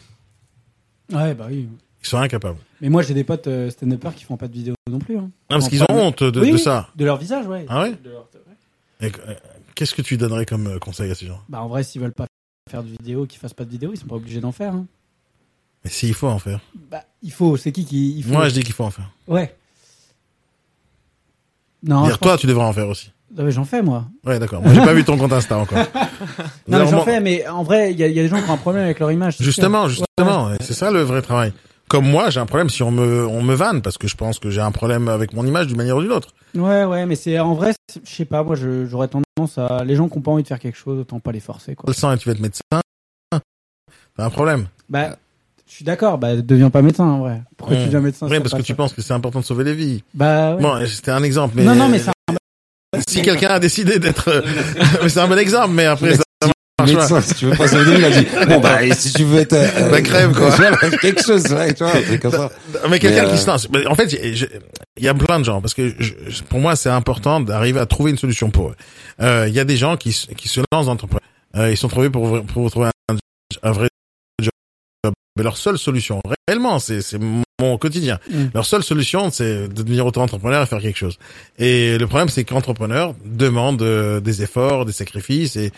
[SPEAKER 4] Ouais, bah oui.
[SPEAKER 1] Ils sont incapables.
[SPEAKER 4] Mais moi, j'ai des potes euh, stand-uppers qui font pas de vidéo non plus. hein.
[SPEAKER 1] Ah, parce
[SPEAKER 4] Ils
[SPEAKER 1] qu'ils
[SPEAKER 4] font
[SPEAKER 1] ont
[SPEAKER 4] pas
[SPEAKER 1] honte de-
[SPEAKER 4] Oui,
[SPEAKER 1] de
[SPEAKER 4] oui,
[SPEAKER 1] ça.
[SPEAKER 4] De leur visage, ouais.
[SPEAKER 1] Ah ouais
[SPEAKER 4] De leur-
[SPEAKER 1] Et, euh, Qu'est-ce que tu donnerais comme euh, conseil à ces gens
[SPEAKER 4] Bah en vrai, s'ils veulent pas faire de vidéo, qu'ils fassent pas de vidéo, ils sont pas obligés d'en faire. hein.
[SPEAKER 1] Mais s'il faut en faire.
[SPEAKER 4] Bah, il faut, c'est qui qui. il faut-
[SPEAKER 1] Moi, je dis qu'il faut en faire.
[SPEAKER 4] Ouais. Non, je
[SPEAKER 1] Dire toi,
[SPEAKER 4] pense-
[SPEAKER 1] tu devrais en faire aussi.
[SPEAKER 4] Non, mais j'en fais moi.
[SPEAKER 1] Ouais, d'accord. Moi, j'ai pas vu ton compte Insta encore.
[SPEAKER 4] Non, mais
[SPEAKER 1] Alors,
[SPEAKER 4] j'en
[SPEAKER 1] moi-
[SPEAKER 4] fais, mais en vrai, il y, a- il y a des gens qui ont un problème avec leur image. c'est
[SPEAKER 1] Justement,
[SPEAKER 4] sûr.
[SPEAKER 1] justement, et c'est ça le vrai travail. Comme moi, j'ai un problème si on me on me vanne parce que je pense que j'ai un problème avec mon image d'une manière ou d'une autre.
[SPEAKER 4] Ouais, ouais, mais c'est en vrai, c'est- je sais pas, moi je- j'aurais tendance à. Les gens qui ont pas envie de faire quelque chose, autant pas les forcer quoi.
[SPEAKER 1] Le sang et tu vas être médecin. T'as un problème.
[SPEAKER 4] Bah, je suis d'accord, bah deviens pas médecin en vrai. Pourquoi tu deviens médecin
[SPEAKER 1] Hmm. Oui,
[SPEAKER 4] c'est
[SPEAKER 1] parce
[SPEAKER 4] pas
[SPEAKER 1] que
[SPEAKER 4] ça.
[SPEAKER 1] tu penses que c'est important de sauver les vies.
[SPEAKER 4] Bah, ouais.
[SPEAKER 1] Bon, c'était un exemple, mais.
[SPEAKER 4] Non, non, mais c'est un-
[SPEAKER 1] Si quelqu'un a décidé d'être. euh, c'est un bon exemple, mais après, ça ça marche
[SPEAKER 3] Médecin,
[SPEAKER 1] pas.
[SPEAKER 3] si tu veux pas sauver des vies, il a dit, bon, bah, et si tu veux être, euh,
[SPEAKER 1] Bah, crève, quoi.
[SPEAKER 3] voilà, quelque chose, ouais, tu vois, un truc comme ça.
[SPEAKER 1] Ah, Mais quelqu'un
[SPEAKER 3] Mais, euh,
[SPEAKER 1] qui se lance. Mais En fait, j'ai- j'ai- il y a plein de gens parce que je- je- pour moi, c'est important d'arriver à trouver une solution pour eux. Euh, Il y a des gens qui, se- qui se lancent dans l'entreprise. Euh, ils sont trouvés pour pour trouver un, un vrai job. Mais leur seule solution, réellement, c'est c'est mon quotidien.
[SPEAKER 4] Mm.
[SPEAKER 1] Leur seule solution, c'est de devenir auto-entrepreneur et faire quelque chose. Et le problème, c'est qu'entrepreneur demande euh, des efforts, des sacrifices et,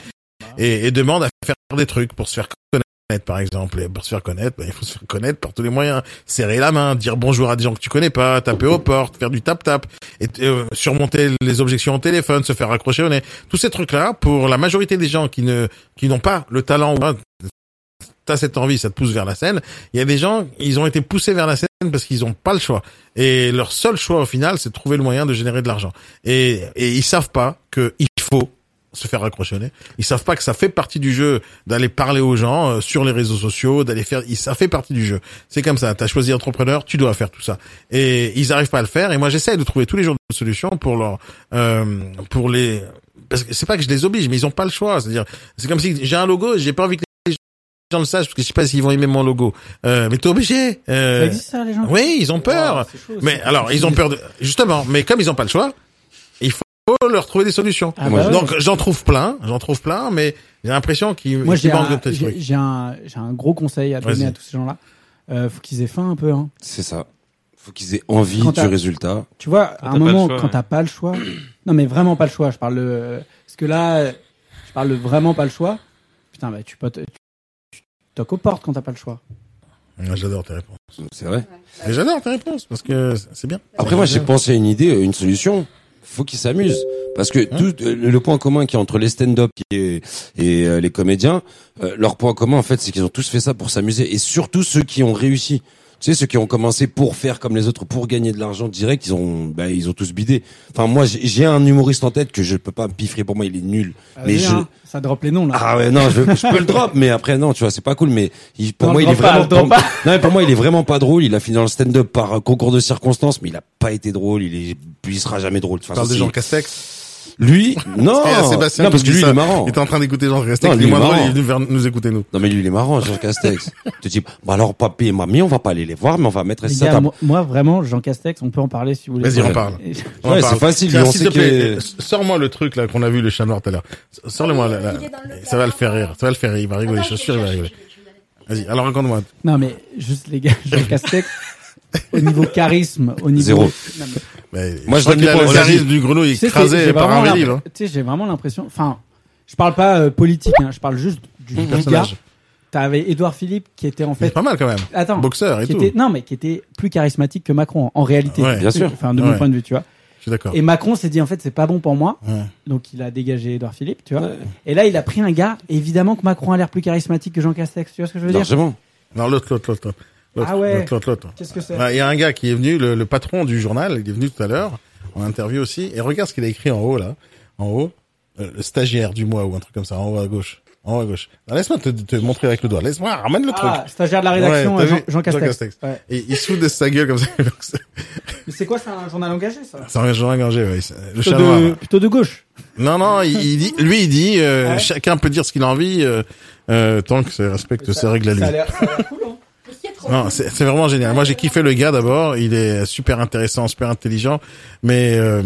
[SPEAKER 1] et, et demande à faire des trucs pour se faire connaître, par exemple. Et pour se faire connaître, ben, il faut se faire connaître par tous les moyens. Serrer la main, dire bonjour à des gens que tu connais pas, taper aux portes, faire du tap-tap, et euh, surmonter les objections au téléphone, se faire accrocher au nez. Tous ces trucs-là, pour la majorité des gens qui ne qui n'ont pas le talent ou t'as cette envie, ça te pousse vers la scène. Il y a des gens, ils ont été poussés vers la scène parce qu'ils n'ont pas le choix. Et leur seul choix au final, c'est de trouver le moyen de générer de l'argent. Et, et ils savent pas que il faut se faire raccrocher au nez. Ils savent pas que ça fait partie du jeu d'aller parler aux gens euh, sur les réseaux sociaux, d'aller faire. ils- Ça fait partie du jeu. C'est comme ça. T'as choisi entrepreneur, tu dois faire tout ça. Et ils arrivent pas à le faire. Et moi, j'essaie de trouver tous les jours des solutions pour leur, euh, pour les. Parce que c'est pas que je les oblige, mais ils ont pas le choix. C'est-à-dire, c'est comme si j'ai un logo, et j'ai pas envie que les gens le sachent parce que je sais pas s'ils vont aimer mon logo. Euh, mais t'es obligé. Euh,
[SPEAKER 4] Ça existe, ça, les gens Ah,
[SPEAKER 1] Oui, ils ont peur.
[SPEAKER 4] chaud,
[SPEAKER 1] mais
[SPEAKER 4] ça.
[SPEAKER 1] alors, ils ont peur de justement. Mais comme ils ont pas le choix, il faut leur trouver des solutions.
[SPEAKER 4] Ah bah ouais.
[SPEAKER 1] Donc j'en trouve plein, j'en trouve plein, mais j'ai l'impression qu'ils
[SPEAKER 4] Moi,
[SPEAKER 1] qu'ils
[SPEAKER 4] j'ai
[SPEAKER 1] manquent de
[SPEAKER 4] un,
[SPEAKER 1] petits
[SPEAKER 4] j'ai-
[SPEAKER 1] trucs.
[SPEAKER 4] j'ai un, j'ai un gros conseil à donner
[SPEAKER 1] Vas-y.
[SPEAKER 4] à tous ces gens-là. Euh, faut qu'ils aient faim un peu. Hein.
[SPEAKER 3] C'est ça. Faut qu'ils aient envie
[SPEAKER 4] Quand
[SPEAKER 3] du
[SPEAKER 4] t'as-
[SPEAKER 3] résultat.
[SPEAKER 4] Tu vois,
[SPEAKER 3] Quand
[SPEAKER 4] à
[SPEAKER 3] t'as
[SPEAKER 4] un
[SPEAKER 3] pas le
[SPEAKER 4] moment,
[SPEAKER 3] choix,
[SPEAKER 4] quand
[SPEAKER 3] ouais.
[SPEAKER 4] t'as pas le choix, non mais vraiment pas le choix. Je parle euh, parce que là, euh, je parle de vraiment pas le choix. Putain, bah tu peux, te- tu, tu toques aux portes quand t'as pas le choix.
[SPEAKER 1] Ouais, Ah, J'adore tes réponses.
[SPEAKER 3] C'est vrai.
[SPEAKER 1] Mais j'adore tes réponses parce que c'est bien.
[SPEAKER 3] Après, moi, j'ai pensé à une idée, une solution. Faut qu'ils s'amusent. Parce que tout euh, le point commun qui est entre les stand-up et, et, euh, les comédiens, euh, leur point commun, en fait, c'est qu'ils ont tous fait ça pour s'amuser. Et surtout ceux qui ont réussi. sais, ceux qui ont commencé pour faire comme les autres, pour gagner de l'argent direct, ils ont, bah, ils ont tous bidé. Enfin, moi, j'ai j'ai un humoriste en tête que je peux pas me piffrer. Pour moi, il est nul. mais
[SPEAKER 4] Allez,
[SPEAKER 3] je,
[SPEAKER 4] hein, ça drop les noms là.
[SPEAKER 3] ah ouais, non, je, je peux le drop, mais après non, tu vois, c'est pas cool. Mais il, pour
[SPEAKER 4] Non,
[SPEAKER 3] moi,
[SPEAKER 4] le
[SPEAKER 3] il est
[SPEAKER 4] drop pas,
[SPEAKER 3] vraiment
[SPEAKER 4] le drop
[SPEAKER 3] pour-
[SPEAKER 4] pas.
[SPEAKER 3] non, mais pour moi, il est vraiment pas drôle. Il a fini dans le stand-up par euh, concours de circonstances, mais il a pas été drôle. Il est, puis il sera jamais drôle.
[SPEAKER 1] Tu
[SPEAKER 3] Enfin,
[SPEAKER 1] parles
[SPEAKER 3] ça,
[SPEAKER 1] de
[SPEAKER 3] c'est-
[SPEAKER 1] Jean Castex
[SPEAKER 3] Lui, non,
[SPEAKER 1] Parce qu'il y a Eh, Sébastien
[SPEAKER 3] Oh. non,
[SPEAKER 1] qui
[SPEAKER 3] parce que
[SPEAKER 1] dit
[SPEAKER 3] lui,
[SPEAKER 1] ça.
[SPEAKER 3] il est marrant.
[SPEAKER 1] Il était en train d'écouter Jean Castex,
[SPEAKER 3] Non,
[SPEAKER 1] il est
[SPEAKER 3] lui,
[SPEAKER 1] moins
[SPEAKER 3] il est
[SPEAKER 1] drôle, il est
[SPEAKER 3] marrant.
[SPEAKER 1] venu vers nous écouter nous.
[SPEAKER 3] Non, mais lui, il est marrant, Jean Castex. tu dis, bah alors, papy et mamie, on va pas aller les voir, mais on va mettre
[SPEAKER 4] Les
[SPEAKER 3] ça.
[SPEAKER 4] gars,
[SPEAKER 3] à-
[SPEAKER 4] moi, moi, vraiment, Jean Castex, on peut en parler si vous voulez.
[SPEAKER 1] Vas-y, on parle. On en
[SPEAKER 3] Ouais, c'est
[SPEAKER 1] parle.
[SPEAKER 3] facile,
[SPEAKER 1] Tiens,
[SPEAKER 3] lui, on
[SPEAKER 1] s'il
[SPEAKER 3] sait
[SPEAKER 1] te plaît, euh,
[SPEAKER 3] que-
[SPEAKER 1] Sors-moi le truc là qu'on a vu le chat noir tout à l'heure. Sors-le-moi là. là. Ça va le faire rire. Ça va le faire rire. Il va rigoler. Je suis sûr, il va rigoler. Vas-y. Alors raconte-moi.
[SPEAKER 4] Non, mais juste les gars, Jean Castex, au niveau charisme, au niveau.
[SPEAKER 1] Zéro.
[SPEAKER 4] Non,
[SPEAKER 1] Mais
[SPEAKER 3] Moi,
[SPEAKER 1] je crois
[SPEAKER 3] je donne
[SPEAKER 1] qu'il
[SPEAKER 3] des
[SPEAKER 1] a
[SPEAKER 3] points
[SPEAKER 1] le
[SPEAKER 3] aux
[SPEAKER 1] charisme
[SPEAKER 3] nazis.
[SPEAKER 1] du grelot
[SPEAKER 4] Tu sais, c'est-
[SPEAKER 1] écrasé
[SPEAKER 4] j'ai
[SPEAKER 1] par
[SPEAKER 4] vraiment
[SPEAKER 1] un hein.
[SPEAKER 4] l'imp-
[SPEAKER 1] livre.
[SPEAKER 4] Tu sais, j'ai vraiment l'impression. Enfin, je parle pas euh, politique, hein, je parle juste du
[SPEAKER 1] Du
[SPEAKER 4] du gars.
[SPEAKER 1] Mmh, personnage.
[SPEAKER 4] T'avais Édouard Philippe qui était en fait.
[SPEAKER 1] pas mal quand même.
[SPEAKER 4] Attends.
[SPEAKER 1] Boxeur et
[SPEAKER 4] qui
[SPEAKER 1] tout.
[SPEAKER 4] était- non, mais qui était plus charismatique que Macron en, en réalité.
[SPEAKER 1] Ouais. Bien sûr.
[SPEAKER 4] Enfin, de mon
[SPEAKER 1] Ouais.
[SPEAKER 4] point de vue, tu vois.
[SPEAKER 1] Je suis d'accord.
[SPEAKER 4] Et Macron s'est dit en fait c'est pas bon pour moi,
[SPEAKER 1] Ouais.
[SPEAKER 4] donc il a dégagé Édouard Philippe, tu vois. Et là il a pris un gars, évidemment que Macron a l'air plus charismatique que Jean Castex, tu vois ce que je veux dire
[SPEAKER 1] Non, l'autre, l'autre, l'autre. l'autre. L'autre,
[SPEAKER 4] Ah ouais.
[SPEAKER 1] l'autre, l'autre, l'autre.
[SPEAKER 4] Qu'est-ce que c'est
[SPEAKER 1] Ouais, Il y a un gars qui est venu, le, le patron du journal, il est venu tout à l'heure, en interview aussi, et regarde ce qu'il a écrit en haut, là. En haut. Euh, le stagiaire du mois ou un truc comme ça, en haut à gauche. En haut à gauche. Ah, Laisse-moi te, te montrer avec le doigt. Laisse-moi, ramène le
[SPEAKER 4] Ah,
[SPEAKER 1] truc.
[SPEAKER 4] stagiaire de la rédaction,
[SPEAKER 1] t'as
[SPEAKER 4] euh, Jean-
[SPEAKER 1] vu
[SPEAKER 4] Jean Castex. Ouais.
[SPEAKER 1] Et il soude de sa gueule comme ça.
[SPEAKER 4] Mais c'est quoi c'est un journal engagé ça
[SPEAKER 1] C'est un Jean Granger, ouais. c'est- Le
[SPEAKER 4] plutôt,
[SPEAKER 1] chat
[SPEAKER 4] de,
[SPEAKER 1] noir.
[SPEAKER 4] plutôt de gauche.
[SPEAKER 1] Non, non, il, il dit, lui, il dit, euh,
[SPEAKER 4] Ouais.
[SPEAKER 1] chacun peut dire ce qu'il a envie, euh, euh, tant que ça respecte ses règles à lui.
[SPEAKER 4] Ça a l'air- ça a l'air-
[SPEAKER 1] Non, c'est c'est vraiment génial. Moi, j'ai kiffé le gars d'abord. Il est super intéressant, super intelligent, mais euh,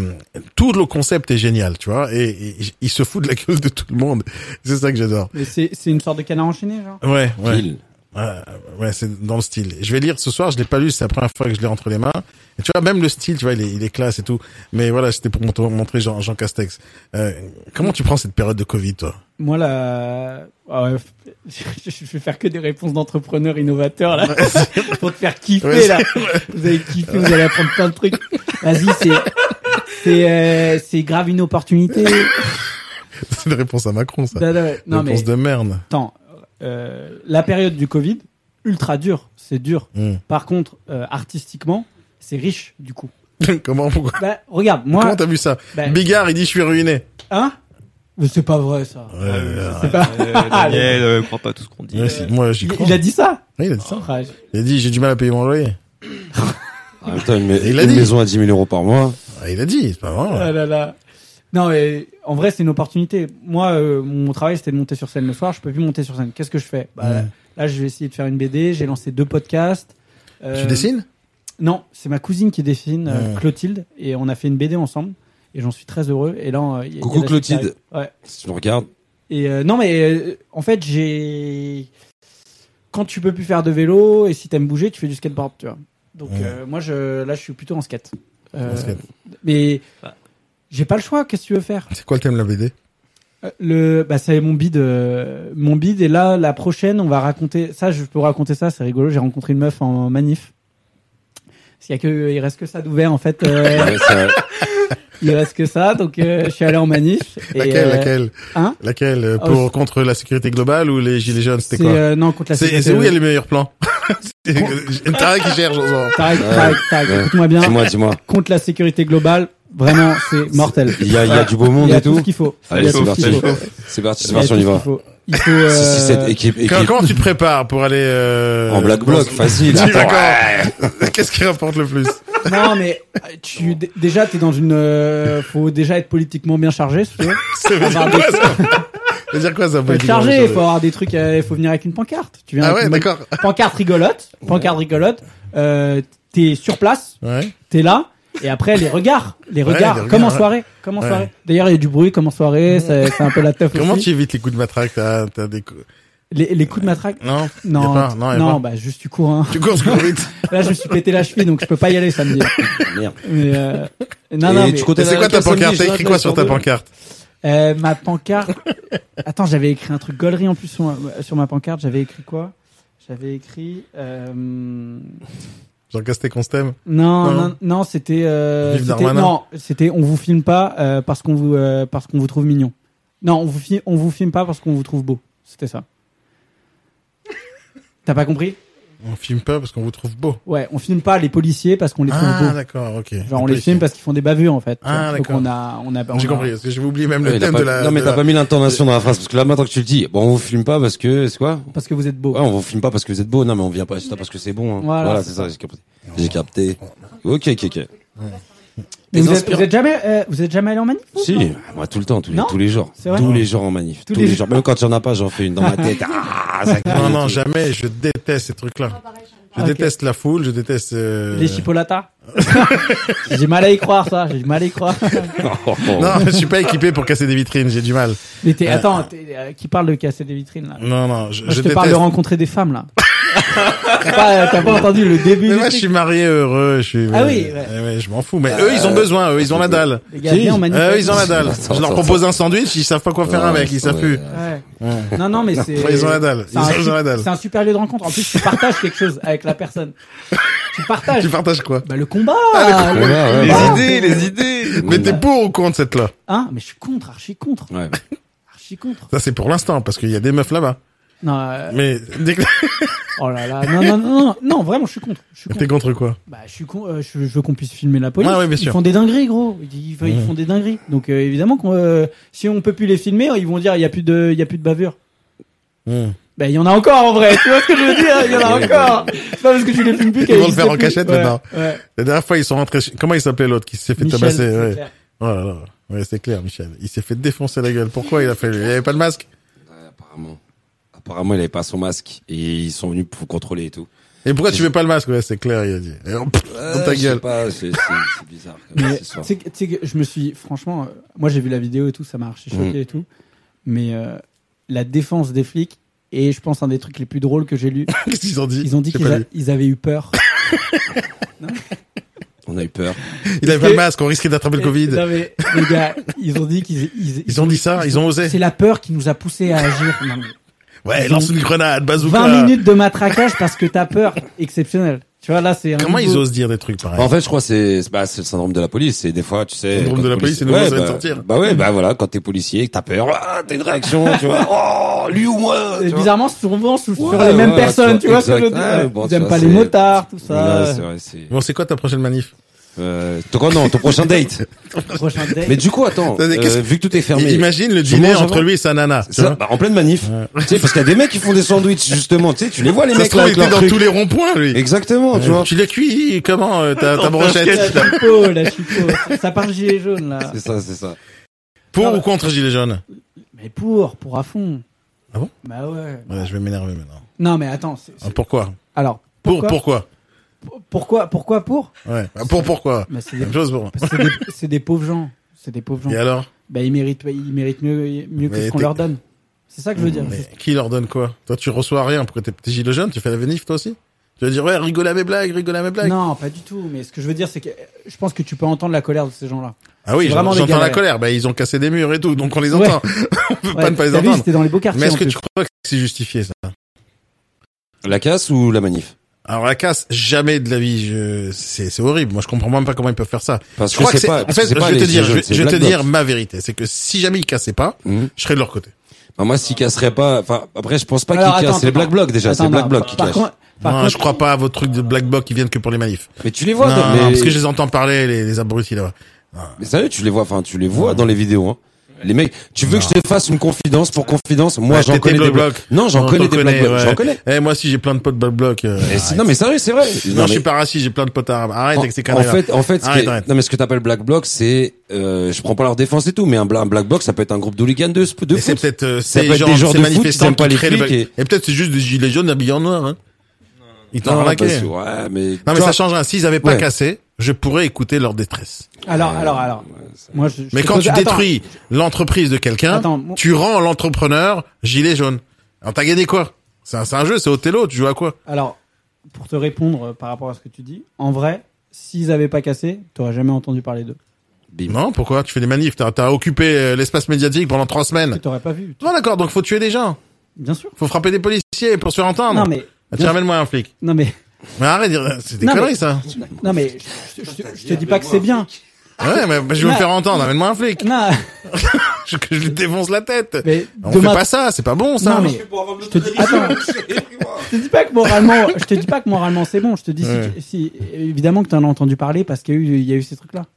[SPEAKER 1] tout le concept est génial, tu vois. Et, et il se fout de la gueule de tout le monde. C'est ça que j'adore.
[SPEAKER 4] Mais c'est c'est une sorte de canard enchaîné genre.
[SPEAKER 1] Ouais, ouais.
[SPEAKER 3] Style.
[SPEAKER 1] Ouais, ouais, c'est dans le style. Je vais lire ce soir. Je l'ai pas lu. C'est la première fois que je l'ai entre les mains. Et tu vois, même le style, tu vois, il est, il est classe et tout. Mais voilà, c'était pour te montrer Jean, Jean Castex. Euh, comment tu prends cette période de Covid, toi
[SPEAKER 4] Moi là, ah ouais, je je vais faire que des réponses d'entrepreneurs innovateurs là, pour te faire kiffer
[SPEAKER 1] Ouais, c'est
[SPEAKER 4] là.
[SPEAKER 1] vrai.
[SPEAKER 4] Vous allez kiffer, vous allez apprendre plein de trucs. Vas-y, c'est c'est euh, c'est grave une opportunité.
[SPEAKER 1] C'est une réponse à Macron, ça.
[SPEAKER 4] Non, non, ouais. Ben, Non,
[SPEAKER 1] réponse
[SPEAKER 4] mais-
[SPEAKER 1] de merde.
[SPEAKER 4] Attends, euh, la période du Covid, ultra dure, c'est dur.
[SPEAKER 1] Mm.
[SPEAKER 4] Par contre, euh, artistiquement, c'est riche du coup.
[SPEAKER 1] Comment pourquoi
[SPEAKER 4] Bah, regarde, moi.
[SPEAKER 1] Comment t'as vu ça
[SPEAKER 4] bah,
[SPEAKER 1] Bigard, il dit je suis ruiné.
[SPEAKER 4] Hein Mais c'est pas vrai ça.
[SPEAKER 1] Euh,
[SPEAKER 4] pas-
[SPEAKER 9] Daniel, euh, crois pas à tout ce qu'on dit.
[SPEAKER 1] Ouais, si, moi, j'y
[SPEAKER 4] Il,
[SPEAKER 1] crois.
[SPEAKER 4] il a dit ça
[SPEAKER 1] Oui, il a dit ça.
[SPEAKER 4] Rage.
[SPEAKER 1] Il a dit, j'ai du mal à payer mon loyer.
[SPEAKER 3] En même temps, une, ma-
[SPEAKER 1] Il l'a
[SPEAKER 3] une
[SPEAKER 1] dit.
[SPEAKER 3] maison à 10 000 euros par mois.
[SPEAKER 1] Ah, Il a dit, c'est pas vrai.
[SPEAKER 4] Ah là là. Non, mais en vrai, c'est une opportunité. Moi, euh, mon travail, c'était de monter sur scène le soir. Je peux plus monter sur scène. Qu'est-ce que je fais bah,
[SPEAKER 1] Ouais.
[SPEAKER 4] Là, je vais essayer de faire une BD. J'ai lancé deux podcasts. Euh,
[SPEAKER 1] Tu dessines
[SPEAKER 4] Non, c'est ma cousine qui dessine, euh,
[SPEAKER 3] Ouais.
[SPEAKER 4] Clotilde. Et on a fait une BD ensemble. Et j'en suis très heureux. Et là, euh, il y a-
[SPEAKER 3] Coucou
[SPEAKER 4] il y a de la suite qui
[SPEAKER 3] Clotilde.
[SPEAKER 4] arrive. Ouais.
[SPEAKER 3] Si tu le regardes.
[SPEAKER 4] Et euh, non, mais euh, en fait, j'ai. Quand tu peux plus faire de vélo et si t'aimes bouger, tu fais du skateboard, tu vois. Donc
[SPEAKER 1] Ouais.
[SPEAKER 4] euh, moi, je, là, je suis plutôt en skate. Euh,
[SPEAKER 1] En skate.
[SPEAKER 4] Mais j'ai pas le choix. Qu'est-ce que tu veux faire
[SPEAKER 1] C'est quoi le thème de la BD
[SPEAKER 4] Euh, Le, bah, c'est mon bide, euh, mon bide. Et là, la prochaine, on va raconter ça. Je peux vous raconter ça. C'est rigolo. J'ai rencontré une meuf en manif. Parce qu'il y a que, il reste que ça d'ouvert en fait. euh,
[SPEAKER 3] Ouais, ça-
[SPEAKER 4] il reste que ça. Donc euh, je suis allé en manif. et,
[SPEAKER 1] Laquelle,
[SPEAKER 4] euh,
[SPEAKER 1] laquelle
[SPEAKER 4] Hein
[SPEAKER 1] Laquelle euh,
[SPEAKER 4] Oh,
[SPEAKER 1] Pour
[SPEAKER 4] c'est-
[SPEAKER 1] contre la sécurité globale ou les gilets jaunes C'était
[SPEAKER 4] C'est,
[SPEAKER 1] quoi
[SPEAKER 4] euh, non, contre la
[SPEAKER 1] C'est-
[SPEAKER 4] sécurité-
[SPEAKER 1] C'est où il y a les meilleurs plans C'est Tarek qui gère, genre.
[SPEAKER 4] Tarek,
[SPEAKER 3] Ouais.
[SPEAKER 4] Tarek, Tarek,
[SPEAKER 3] Ouais.
[SPEAKER 4] écoute-moi bien.
[SPEAKER 3] Dis-moi, dis-moi.
[SPEAKER 4] Contre la sécurité globale, vraiment, c'est mortel.
[SPEAKER 3] Il y a, il y a du beau monde
[SPEAKER 4] Il y a
[SPEAKER 3] et tout.
[SPEAKER 4] tout ce qu'il faut.
[SPEAKER 3] Allez,
[SPEAKER 4] Il y a
[SPEAKER 3] c'est
[SPEAKER 4] tout
[SPEAKER 3] parti.
[SPEAKER 4] ce qu'il faut.
[SPEAKER 3] C'est parti,
[SPEAKER 4] Il
[SPEAKER 3] c'est
[SPEAKER 4] y a
[SPEAKER 3] parti, on y
[SPEAKER 4] tout
[SPEAKER 3] va.
[SPEAKER 4] ce qu'il faut. Il faut, euh,
[SPEAKER 3] Si, si, cette équipe, équipe.
[SPEAKER 1] Quand- Comment tu te prépares pour aller euh,
[SPEAKER 3] En black
[SPEAKER 1] dans-
[SPEAKER 3] bloc, facile, Ah,
[SPEAKER 1] Tu-
[SPEAKER 3] attends.
[SPEAKER 1] D'accord. Qu'est-ce qui rapporte le plus
[SPEAKER 4] Non, mais euh, tu, d- déjà, t'es dans une, euh, faut déjà être politiquement bien chargé, si tu veux.
[SPEAKER 1] Ça veut dire
[SPEAKER 4] Avoir
[SPEAKER 1] quoi
[SPEAKER 4] des-
[SPEAKER 1] ça Ça veut dire quoi ça
[SPEAKER 4] Faut être
[SPEAKER 1] politiquement
[SPEAKER 4] chargé, faut avoir des trucs, euh, il faut venir avec une pancarte. Tu viens
[SPEAKER 1] Ah
[SPEAKER 4] avec
[SPEAKER 1] ouais,
[SPEAKER 4] une-
[SPEAKER 1] d'accord.
[SPEAKER 4] Pancarte rigolote, pancarte rigolote, euh, t'es sur place,
[SPEAKER 1] Ouais.
[SPEAKER 4] t'es là, et après les regards, les
[SPEAKER 1] Ouais,
[SPEAKER 4] regards,
[SPEAKER 1] les regards,
[SPEAKER 4] comme en
[SPEAKER 1] ouais.
[SPEAKER 4] soirée, comme en
[SPEAKER 1] Ouais. Mmh.
[SPEAKER 4] soirée. D'ailleurs, il y a du bruit, comme en soirée, c'est c'est un peu la teuf
[SPEAKER 1] Comment
[SPEAKER 4] aussi.
[SPEAKER 1] tu évites les coups de matraque T'as t'as des coups...
[SPEAKER 4] Les, les coups de matraque
[SPEAKER 1] Non,
[SPEAKER 4] Non,
[SPEAKER 1] Mmh. y a pas, non, y a pas.
[SPEAKER 4] bah juste tu cours. Hein.
[SPEAKER 1] Tu cours, tu cours vite.
[SPEAKER 4] Là, je me suis pété la cheville, donc je peux pas y aller samedi.
[SPEAKER 3] Merde.
[SPEAKER 4] Mais euh, non, non,
[SPEAKER 3] Et
[SPEAKER 4] mais-
[SPEAKER 3] tu comptais
[SPEAKER 1] C'est
[SPEAKER 3] la-
[SPEAKER 1] quoi ta
[SPEAKER 3] quel samedi,
[SPEAKER 1] pancarte
[SPEAKER 3] je
[SPEAKER 1] T'as
[SPEAKER 3] vois,
[SPEAKER 1] écrit quoi
[SPEAKER 3] t'as
[SPEAKER 1] sur ta
[SPEAKER 3] deux.
[SPEAKER 1] pancarte
[SPEAKER 4] Euh, ma pancarte. Attends, j'avais écrit un truc gaulerie en plus sur ma, sur ma pancarte. J'avais écrit quoi J'avais écrit. euh, Non,
[SPEAKER 1] Jean Castex, on s'aime
[SPEAKER 4] non,
[SPEAKER 1] Non.
[SPEAKER 4] non, c'était. euh,
[SPEAKER 1] Vive
[SPEAKER 4] c'était-
[SPEAKER 1] Darmanin.
[SPEAKER 4] non, c'était. On vous filme pas euh, parce qu'on vous euh, parce qu'on vous trouve mignon. Non, on vous fi- on vous filme pas parce qu'on vous trouve beau. C'était ça. T'as pas compris
[SPEAKER 1] On filme pas parce qu'on vous trouve beau.
[SPEAKER 4] Ouais, on filme pas les policiers parce qu'on les trouve
[SPEAKER 1] Ah,
[SPEAKER 4] beaux.
[SPEAKER 1] d'accord, ok.
[SPEAKER 4] Genre on
[SPEAKER 1] Les
[SPEAKER 4] les filme parce qu'ils font des bavures en fait.
[SPEAKER 1] Ah,
[SPEAKER 4] Donc
[SPEAKER 1] d'accord.
[SPEAKER 4] on a, on a. on
[SPEAKER 1] J'ai
[SPEAKER 4] a-
[SPEAKER 1] compris, parce que j'avais oublié même le
[SPEAKER 3] Ouais,
[SPEAKER 1] thème
[SPEAKER 3] t'as
[SPEAKER 1] de
[SPEAKER 3] pas-
[SPEAKER 1] la...
[SPEAKER 3] non mais
[SPEAKER 1] de
[SPEAKER 3] t'as
[SPEAKER 1] la-
[SPEAKER 3] pas mis l'intonation dans la phrase parce que là maintenant que tu le dis, bon on vous filme pas parce que c'est quoi
[SPEAKER 4] Parce que vous êtes beau.
[SPEAKER 3] Ouais, on vous filme pas parce que vous êtes beau. Non mais on vient pas juste parce que c'est bon. hein.
[SPEAKER 4] Voilà,
[SPEAKER 3] Voilà,
[SPEAKER 4] c'est
[SPEAKER 3] c'est ça. J'ai capté. J'ai capté. Ok ok ok.
[SPEAKER 4] Mais
[SPEAKER 3] Les
[SPEAKER 4] vous, êtes,
[SPEAKER 3] inspirants-
[SPEAKER 4] vous êtes jamais, euh, vous êtes jamais allé en manif vous
[SPEAKER 3] Si,
[SPEAKER 4] non
[SPEAKER 3] moi tout le temps, tous les,
[SPEAKER 4] Non
[SPEAKER 3] tous les jours,
[SPEAKER 4] C'est vrai
[SPEAKER 3] tous les jours en manif,
[SPEAKER 4] Tous
[SPEAKER 3] tous,
[SPEAKER 4] les
[SPEAKER 3] les, jours. Même quand il y en a pas, j'en fais une dans ma tête. Ah, ça crie
[SPEAKER 1] Non,
[SPEAKER 3] et
[SPEAKER 1] non,
[SPEAKER 3] tout.
[SPEAKER 1] jamais, je déteste ces trucs-là. Je
[SPEAKER 4] Ok.
[SPEAKER 1] déteste la foule, je déteste... euh,
[SPEAKER 4] Les chipolatas. J'ai mal à y croire ça. J'ai du mal à y croire.
[SPEAKER 1] Non, je suis pas équipé pour casser des vitrines, j'ai du mal.
[SPEAKER 4] Mais t'es-
[SPEAKER 1] Euh,
[SPEAKER 4] attends, t'es- euh, qui parle de casser des vitrines là
[SPEAKER 1] Non, non, je,
[SPEAKER 4] Moi, je,
[SPEAKER 1] je
[SPEAKER 4] te parle de
[SPEAKER 1] déteste.
[SPEAKER 4] rencontrer des femmes là. T'as pas, t'as pas entendu le début
[SPEAKER 1] Mais
[SPEAKER 4] du
[SPEAKER 1] moi, je
[SPEAKER 4] truc.
[SPEAKER 1] suis marié heureux, je suis.
[SPEAKER 4] Ah oui, ouais.
[SPEAKER 1] Euh, ouais, je m'en fous. Mais eux, ils ont besoin, eux, ils ont la dalle.
[SPEAKER 4] Les gars, viens, on manipule.
[SPEAKER 1] Euh, eux, ils ont la dalle.
[SPEAKER 3] Attends,
[SPEAKER 1] Je leur
[SPEAKER 3] attends,
[SPEAKER 1] propose un sandwich, ils savent pas quoi faire avec, ils savent plus.
[SPEAKER 4] Ouais.
[SPEAKER 1] Ouais.
[SPEAKER 4] Non, non, mais c'est.
[SPEAKER 1] Ouais, Ils ont la dalle.
[SPEAKER 4] c'est
[SPEAKER 1] Ils
[SPEAKER 4] un
[SPEAKER 1] ont- ils
[SPEAKER 4] su-
[SPEAKER 1] ont la dalle.
[SPEAKER 4] C'est un super lieu de rencontre. En plus, tu partages quelque chose avec la personne. Tu partages.
[SPEAKER 1] Tu partages quoi
[SPEAKER 4] Bah, le combat.
[SPEAKER 1] Ah, le combat,
[SPEAKER 4] le
[SPEAKER 1] ouais,
[SPEAKER 4] combat.
[SPEAKER 1] ouais.
[SPEAKER 4] les
[SPEAKER 1] idées. Mais t'es pour ou contre cette là
[SPEAKER 4] Hein Mais je suis contre, archi contre,
[SPEAKER 3] Ouais.
[SPEAKER 4] archi contre.
[SPEAKER 1] Ça, c'est pour l'instant, parce qu'il y a des meufs là-bas.
[SPEAKER 4] Non. euh,
[SPEAKER 1] Mais dès que
[SPEAKER 4] Oh là là. Non, non, non, non, non. Vraiment, je suis contre. Je suis contre.
[SPEAKER 1] t'es contre quoi
[SPEAKER 4] Bah, je suis con. euh, je, je veux qu'on puisse filmer la police.
[SPEAKER 1] Ouais, ouais,
[SPEAKER 4] Ils
[SPEAKER 1] bien sûr. Mmh.
[SPEAKER 4] font des dingueries, gros. Ils, ils
[SPEAKER 1] Ouais.
[SPEAKER 4] font des dingueries. Donc euh, évidemment, qu'on, euh, si on peut plus les filmer, ils vont dire il y a plus de, il y a plus de bavure.
[SPEAKER 1] Hmm.
[SPEAKER 4] Bah, il y en a encore en vrai. tu vois ce que je veux dire Il y en a encore. C'est pas parce que tu les filmes plus
[SPEAKER 1] Ils
[SPEAKER 4] qu'elles
[SPEAKER 1] vont le faire
[SPEAKER 4] existent plus.
[SPEAKER 1] en cachette
[SPEAKER 4] Ouais,
[SPEAKER 1] maintenant.
[SPEAKER 4] ouais.
[SPEAKER 1] La dernière fois, ils sont rentrés. chez- Comment il s'appelait l'autre qui s'est fait
[SPEAKER 4] Michel,
[SPEAKER 1] tabasser
[SPEAKER 4] c'est
[SPEAKER 1] ouais.
[SPEAKER 4] clair.
[SPEAKER 1] Oh là là. Ouais, c'est clair, Michel. Il s'est fait défoncer la gueule. Pourquoi il a fait Il avait pas de masque.
[SPEAKER 3] Apparemment, apparemment, il avait pas son masque et ils sont venus pour contrôler et tout.
[SPEAKER 1] Et pourquoi tu mets pas le masque Ouais, c'est clair, il a dit. Et on- pff, dans
[SPEAKER 3] Euh,
[SPEAKER 1] ta
[SPEAKER 3] je
[SPEAKER 1] gueule.
[SPEAKER 3] sais pas, c'est c'est- c'est bizarre. Quand même,
[SPEAKER 4] Mais
[SPEAKER 3] cette histoire.
[SPEAKER 4] tu sais que- tu sais que je me suis franchement, euh, moi j'ai vu la vidéo et tout, ça m'a archi choqué
[SPEAKER 1] Mmh.
[SPEAKER 3] Mm.
[SPEAKER 4] et tout, mais euh, la défense des flics et je pense un des trucs les plus drôles que j'ai lu.
[SPEAKER 1] Qu'est-ce qu'ils ont dit
[SPEAKER 4] Ils ont dit
[SPEAKER 1] J'ai
[SPEAKER 4] qu'ils
[SPEAKER 1] pas
[SPEAKER 4] a-
[SPEAKER 1] lu.
[SPEAKER 4] ils avaient eu peur.
[SPEAKER 3] On a eu peur.
[SPEAKER 1] Il avait pas le masque, on risquait d'attraper le Covid.
[SPEAKER 4] Non, mais, les gars, ils ont dit qu'ils ils,
[SPEAKER 1] Ils ont dit ça, ils ont osé.
[SPEAKER 4] C'est la peur qui nous a poussé à agir. Non, mais
[SPEAKER 1] Ouais,
[SPEAKER 4] Ils ont-
[SPEAKER 1] lance une grenade, bazooka.
[SPEAKER 4] 20 minutes de matraquage parce que t'as peur, exceptionnel. Tu vois là c'est un
[SPEAKER 1] Comment ils
[SPEAKER 4] niveau-
[SPEAKER 1] osent dire des trucs pareils
[SPEAKER 3] Bah, en fait, je crois que c'est c'est- bah, c'est le syndrome de la police. Et des fois, tu
[SPEAKER 1] Le
[SPEAKER 3] sais.
[SPEAKER 1] syndrome
[SPEAKER 3] quand
[SPEAKER 1] de la
[SPEAKER 3] t'es
[SPEAKER 1] police, c'est
[SPEAKER 3] policier-
[SPEAKER 1] nouveau,
[SPEAKER 3] Ouais,
[SPEAKER 1] ça vient de
[SPEAKER 3] bah,
[SPEAKER 1] sortir.
[SPEAKER 3] Bah ouais, bah voilà, quand t'es policier, que t'as peur, ah, t'as une réaction, tu vois. Oh, lui ou moi.
[SPEAKER 4] Et
[SPEAKER 3] tu vois.
[SPEAKER 4] bizarrement souvent sur, sur
[SPEAKER 3] Ouais,
[SPEAKER 4] les mêmes
[SPEAKER 3] ouais,
[SPEAKER 4] personnes, tu vois, ce que je veux
[SPEAKER 3] exact.
[SPEAKER 4] dire.
[SPEAKER 3] Ouais, bon,
[SPEAKER 4] ils
[SPEAKER 3] tu
[SPEAKER 4] aiment
[SPEAKER 3] vois,
[SPEAKER 4] pas les
[SPEAKER 3] c'est-
[SPEAKER 4] motards, tout ça.
[SPEAKER 3] Ouais, c'est vrai, c'est.
[SPEAKER 1] Bon, c'est quoi ta prochaine manif
[SPEAKER 3] Euh, ton, quoi, non, ton prochain date.
[SPEAKER 4] Prochain date.
[SPEAKER 3] Mais du coup, attends,
[SPEAKER 1] Attendez, qu'est-ce
[SPEAKER 3] euh, vu que tout est fermé.
[SPEAKER 1] Imagine le
[SPEAKER 3] je
[SPEAKER 1] dîner
[SPEAKER 3] mange
[SPEAKER 1] entre
[SPEAKER 3] avant.
[SPEAKER 1] lui et sa nana. tu
[SPEAKER 3] Ça,
[SPEAKER 1] vois.
[SPEAKER 3] bah, en pleine manif. Tu sais, parce qu'il y a des mecs qui font des sandwichs, justement. Tu sais, tu les vois, les
[SPEAKER 1] Ça se
[SPEAKER 3] mecs là.
[SPEAKER 1] trouve, il
[SPEAKER 3] avec
[SPEAKER 1] était
[SPEAKER 3] leur
[SPEAKER 1] dans
[SPEAKER 3] truc.
[SPEAKER 1] tous les ronds-points, lui.
[SPEAKER 3] Exactement, tu
[SPEAKER 1] Euh,
[SPEAKER 3] vois.
[SPEAKER 1] Tu l'as cuit comment euh, ta, ta brochette
[SPEAKER 4] La chipo, la chipo. Ça part gilet jaune là.
[SPEAKER 3] C'est ça, c'est ça.
[SPEAKER 1] Pour ou contre Gilet jaune
[SPEAKER 4] Mais pour, pour à fond.
[SPEAKER 1] Ah bon
[SPEAKER 4] Bah ouais.
[SPEAKER 1] Ouais, Je vais m'énerver maintenant.
[SPEAKER 4] Non mais attends. c'est-
[SPEAKER 1] Ah, Pourquoi
[SPEAKER 4] Alors pourquoi
[SPEAKER 1] Pour pourquoi
[SPEAKER 4] pourquoi pourquoi pour
[SPEAKER 1] Ouais. Ah, Pour pourquoi
[SPEAKER 4] Bah, c'est des-
[SPEAKER 1] Même chose pour moi.
[SPEAKER 4] parce que c'est des- c'est des pauvres gens. C'est des pauvres gens.
[SPEAKER 1] Et alors
[SPEAKER 4] Bah, ils méritent, ils méritent mieux, mieux que
[SPEAKER 1] Mais
[SPEAKER 4] ce qu'on
[SPEAKER 1] t'es-
[SPEAKER 4] leur donne. C'est ça que je veux dire.
[SPEAKER 1] Mais qui leur donne quoi Toi, tu reçois rien. Pourquoi t'es petit gilet jaune Tu fais la vénif, toi aussi Tu vas dire, ouais, rigole à mes blagues, rigole à mes blagues.
[SPEAKER 4] Non, pas du tout. Mais ce que je veux dire, c'est que euh, je pense que tu peux entendre la colère de ces gens-là.
[SPEAKER 1] Ah oui,
[SPEAKER 4] C'est vraiment
[SPEAKER 1] j'en-
[SPEAKER 4] des
[SPEAKER 1] j'entends la
[SPEAKER 4] galères.
[SPEAKER 1] colère. Bah, ils ont cassé des murs et tout, donc on les
[SPEAKER 4] Ouais.
[SPEAKER 1] entend. on peut pas
[SPEAKER 4] Ouais,
[SPEAKER 1] ne pas les
[SPEAKER 4] t'as vu,
[SPEAKER 1] entendre.
[SPEAKER 4] C'était dans les beaux quartiers.
[SPEAKER 1] Mais est-ce
[SPEAKER 4] en
[SPEAKER 1] que
[SPEAKER 4] plus.
[SPEAKER 1] tu crois que c'est justifié, ça
[SPEAKER 3] La casse ou la manif?
[SPEAKER 1] Alors, la casse, jamais de la vie. Je... C'est c'est horrible. Moi, je comprends même pas comment ils peuvent faire ça.
[SPEAKER 3] Parce
[SPEAKER 1] je
[SPEAKER 3] que
[SPEAKER 1] crois que
[SPEAKER 3] c'est
[SPEAKER 1] c'est.
[SPEAKER 3] pas,
[SPEAKER 1] En
[SPEAKER 3] parce que
[SPEAKER 1] fait, je
[SPEAKER 3] c'est pas
[SPEAKER 1] vais
[SPEAKER 3] les
[SPEAKER 1] te dire, je
[SPEAKER 3] jeux jaunes,
[SPEAKER 1] vais
[SPEAKER 3] c'est
[SPEAKER 1] je vais te
[SPEAKER 3] Black Bloc.
[SPEAKER 1] dire ma vérité. C'est que si jamais ils cassaient pas,
[SPEAKER 3] Mhm.
[SPEAKER 1] je serais de leur côté.
[SPEAKER 3] Bah, moi, s'ils casseraient pas, enfin, après, je pense pas
[SPEAKER 4] Alors,
[SPEAKER 3] qu'ils
[SPEAKER 4] attends,
[SPEAKER 3] cassent. C'est les
[SPEAKER 4] attends.
[SPEAKER 3] Black Bloc, déjà. C'est les
[SPEAKER 4] Attends,
[SPEAKER 3] Black
[SPEAKER 4] non,
[SPEAKER 3] Bloc qui
[SPEAKER 4] Par
[SPEAKER 3] cassent.
[SPEAKER 4] contre, par
[SPEAKER 1] non,
[SPEAKER 4] contre-
[SPEAKER 1] je crois pas à vos trucs de black bloc qui viennent que pour les manifs.
[SPEAKER 3] Mais tu les vois,
[SPEAKER 1] non,
[SPEAKER 3] toi,
[SPEAKER 1] non,
[SPEAKER 3] mais-
[SPEAKER 1] parce que je les entends parler, les, les abrutis là-bas.
[SPEAKER 3] Mais sérieux, tu les vois, enfin, tu les vois dans les vidéos, hein. Les mecs, tu veux que je te fasse une confidence pour confidence? Moi,
[SPEAKER 1] Ouais,
[SPEAKER 3] j'en
[SPEAKER 1] t'étais
[SPEAKER 3] connais des
[SPEAKER 1] Black
[SPEAKER 3] Black
[SPEAKER 1] Bloc.
[SPEAKER 3] Non, j'en
[SPEAKER 1] On
[SPEAKER 3] connais
[SPEAKER 1] t'en
[SPEAKER 3] des Black Bloc.
[SPEAKER 1] ouais.
[SPEAKER 3] J'en connais.
[SPEAKER 1] Eh, moi aussi, j'ai plein de potes black bloc. euh,
[SPEAKER 3] Et si-
[SPEAKER 1] arrête.
[SPEAKER 3] Non, mais sérieux, c'est vrai.
[SPEAKER 1] non,
[SPEAKER 3] Non,
[SPEAKER 1] je suis
[SPEAKER 3] mais-
[SPEAKER 1] pas raciste, j'ai plein de potes arabes. Arrête avec ces
[SPEAKER 3] en
[SPEAKER 1] conneries.
[SPEAKER 3] fait, en fait, ce qui
[SPEAKER 1] arrête,
[SPEAKER 3] est-
[SPEAKER 1] arrête.
[SPEAKER 3] non mais ce que t'appelles black bloc, c'est, euh, je prends pas leur défense et tout, mais un, bla- un black bloc, ça peut être un groupe d'hooligans de, sp- de
[SPEAKER 1] Et c'est
[SPEAKER 3] foot.
[SPEAKER 1] peut-être euh,
[SPEAKER 3] Ça
[SPEAKER 1] ces
[SPEAKER 3] peut être
[SPEAKER 1] gens,
[SPEAKER 3] des genres
[SPEAKER 1] ces
[SPEAKER 3] de foot qui
[SPEAKER 1] manifestants
[SPEAKER 3] aiment pas
[SPEAKER 1] qui
[SPEAKER 3] les
[SPEAKER 1] créent le
[SPEAKER 3] flics
[SPEAKER 1] black- Et, peut-être c'est juste des gilets jaunes habillés en noir. Hein. Ils t'ont
[SPEAKER 3] Non,
[SPEAKER 1] arnaqué.
[SPEAKER 3] parce que- ouais, mais,
[SPEAKER 1] Non, mais ça change rien. S'ils avaient pas
[SPEAKER 3] Ouais.
[SPEAKER 1] cassé, je pourrais écouter leur détresse.
[SPEAKER 4] Alors, alors, alors. Moi, je, je
[SPEAKER 1] Mais
[SPEAKER 4] te
[SPEAKER 1] quand
[SPEAKER 4] pose-
[SPEAKER 1] tu
[SPEAKER 4] attends,
[SPEAKER 1] détruis l'entreprise de quelqu'un,
[SPEAKER 4] Attends, mon-
[SPEAKER 1] tu rends l'entrepreneur gilet jaune. Alors t'as gagné quoi C'est un, c'est un jeu, c'est Othello, tu joues à quoi
[SPEAKER 4] Alors, pour te répondre euh, par rapport à ce que tu dis, en vrai, s'ils avaient pas cassé, t'aurais jamais entendu parler d'eux.
[SPEAKER 1] Non, pourquoi Tu fais des manifs, t'as t'as occupé euh, l'espace médiatique pendant trois semaines.
[SPEAKER 4] Tu t'aurais pas vu.
[SPEAKER 1] Non d'accord, donc faut tuer des gens,
[SPEAKER 4] Bien sûr.
[SPEAKER 1] faut frapper des policiers pour se faire entendre.
[SPEAKER 4] Non, mais-
[SPEAKER 1] Ah, tiens, ramène-moi un flic.
[SPEAKER 4] Non mais,
[SPEAKER 1] Mais arrête, euh, c'est des
[SPEAKER 4] Non,
[SPEAKER 1] conneries
[SPEAKER 4] mais-
[SPEAKER 1] ça.
[SPEAKER 4] non mais, je, je- je- je te dis pas que c'est bien.
[SPEAKER 1] Ouais, mais bah, je vais me
[SPEAKER 4] Non.
[SPEAKER 1] faire entendre, ramène-moi un flic.
[SPEAKER 4] Non.
[SPEAKER 1] je, que je lui défonce la tête.
[SPEAKER 4] Mais
[SPEAKER 1] on fait
[SPEAKER 4] demain-
[SPEAKER 1] pas ça, c'est pas bon ça.
[SPEAKER 4] Non, mais je te dis, attends, je te dis pas que moralement, je te dis pas que moralement c'est bon. Je te dis si
[SPEAKER 3] Ouais.
[SPEAKER 4] tu- si, évidemment que t'en as entendu parler parce qu'il y a eu, il y a eu ces trucs-là.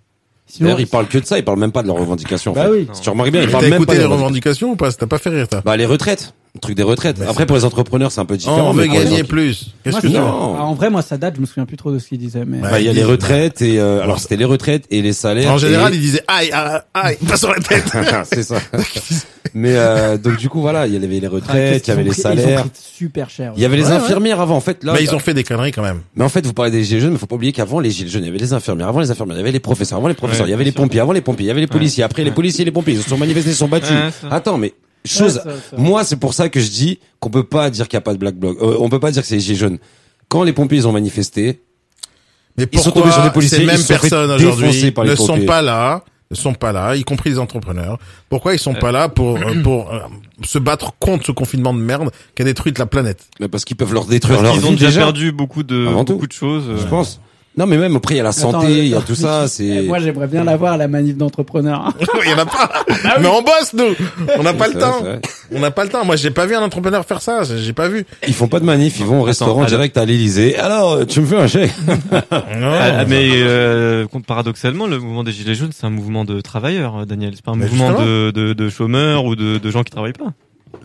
[SPEAKER 4] Sinon-
[SPEAKER 3] D'ailleurs, ils parlent que de ça, ils parlent même pas de leurs revendications. en
[SPEAKER 4] Bah
[SPEAKER 3] fait.
[SPEAKER 4] oui.
[SPEAKER 3] Si tu remarques bien,
[SPEAKER 1] Mais
[SPEAKER 3] ils
[SPEAKER 1] T'as
[SPEAKER 3] parlent même pas
[SPEAKER 1] écouté
[SPEAKER 3] des
[SPEAKER 1] les
[SPEAKER 3] revendications.
[SPEAKER 1] revendications ou pas Ça t'a pas fait rire, ça
[SPEAKER 3] Bah, les retraites. Le truc des retraites. Après, pour les entrepreneurs, c'est un peu différent.
[SPEAKER 1] On veut
[SPEAKER 3] mais pour les
[SPEAKER 1] gagner
[SPEAKER 3] entre-
[SPEAKER 1] plus. Qu'est-ce
[SPEAKER 4] Moi,
[SPEAKER 1] que
[SPEAKER 4] c'est-
[SPEAKER 1] ça
[SPEAKER 4] Ah, En vrai, moi, ça date, je me souviens plus trop de ce qu'ils disaient. Mais...
[SPEAKER 3] Bah, il y a les retraites et, euh, alors c'était les retraites et les salaires.
[SPEAKER 1] En général,
[SPEAKER 3] et- Ah,
[SPEAKER 1] il disait aïe, aïe, aïe, pas sur la tête.
[SPEAKER 3] c'est ça. Mais, euh, donc du coup, voilà, il y avait les
[SPEAKER 9] Ah,
[SPEAKER 3] retraites, il y avait les salaires.
[SPEAKER 4] super cher.
[SPEAKER 3] Il y avait les infirmières avant, en fait. Là,
[SPEAKER 1] Mais ils ont fait des conneries quand même.
[SPEAKER 3] Mais en fait, vous parlez des gilets jaunes, mais faut pas oublier qu'avant les gilets jaunes, il y avait les infirmières, avant les infirmières, il y avait les professeurs, avant les professeurs,
[SPEAKER 9] Ouais,
[SPEAKER 3] il y avait les pompiers, avant les pompiers, il y avait les policiers, après les policiers et les pompiers, ils se sont manifestés, ils se sont battus.
[SPEAKER 9] Ouais, ça.
[SPEAKER 3] Attends, mais chose,
[SPEAKER 9] Ouais, ça, ça.
[SPEAKER 3] moi, c'est pour ça que je dis qu'on peut pas dire qu'il y a pas de black bloc, Euh, on peut pas dire que c'est les gilets jaunes. Quand les pompiers, ils ont manifesté,
[SPEAKER 1] Mais
[SPEAKER 3] ils sont
[SPEAKER 1] pourquoi
[SPEAKER 3] tombés sur des policiers,
[SPEAKER 1] ces
[SPEAKER 3] ils
[SPEAKER 1] mêmes
[SPEAKER 3] se sont fait
[SPEAKER 1] personnes
[SPEAKER 3] défoncer
[SPEAKER 1] aujourd'hui
[SPEAKER 3] par les
[SPEAKER 1] ne sont
[SPEAKER 3] pompiers.
[SPEAKER 1] pas là, ne sont pas là, y compris les entrepreneurs. Pourquoi ils sont pas là pour euh, pour euh, se battre contre ce confinement de merde qui a détruit la planète
[SPEAKER 3] Mais bah, parce qu'ils peuvent leur détruire leur
[SPEAKER 9] Ils ont
[SPEAKER 3] vie,
[SPEAKER 9] déjà
[SPEAKER 3] déjà.
[SPEAKER 9] perdu beaucoup de,
[SPEAKER 3] Avant tout.
[SPEAKER 9] beaucoup de choses. euh,
[SPEAKER 3] Je pense. Non, mais même après, il y a la santé, il y a tout ça, c'est...
[SPEAKER 4] euh, Eh, Moi, j'aimerais bien l'avoir, la manif d'entrepreneur.
[SPEAKER 1] Il y en a pas. Mais on bosse nous. On n'a pas
[SPEAKER 3] Ah C'est
[SPEAKER 1] le
[SPEAKER 3] vrai,
[SPEAKER 1] temps.
[SPEAKER 3] c'est vrai.
[SPEAKER 1] On n'a pas le temps. Moi, j'ai pas vu un entrepreneur faire ça. J'ai j'ai pas vu.
[SPEAKER 3] Ils font pas de manif, ils vont au restaurant
[SPEAKER 9] alors-
[SPEAKER 3] direct à l'Elysée. Alors, tu me fais un chèque
[SPEAKER 1] Non.
[SPEAKER 9] Ah, mais euh, paradoxalement, le mouvement des Gilets jaunes, c'est un mouvement de travailleurs, euh, Daniel. C'est pas un
[SPEAKER 1] Mais
[SPEAKER 9] mouvement
[SPEAKER 1] justement.
[SPEAKER 9] de, de, de chômeurs ou de, de gens qui travaillent pas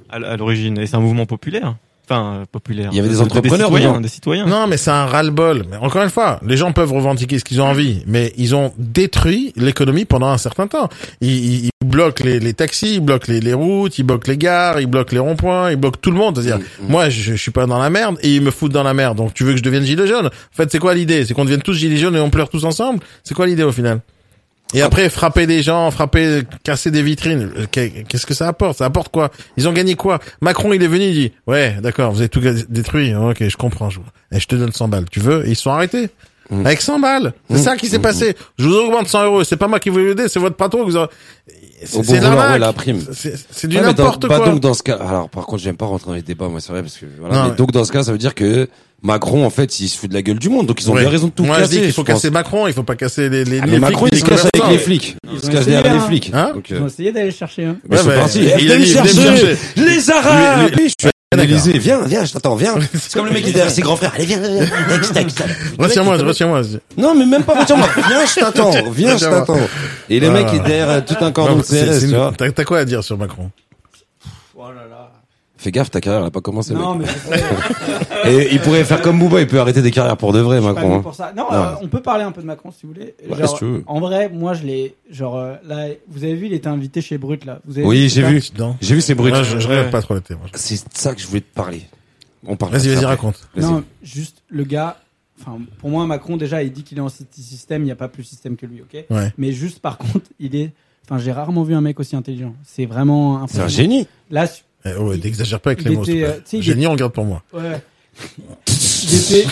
[SPEAKER 9] à, l- à l'origine. Et c'est un mouvement populaire. Enfin, euh, populaire.
[SPEAKER 3] Il y avait des
[SPEAKER 9] De- de-
[SPEAKER 3] entrepreneurs
[SPEAKER 9] Des
[SPEAKER 3] dedans.
[SPEAKER 9] citoyens. Des citoyens.
[SPEAKER 1] Non, mais c'est un ras-le-bol. Mais encore une fois, les gens peuvent revendiquer ce qu'ils ont envie, mais ils ont détruit l'économie pendant un certain temps. Ils, ils- ils bloquent les, les taxis, ils bloquent les, les routes, ils bloquent les gares, ils bloquent les ronds-points, ils bloquent tout le monde. C'est-à-dire, moi, je, je suis pas dans la merde et ils me foutent dans la merde. Donc, tu veux que je devienne gilet jaune En fait, c'est quoi l'idée C'est qu'on devienne tous gilets jaunes et on pleure tous ensemble C'est quoi l'idée au final et après, frapper des gens, frapper, casser des vitrines, euh, qu'est- qu'est-ce que ça apporte Ça apporte quoi Ils ont gagné quoi Macron, il est venu, il dit, ouais, d'accord, vous avez tout ga- détruit, hein, ok, je comprends, je, vois. Et je te donne 100 balles, tu veux Et ils se sont arrêtés.
[SPEAKER 3] Mm.
[SPEAKER 1] Avec 100 balles C'est ça qui s'est passé. Je vous augmente 100 euros, c'est pas moi qui vous l'ai c'est votre patron que vous a-
[SPEAKER 3] Au
[SPEAKER 1] C'est
[SPEAKER 3] bon
[SPEAKER 1] c'est
[SPEAKER 3] vouloir, ouais,
[SPEAKER 1] l'arnaque.
[SPEAKER 3] la prime.
[SPEAKER 1] C'est c'est du
[SPEAKER 3] Ouais, mais dans-
[SPEAKER 1] n'importe
[SPEAKER 3] bah
[SPEAKER 1] quoi.
[SPEAKER 3] donc dans ce cas, alors par contre, j'aime pas rentrer dans les débats, moi, c'est vrai, parce que voilà.
[SPEAKER 1] Non,
[SPEAKER 3] mais
[SPEAKER 1] ouais.
[SPEAKER 3] Donc dans ce cas, ça veut dire que Macron, en fait, il se fout de la gueule du monde, donc ils ont
[SPEAKER 1] Ouais.
[SPEAKER 3] bien raison de tout
[SPEAKER 1] Moi, je
[SPEAKER 3] casser.
[SPEAKER 1] dis qu'il faut
[SPEAKER 3] je pense.
[SPEAKER 1] casser Macron, il faut pas casser les, les,
[SPEAKER 3] Ah,
[SPEAKER 1] les
[SPEAKER 3] mais
[SPEAKER 1] flics
[SPEAKER 3] Macron,
[SPEAKER 1] ni
[SPEAKER 3] il se cache avec
[SPEAKER 1] commerçants.
[SPEAKER 3] les flics.
[SPEAKER 4] Ils
[SPEAKER 3] Il se
[SPEAKER 4] ont
[SPEAKER 3] cache
[SPEAKER 4] essayé,
[SPEAKER 3] derrière les
[SPEAKER 4] hein.
[SPEAKER 3] flics.
[SPEAKER 1] Hein
[SPEAKER 3] Donc,
[SPEAKER 4] Ils
[SPEAKER 3] euh,
[SPEAKER 4] ont essayé d'aller chercher. Hein.
[SPEAKER 3] bah,
[SPEAKER 1] Ouais,
[SPEAKER 3] c'est
[SPEAKER 1] bah,
[SPEAKER 3] parti.
[SPEAKER 1] il est- il est
[SPEAKER 3] Venez me
[SPEAKER 1] venu me
[SPEAKER 3] chercher
[SPEAKER 1] chercher.
[SPEAKER 3] les Arabes.
[SPEAKER 1] Lui- lui-
[SPEAKER 3] Je vais
[SPEAKER 1] D'accord.
[SPEAKER 3] analyser. Viens, viens, je t'attends, viens. C'est comme le mec qui est derrière ses grands frères. Allez, viens, viens, viens. Next, next.
[SPEAKER 1] Retiens-moi, retiens-moi.
[SPEAKER 3] Non, mais même pas retiens-moi. Viens, je t'attends. Viens, je
[SPEAKER 1] Retiens-moi.
[SPEAKER 3] t'attends. Et le mec
[SPEAKER 1] Voilà.
[SPEAKER 3] est derrière euh, tout un cordon
[SPEAKER 1] Non,
[SPEAKER 3] de
[SPEAKER 1] c'est-
[SPEAKER 3] CRS,
[SPEAKER 1] c'est
[SPEAKER 3] tu
[SPEAKER 1] une-
[SPEAKER 3] vois.
[SPEAKER 1] T'as t'as quoi à dire sur Macron
[SPEAKER 3] Fais gaffe, ta carrière, elle a pas commencé.
[SPEAKER 4] Non, mais
[SPEAKER 3] mec.
[SPEAKER 4] c'est pas-
[SPEAKER 3] Et il pourrait faire comme Booba, il peut arrêter des carrières pour de vrai,
[SPEAKER 4] pas venu
[SPEAKER 3] Macron. hein.
[SPEAKER 4] pour ça. Non,
[SPEAKER 3] Non.
[SPEAKER 4] euh, on peut parler un peu de Macron si vous voulez.
[SPEAKER 3] Ouais,
[SPEAKER 4] Genre,
[SPEAKER 3] si tu veux.
[SPEAKER 4] En vrai, moi, je l'ai. Genre, euh, là, vous avez vu, il était invité chez Brut, là. Vous avez
[SPEAKER 3] Oui, j'ai
[SPEAKER 4] c'est
[SPEAKER 3] vu.
[SPEAKER 4] ça
[SPEAKER 1] Non.
[SPEAKER 3] J'ai vu ces bruits.
[SPEAKER 1] Moi, je, je rêve pas trop la télé, moi.
[SPEAKER 3] C'est de ça que je voulais te parler. On parle.
[SPEAKER 1] Vas-y,
[SPEAKER 3] de ça
[SPEAKER 1] vas-y,
[SPEAKER 3] après.
[SPEAKER 1] raconte.
[SPEAKER 3] Vas-y.
[SPEAKER 4] Non, juste le gars. Enfin, pour moi, Macron déjà, il dit qu'il est en système. Il n'y a pas plus système que lui, ok.
[SPEAKER 1] Ouais.
[SPEAKER 4] Mais juste par contre, il est. Enfin, j'ai rarement vu un mec aussi intelligent. C'est vraiment
[SPEAKER 3] C'est un
[SPEAKER 4] impressionnant.
[SPEAKER 3] génie.
[SPEAKER 4] Là, su-
[SPEAKER 1] Eh, ouais, N'exagère pas avec
[SPEAKER 4] il
[SPEAKER 1] les mots.
[SPEAKER 4] était,
[SPEAKER 1] s'il te
[SPEAKER 4] euh,
[SPEAKER 1] plaît.
[SPEAKER 4] tu sais, il
[SPEAKER 1] Génie, on garde pour moi.
[SPEAKER 4] Ouais. Il était, tu sais,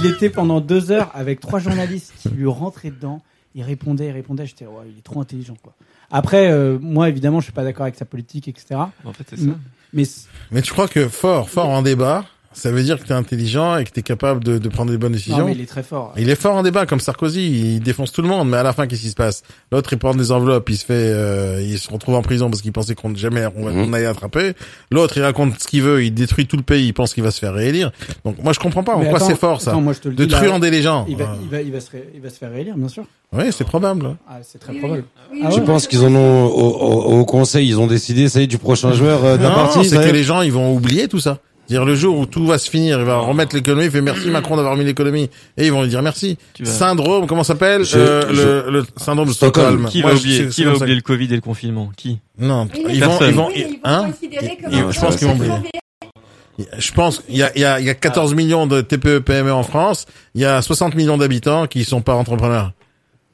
[SPEAKER 4] il était pendant deux heures avec trois journalistes qui lui rentraient dedans. Il répondait, il répondait. J'étais, ouais, il est trop intelligent, quoi. Après, euh, moi, évidemment, je suis pas d'accord avec sa politique, etc.
[SPEAKER 9] En fait, c'est ça.
[SPEAKER 4] Mais, mais c-
[SPEAKER 1] Mais tu crois que fort, fort en débat, ça veut dire que t'es intelligent et que t'es capable de, de prendre les bonnes
[SPEAKER 4] non,
[SPEAKER 1] décisions.
[SPEAKER 4] mais il est très fort.
[SPEAKER 1] Il est fort en débat, comme Sarkozy, il défonce tout le monde, mais à la fin, qu'est-ce qui se passe L'autre, il prend des enveloppes, il se fait, euh, il se retrouve en prison parce qu'il pensait qu'on jamais on, va-
[SPEAKER 3] Mhm.
[SPEAKER 1] on allait attraper. L'autre, il raconte ce qu'il veut, il détruit tout le pays, il pense qu'il va se faire réélire. Donc moi, je comprends pas, en
[SPEAKER 4] Mais
[SPEAKER 1] quoi
[SPEAKER 4] attends,
[SPEAKER 1] c'est fort ça
[SPEAKER 4] attends, moi, je te le
[SPEAKER 1] De
[SPEAKER 4] dis, là,
[SPEAKER 1] truander les gens. Ah.
[SPEAKER 4] Il va, il va, il va se, ré- il va se faire réélire, bien sûr.
[SPEAKER 1] Oui, c'est probable.
[SPEAKER 4] Ah, c'est très probable. Ah
[SPEAKER 3] Je
[SPEAKER 4] ouais.
[SPEAKER 3] pense qu'ils en ont au, au- au conseil, ils ont décidé, ça y est, du prochain joueur euh, de la
[SPEAKER 1] Non,
[SPEAKER 3] partie.
[SPEAKER 1] c'est
[SPEAKER 3] ça y
[SPEAKER 1] que
[SPEAKER 3] est.
[SPEAKER 1] les gens, ils vont oublier tout ça. Dire le jour où tout va se finir, il va remettre l'économie, il fait merci Macron d'avoir mis l'économie, et ils vont lui dire merci.
[SPEAKER 9] Mm. vas-
[SPEAKER 1] Syndrome, comment ça s'appelle
[SPEAKER 3] Je-
[SPEAKER 1] Euh, le,
[SPEAKER 3] je-
[SPEAKER 1] le syndrome de Stockholm.
[SPEAKER 9] Qui
[SPEAKER 1] Moi,
[SPEAKER 9] va
[SPEAKER 1] je-
[SPEAKER 9] oublier,
[SPEAKER 1] c'est-
[SPEAKER 9] qui
[SPEAKER 1] c'est
[SPEAKER 9] va
[SPEAKER 1] comme ça
[SPEAKER 9] oublier le Covid et le confinement Qui
[SPEAKER 1] que- Non,
[SPEAKER 8] Oui, mais
[SPEAKER 1] ils vont,
[SPEAKER 9] personne.
[SPEAKER 1] ils vont,
[SPEAKER 8] Oui, mais ils vont
[SPEAKER 1] hein
[SPEAKER 8] considérer comme
[SPEAKER 1] Ils-
[SPEAKER 8] un
[SPEAKER 1] Je pense qu'ils vont oublier.
[SPEAKER 8] mauvais.
[SPEAKER 1] Je pense qu'il y a, il y a, il y
[SPEAKER 9] Ah.
[SPEAKER 1] a 14 millions de E, TPE PME en France. Il y a 60 millions d'habitants qui sont pas entrepreneurs.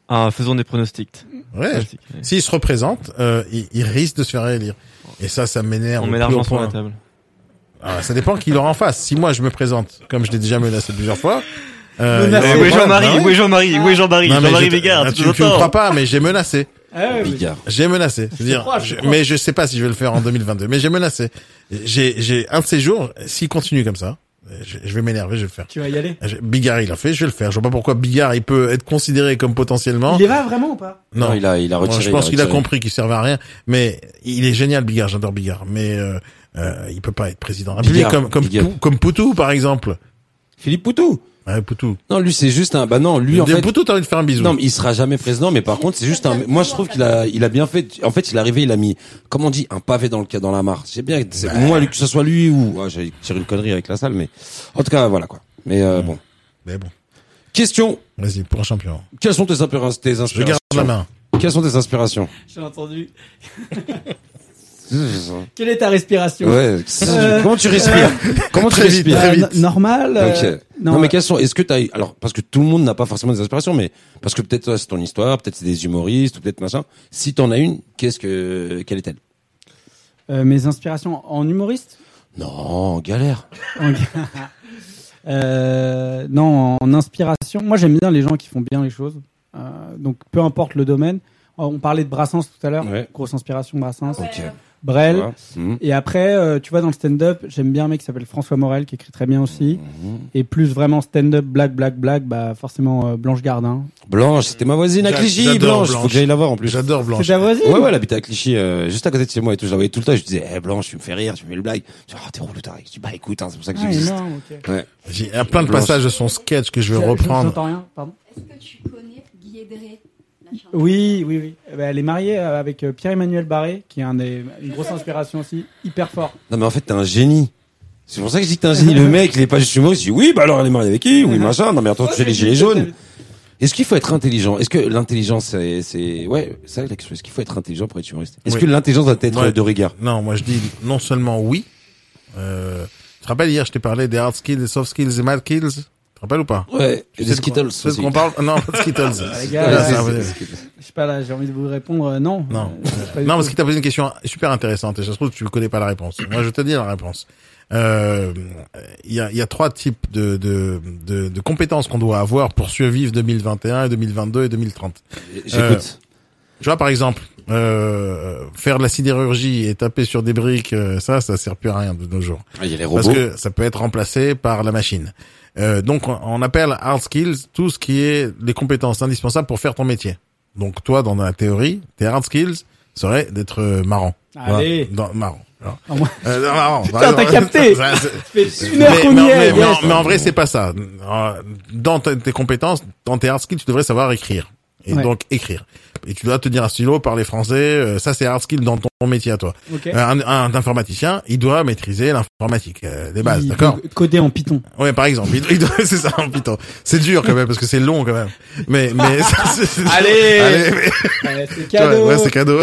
[SPEAKER 9] Ah, faisons des pronostics.
[SPEAKER 1] Ouais.
[SPEAKER 9] Pronostics, ouais.
[SPEAKER 1] S'ils se représentent, euh, ils, ils risquent de se faire réélire. Et ça, ça m'énerve.
[SPEAKER 9] On
[SPEAKER 1] au
[SPEAKER 9] met
[SPEAKER 1] plus
[SPEAKER 9] l'argent
[SPEAKER 1] haut
[SPEAKER 9] sur
[SPEAKER 1] point.
[SPEAKER 9] la table.
[SPEAKER 1] Ah, ça dépend qui leur en face. Si moi je me présente, comme je l'ai déjà menacé plusieurs fois. Euh,
[SPEAKER 9] Eh,
[SPEAKER 1] il y a-
[SPEAKER 9] Où est
[SPEAKER 1] Ah
[SPEAKER 9] Jean-Marie
[SPEAKER 1] ouais. Ah.
[SPEAKER 9] Où est Jean-Marie Où est Jean-Marie
[SPEAKER 1] Non, mais
[SPEAKER 9] Jean-Marie
[SPEAKER 1] je-
[SPEAKER 9] Bigard,
[SPEAKER 1] ah,
[SPEAKER 9] tu
[SPEAKER 1] tu,
[SPEAKER 9] nous
[SPEAKER 1] tu me
[SPEAKER 9] entends
[SPEAKER 1] crois pas, mais j'ai menacé.
[SPEAKER 4] Ah ouais, mais-
[SPEAKER 3] Bigard.
[SPEAKER 1] J'ai menacé. Je veux dire,
[SPEAKER 4] crois, je
[SPEAKER 1] je-
[SPEAKER 4] crois.
[SPEAKER 1] mais je sais pas si je vais le faire en 2022. Mais j'ai menacé. J'ai, j'ai un de ces jours, s'il continue comme ça, je, je vais m'énerver, je vais le faire.
[SPEAKER 4] Tu vas y aller
[SPEAKER 1] Je- Bigard, il l'a fait, je vais le faire. Je vois pas pourquoi Bigard, il peut être considéré comme
[SPEAKER 3] Hein
[SPEAKER 1] potentiellement.
[SPEAKER 4] Il est va vraiment ou pas
[SPEAKER 1] Non,
[SPEAKER 3] Non, il a- il a
[SPEAKER 1] Moi,
[SPEAKER 3] retiré,
[SPEAKER 1] je
[SPEAKER 3] il a
[SPEAKER 1] pense qu'il a
[SPEAKER 3] retiré.
[SPEAKER 1] compris qu'il servait à rien, mais il est génial, Bigard. J'adore Bigard, mais euh, euh, il peut pas être président. Bigard,
[SPEAKER 3] Bigard,
[SPEAKER 1] comme comme
[SPEAKER 3] Bigard.
[SPEAKER 1] Pou- comme Poutou, par exemple.
[SPEAKER 3] Philippe Poutou.
[SPEAKER 1] Ouais, Poutou.
[SPEAKER 3] Non, lui, c'est juste un. Bah non, lui, en
[SPEAKER 1] Des
[SPEAKER 3] fait.
[SPEAKER 1] Poutou, t'as envie de faire un bisou.
[SPEAKER 3] Non, mais il sera jamais président, mais par contre, c'est juste un. Moi, je trouve qu'il a, il a bien fait. En fait, il est arrivé, il a mis, comment on dit, un pavé dans le cas dans la mare. C'est bien. c'est-
[SPEAKER 1] Bah.
[SPEAKER 3] Moi, que ce soit lui ou, ah, j'ai tiré une connerie avec la salle, mais en tout cas, voilà quoi. Mais euh, bon.
[SPEAKER 1] Mais bon.
[SPEAKER 3] Question.
[SPEAKER 1] Vas-y, pour un champion.
[SPEAKER 3] Quelles sont tes, inspira- tes inspirations
[SPEAKER 1] garde la main.
[SPEAKER 3] Quelles sont tes inspirations
[SPEAKER 4] J'ai entendu. Quelle est ta respiration
[SPEAKER 1] euh,
[SPEAKER 3] Ouais, comment tu respires Comment tu respires
[SPEAKER 4] Euh, Normal. euh,
[SPEAKER 3] Ok. Non, mais quelles sont Est-ce que t'as eu- alors parce que tout le monde n'a pas forcément des inspirations, mais parce que peut-être toi c'est ton histoire, peut-être c'est des humoristes ou peut-être machin. Si t'en as une, qu'est-ce que quelle est-elle
[SPEAKER 4] euh, mes inspirations en humoriste
[SPEAKER 3] Non, galère.
[SPEAKER 4] En- Euh, non, en inspiration. Moi, j'aime bien les gens qui font bien les choses. Euh, donc, peu importe le domaine. Euh, On parlait de Brassens tout à l'heure. Grosse inspiration, Brassens. Brel.
[SPEAKER 3] Ouais. Mhm.
[SPEAKER 4] Et après, euh, tu vois, dans le stand-up, j'aime bien un mec qui s'appelle François Morel, qui écrit très bien aussi.
[SPEAKER 1] Mhm.
[SPEAKER 4] Et plus vraiment stand-up, blague, blague, blague, bah, forcément euh, Blanche Gardin.
[SPEAKER 3] Blanche, c'était ma voisine à
[SPEAKER 4] J'a-
[SPEAKER 3] Clichy. Blanche,
[SPEAKER 4] j'adore
[SPEAKER 3] faut
[SPEAKER 4] Blanche.
[SPEAKER 3] que j'aille la voir en plus.
[SPEAKER 1] J'adore Blanche.
[SPEAKER 4] C'est ta voisine
[SPEAKER 3] Ouais, ouais, elle habitait à Clichy, euh, juste à côté de chez moi et tout. Je la voyais tout le temps. Je disais, eh Blanche, tu me fais rire, tu me fais le blague. Je dis, ah t'es relou, t'as Je dis, bah écoute, hein, c'est pour ça que
[SPEAKER 4] Ah,
[SPEAKER 3] j'existe.
[SPEAKER 4] énorme, ok.
[SPEAKER 3] Ouais.
[SPEAKER 1] J'ai il y a plein de
[SPEAKER 3] Blanche.
[SPEAKER 1] passages de son sketch que je vais
[SPEAKER 4] Je- je-
[SPEAKER 1] reprendre.
[SPEAKER 4] J'entends rien, pardon.
[SPEAKER 8] Est-ce que tu connais Guy Edré
[SPEAKER 4] Oui, oui, oui. Eh ben, elle est mariée euh, avec euh, Pierre-Emmanuel Barré, qui est un des, une grosse inspiration aussi, hyper fort.
[SPEAKER 3] Non, mais en fait, t'es un génie. C'est pour ça que je dis que t'es un génie. Le mec, il est pas juste humain. Il dit, oui, bah alors elle est mariée avec qui? Oui,
[SPEAKER 4] Ah,
[SPEAKER 3] machin. Non, mais attends, tu fais les gilets jaunes. Est-ce qu'il faut être intelligent? Est-ce que l'intelligence, c'est, c'est, ouais, ça, la question. Est-ce qu'il faut être intelligent pour être humoriste? Est-ce
[SPEAKER 1] Oui.
[SPEAKER 3] que l'intelligence doit être
[SPEAKER 1] Ouais.
[SPEAKER 3] de rigueur?
[SPEAKER 1] Non, moi je dis non seulement oui. Euh, tu te rappelles hier, je t'ai parlé des hard skills, des soft skills, des mad skills. Tu te rappelles ou pas
[SPEAKER 3] Ouais,
[SPEAKER 1] Tu
[SPEAKER 3] et
[SPEAKER 1] sais de quoi-
[SPEAKER 3] des Skittles
[SPEAKER 1] Tu sais de
[SPEAKER 3] aussi. Ah,
[SPEAKER 1] quoi on parle Non, pas de Skittles.
[SPEAKER 4] Les gars, euh,
[SPEAKER 1] Ouais,
[SPEAKER 4] je sais pas là, j'ai envie de vous répondre euh, non. Euh,
[SPEAKER 1] Non.
[SPEAKER 4] c'est pas du
[SPEAKER 1] non,
[SPEAKER 4] tout.
[SPEAKER 1] parce qu'il t'a posé une question super intéressante et je trouve que tu ne connais pas la réponse. Moi, je te dis la réponse. Euh, Il y, a, il y a trois types de, de, de, de compétences qu'on doit avoir pour survivre 2021 et 2022 et 2030.
[SPEAKER 3] J'écoute.
[SPEAKER 1] Euh, tu vois, par exemple, euh, faire de la sidérurgie et taper sur des briques, euh, ça, ça sert plus à rien de nos jours.
[SPEAKER 3] Ah, il y a les robots.
[SPEAKER 1] Parce que ça peut être remplacé par la machine. Euh, donc, on- on appelle hard skills tout ce qui est les compétences indispensables pour faire ton métier. Donc, toi, dans la théorie, tes hard skills seraient d'être euh, marrant.
[SPEAKER 4] Allez.
[SPEAKER 1] Voilà, dans- marrant. Voilà.
[SPEAKER 4] Ah, moi-
[SPEAKER 1] Euh, non, marrant.
[SPEAKER 4] Putain, t'as capté.
[SPEAKER 1] Ça,
[SPEAKER 4] Ça
[SPEAKER 1] c'est-
[SPEAKER 4] fait une heure qu'on
[SPEAKER 1] mais,
[SPEAKER 4] y
[SPEAKER 1] mais-
[SPEAKER 4] est.
[SPEAKER 1] mais-
[SPEAKER 4] yes.
[SPEAKER 1] mais en vrai, c'est pas ça. Euh, Dans ta- tes compétences, dans tes hard skills, tu devrais savoir écrire. Et
[SPEAKER 4] Ouais.
[SPEAKER 1] donc, écrire. Et tu dois tenir un stylo, parler français. euh, ça, c'est hard skill dans ton métier à toi.
[SPEAKER 4] Ok.
[SPEAKER 1] Euh, Un, un informaticien, il doit maîtriser l'informatique, euh, les bases,
[SPEAKER 4] Il-
[SPEAKER 1] d'accord
[SPEAKER 4] Codé en Python.
[SPEAKER 1] Ouais, par exemple. Il, il doit- c'est ça, en Python. C'est dur quand même, parce que c'est long quand même. Mais, mais... ça, c'est-
[SPEAKER 4] Allez
[SPEAKER 1] mais-
[SPEAKER 4] Ouais, Euh, c'est
[SPEAKER 1] Tu vois,
[SPEAKER 4] cadeau.
[SPEAKER 1] Ouais, c'est cadeau.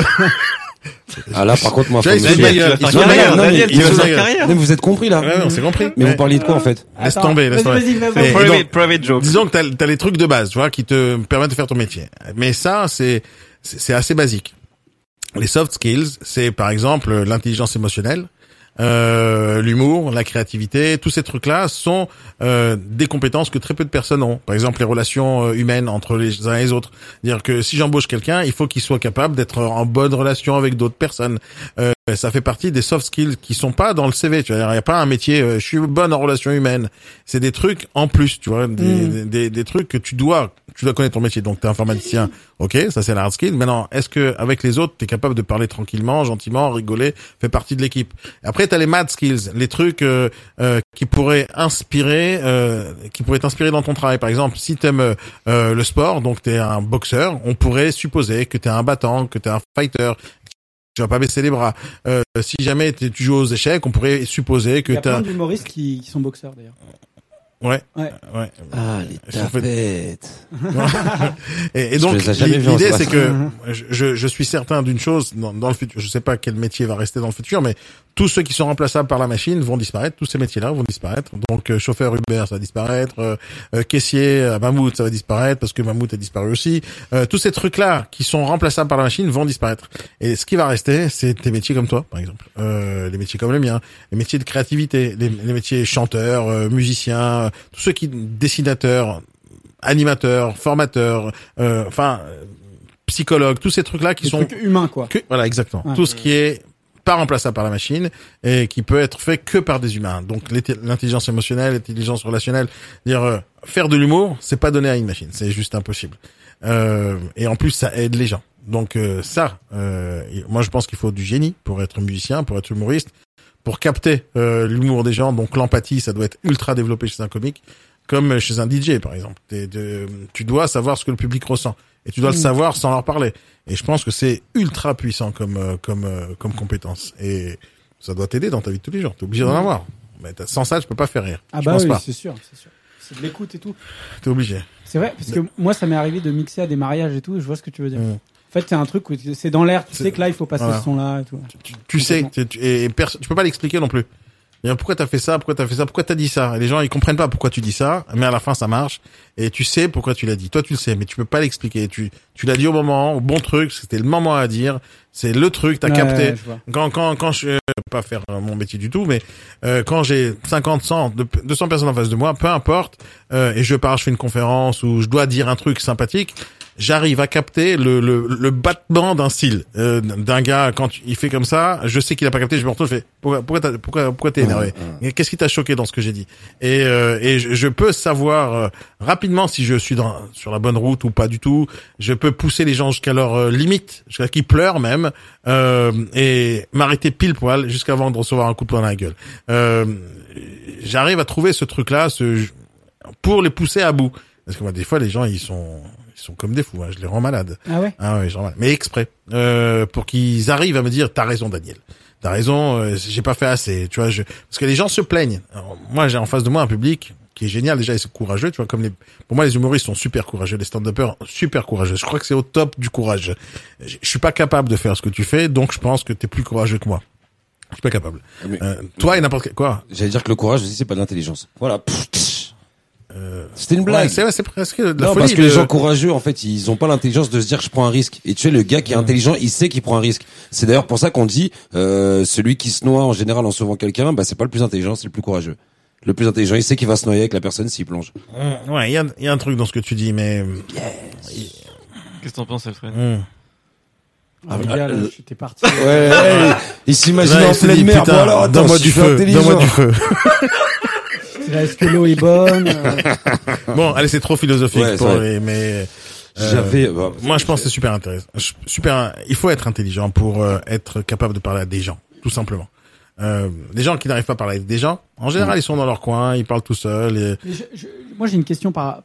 [SPEAKER 3] Ah là, par contre, moi,
[SPEAKER 1] Tu
[SPEAKER 3] faut
[SPEAKER 1] vois, il se
[SPEAKER 3] me
[SPEAKER 1] fout de ma
[SPEAKER 3] méfier.
[SPEAKER 1] gueule, il se
[SPEAKER 3] Non,
[SPEAKER 1] fout de ma
[SPEAKER 3] mais-
[SPEAKER 1] gueule.
[SPEAKER 3] non, mais-
[SPEAKER 1] Il se fout de ma
[SPEAKER 3] mais-
[SPEAKER 1] gueule.
[SPEAKER 3] mais vous êtes compris, là.
[SPEAKER 1] Ouais, ouais, on s'est compris.
[SPEAKER 3] Mais vous
[SPEAKER 1] Ouais.
[SPEAKER 3] parliez de quoi, en fait?
[SPEAKER 1] Laisse
[SPEAKER 4] Attends,
[SPEAKER 1] tomber,
[SPEAKER 4] vas-y,
[SPEAKER 1] laisse tomber.
[SPEAKER 4] vas-y, vas-y.
[SPEAKER 1] Mais
[SPEAKER 9] Private-
[SPEAKER 1] donc,
[SPEAKER 9] private joke.
[SPEAKER 1] Disons que t'as, t'as les trucs de base, tu vois, qui te permettent de faire ton métier. Mais ça, c'est, c'est c'est assez basique. Les soft skills, c'est par exemple euh, l'intelligence émotionnelle, euh, l'humour, la créativité, tous ces trucs-là sont euh, des compétences que très peu de personnes ont. Par exemple, les relations euh, humaines entre les uns et les autres. Dire que si j'embauche quelqu'un, il faut qu'il soit capable d'être en bonne relation avec d'autres personnes. Euh, ça fait partie des soft skills qui sont pas dans le CV. Tu vois, il n'y a pas un métier. euh, je suis bonne en relations humaines. C'est des trucs en plus, tu vois, des,
[SPEAKER 4] Mm.
[SPEAKER 1] des- des, des trucs que tu dois, tu dois connaître ton métier. Donc, t'es informaticien, ok, ça c'est la hard skill. Maintenant, est-ce que avec les autres, t'es capable de parler tranquillement, gentiment, rigoler, faire partie de l'équipe. Après, t'as les mad skills, les trucs euh, euh, qui pourraient inspirer, euh, qui pourraient t'inspirer dans ton travail. Par exemple, si t'aimes euh, euh, le sport, donc t'es un boxeur, on pourrait supposer que t'es un battant, que t'es un fighter. que Tu vas pas baisser les bras. Euh, si jamais t'es- tu joues aux échecs, on pourrait supposer que
[SPEAKER 4] Il y a
[SPEAKER 1] t'as
[SPEAKER 4] plein d'humoristes qui, qui sont boxeurs d'ailleurs.
[SPEAKER 1] Ouais.
[SPEAKER 4] Ouais.
[SPEAKER 1] ouais.
[SPEAKER 3] Ah, les
[SPEAKER 1] Ils sont faits-
[SPEAKER 3] tapettes.
[SPEAKER 1] et, et
[SPEAKER 3] Je
[SPEAKER 1] donc,
[SPEAKER 3] les ai jamais
[SPEAKER 1] l'i-
[SPEAKER 3] vus en Mm-hmm.
[SPEAKER 1] l'idée,
[SPEAKER 3] se
[SPEAKER 1] c'est
[SPEAKER 3] passant.
[SPEAKER 1] que je- je, je suis certain d'une chose dans, dans le futur. Je sais pas quel métier va rester dans le futur, mais tous ceux qui sont remplaçables par la machine vont disparaître. Tous ces métiers-là vont disparaître. Donc, euh, chauffeur Uber, ça va disparaître. euh, euh, caissier à Mammouth, ça va disparaître parce que Mammouth a disparu aussi. Euh, tous ces trucs-là qui sont remplaçables par la machine vont disparaître. Et ce qui va rester, c'est des métiers comme toi, par exemple. Euh, les métiers comme le mien, les métiers de créativité, les, les métiers chanteurs, euh, musiciens, euh, tous ceux qui dessinateurs, animateurs, formateurs, euh, enfin euh, psychologues, tous ces trucs-là qui
[SPEAKER 4] Des
[SPEAKER 1] sont
[SPEAKER 4] trucs humains quoi.
[SPEAKER 1] que- voilà exactement
[SPEAKER 4] Ouais.
[SPEAKER 1] tout ce qui est pas remplaçable par la machine et qui peut être fait que par des humains. Donc l'inté- l'intelligence émotionnelle, l'intelligence relationnelle, dire euh, faire de l'humour, c'est pas donné à une machine, c'est juste impossible. Euh, et en plus, ça aide les gens. Donc euh, ça, euh, et moi je pense qu'il faut du génie pour être musicien, pour être humoriste, pour capter euh, l'humour des gens. Donc l'empathie, ça doit être ultra développé chez un comique, comme chez un DJ par exemple. T'es- de- tu dois savoir ce que le public ressent et tu dois le
[SPEAKER 13] Mm.
[SPEAKER 1] savoir sans leur parler. Et je pense que c'est ultra puissant comme euh, comme euh, comme compétence et ça doit t'aider dans ta vie de tous les jours. T'es obligé d'en
[SPEAKER 4] Mm.
[SPEAKER 1] avoir. Mais t'as- sans ça, tu peux pas faire rire.
[SPEAKER 4] Ah
[SPEAKER 1] je
[SPEAKER 4] bah
[SPEAKER 1] pense
[SPEAKER 4] oui,
[SPEAKER 1] pas.
[SPEAKER 4] c'est sûr, c'est sûr. C'est de l'écoute et tout.
[SPEAKER 1] T'es obligé.
[SPEAKER 4] C'est vrai, parce que moi, ça m'est arrivé de mixer à des mariages et tout, et je vois ce que tu veux dire. En fait, c'est un truc où tu- c'est dans l'air, tu sais que là, il faut passer
[SPEAKER 1] voilà.
[SPEAKER 4] ce son-là et tout.
[SPEAKER 1] tu sais, tu, tu- et et perso- tu peux pas l'expliquer non plus. Et Eh pourquoi t'as fait ça Pourquoi t'as fait ça Pourquoi t'as dit ça Et les gens ils comprennent pas pourquoi tu dis ça, mais à la fin ça marche et tu sais pourquoi tu l'as dit. Toi tu le sais, mais tu peux pas l'expliquer. Tu tu l'as dit au moment, au bon truc, c'était le moment à dire. C'est le truc, t'as
[SPEAKER 4] Ouais,
[SPEAKER 1] capté.
[SPEAKER 4] je vois.
[SPEAKER 1] Quand quand quand je euh, pas faire euh, mon métier du tout, mais euh, quand j'ai 50, 100, de- 200 personnes en face de moi, peu importe, euh, et je pars, je fais une conférence ou je dois dire un truc sympathique, j'arrive à capter le, le, le battement d'un cil euh, d'un gars quand il fait comme ça je sais qu'il a pas capté je me retrouve je fais pourquoi pourquoi t'as- pourquoi pourquoi t'es énervé Mais qu'est-ce qui t'a choqué dans ce que j'ai dit et euh, et je, je peux savoir euh, rapidement si je suis dans sur la bonne route ou pas du tout je peux pousser les gens jusqu'à leur euh, limite jusqu'à ce qu'ils pleurent même euh, et m'arrêter pile poil jusqu'à avant de recevoir un coup de poing dans la gueule euh, j'arrive à trouver ce truc là ce pour les pousser à bout. Parce que moi, des fois, les gens, ils sont, ils sont comme des fous. hein. Je les rends malades.
[SPEAKER 4] Ah ouais
[SPEAKER 1] Ah ouais, je les rends malades. Mais exprès, euh, pour qu'ils arrivent à me dire, t'as raison, Daniel. T'as raison, euh, j'ai pas fait assez. Tu vois, je... parce que les gens se plaignent. Alors, moi, j'ai en face de moi un public qui est génial déjà, ils sont courageux. Tu vois, comme les, pour moi, les humoristes sont super courageux, les stand-uppers super courageux. Je crois que c'est au top du courage. Je je suis pas capable de faire ce que tu fais, donc je pense que t'es plus courageux que moi. Je suis pas capable. Euh, toi et n'importe quel- quoi.
[SPEAKER 3] Ah, J'allais dire que le courage aussi, c'est pas de l'intelligence. Voilà. Pff, tch. C'était une blague.
[SPEAKER 1] Euh, Ouais, c'est, ouais, c'est presque de la
[SPEAKER 3] non,
[SPEAKER 1] folie.
[SPEAKER 3] parce que
[SPEAKER 1] le-
[SPEAKER 3] les gens courageux, en fait, ils ont pas l'intelligence de se dire je prends un risque. Et tu sais, le gars qui est intelligent, il sait qu'il prend un risque. C'est d'ailleurs pour ça qu'on dit euh, celui qui se noie en général en sauvant quelqu'un, bah c'est pas le plus intelligent, c'est le plus courageux. Le plus intelligent, il sait qu'il va se noyer avec la personne s'il plonge.
[SPEAKER 1] Mm, Ouais, il y a, il y a un truc dans ce que tu dis, mais
[SPEAKER 9] Qu'est-ce que t'en penses, Alfred
[SPEAKER 1] Mm.
[SPEAKER 4] Ah,
[SPEAKER 1] bah,
[SPEAKER 4] les
[SPEAKER 9] Ah,
[SPEAKER 4] gars, là,
[SPEAKER 1] euh,
[SPEAKER 9] le-
[SPEAKER 4] j'étais parti.
[SPEAKER 9] Ouais, ouais,
[SPEAKER 3] il s'imagine
[SPEAKER 1] Ouais,
[SPEAKER 3] en
[SPEAKER 1] il se
[SPEAKER 3] pleine
[SPEAKER 1] dit,
[SPEAKER 3] mer.
[SPEAKER 1] putain,
[SPEAKER 3] Bon, alors, attends,
[SPEAKER 1] donne-moi
[SPEAKER 3] si
[SPEAKER 1] du
[SPEAKER 3] je suis
[SPEAKER 1] feu,
[SPEAKER 3] intelligent.
[SPEAKER 1] donne-moi du feu.
[SPEAKER 4] J'étais là, Est-ce que l'eau est bonne Euh,
[SPEAKER 1] bon, allez, c'est trop philosophique
[SPEAKER 3] Ah. Ouais,
[SPEAKER 1] pour
[SPEAKER 3] c'est
[SPEAKER 1] les,
[SPEAKER 3] vrai.
[SPEAKER 1] mais euh,
[SPEAKER 3] J'avais, bah,
[SPEAKER 1] moi, je pense que c'est super intéressant. Je- Super. Il faut être intelligent pour euh, être capable de parler à des gens, tout simplement. Euh, les gens qui n'arrivent pas à parler avec des gens, en général, ils sont dans leur coin, ils parlent tout seuls. Et...
[SPEAKER 4] Mais je- je- moi, j'ai une question par,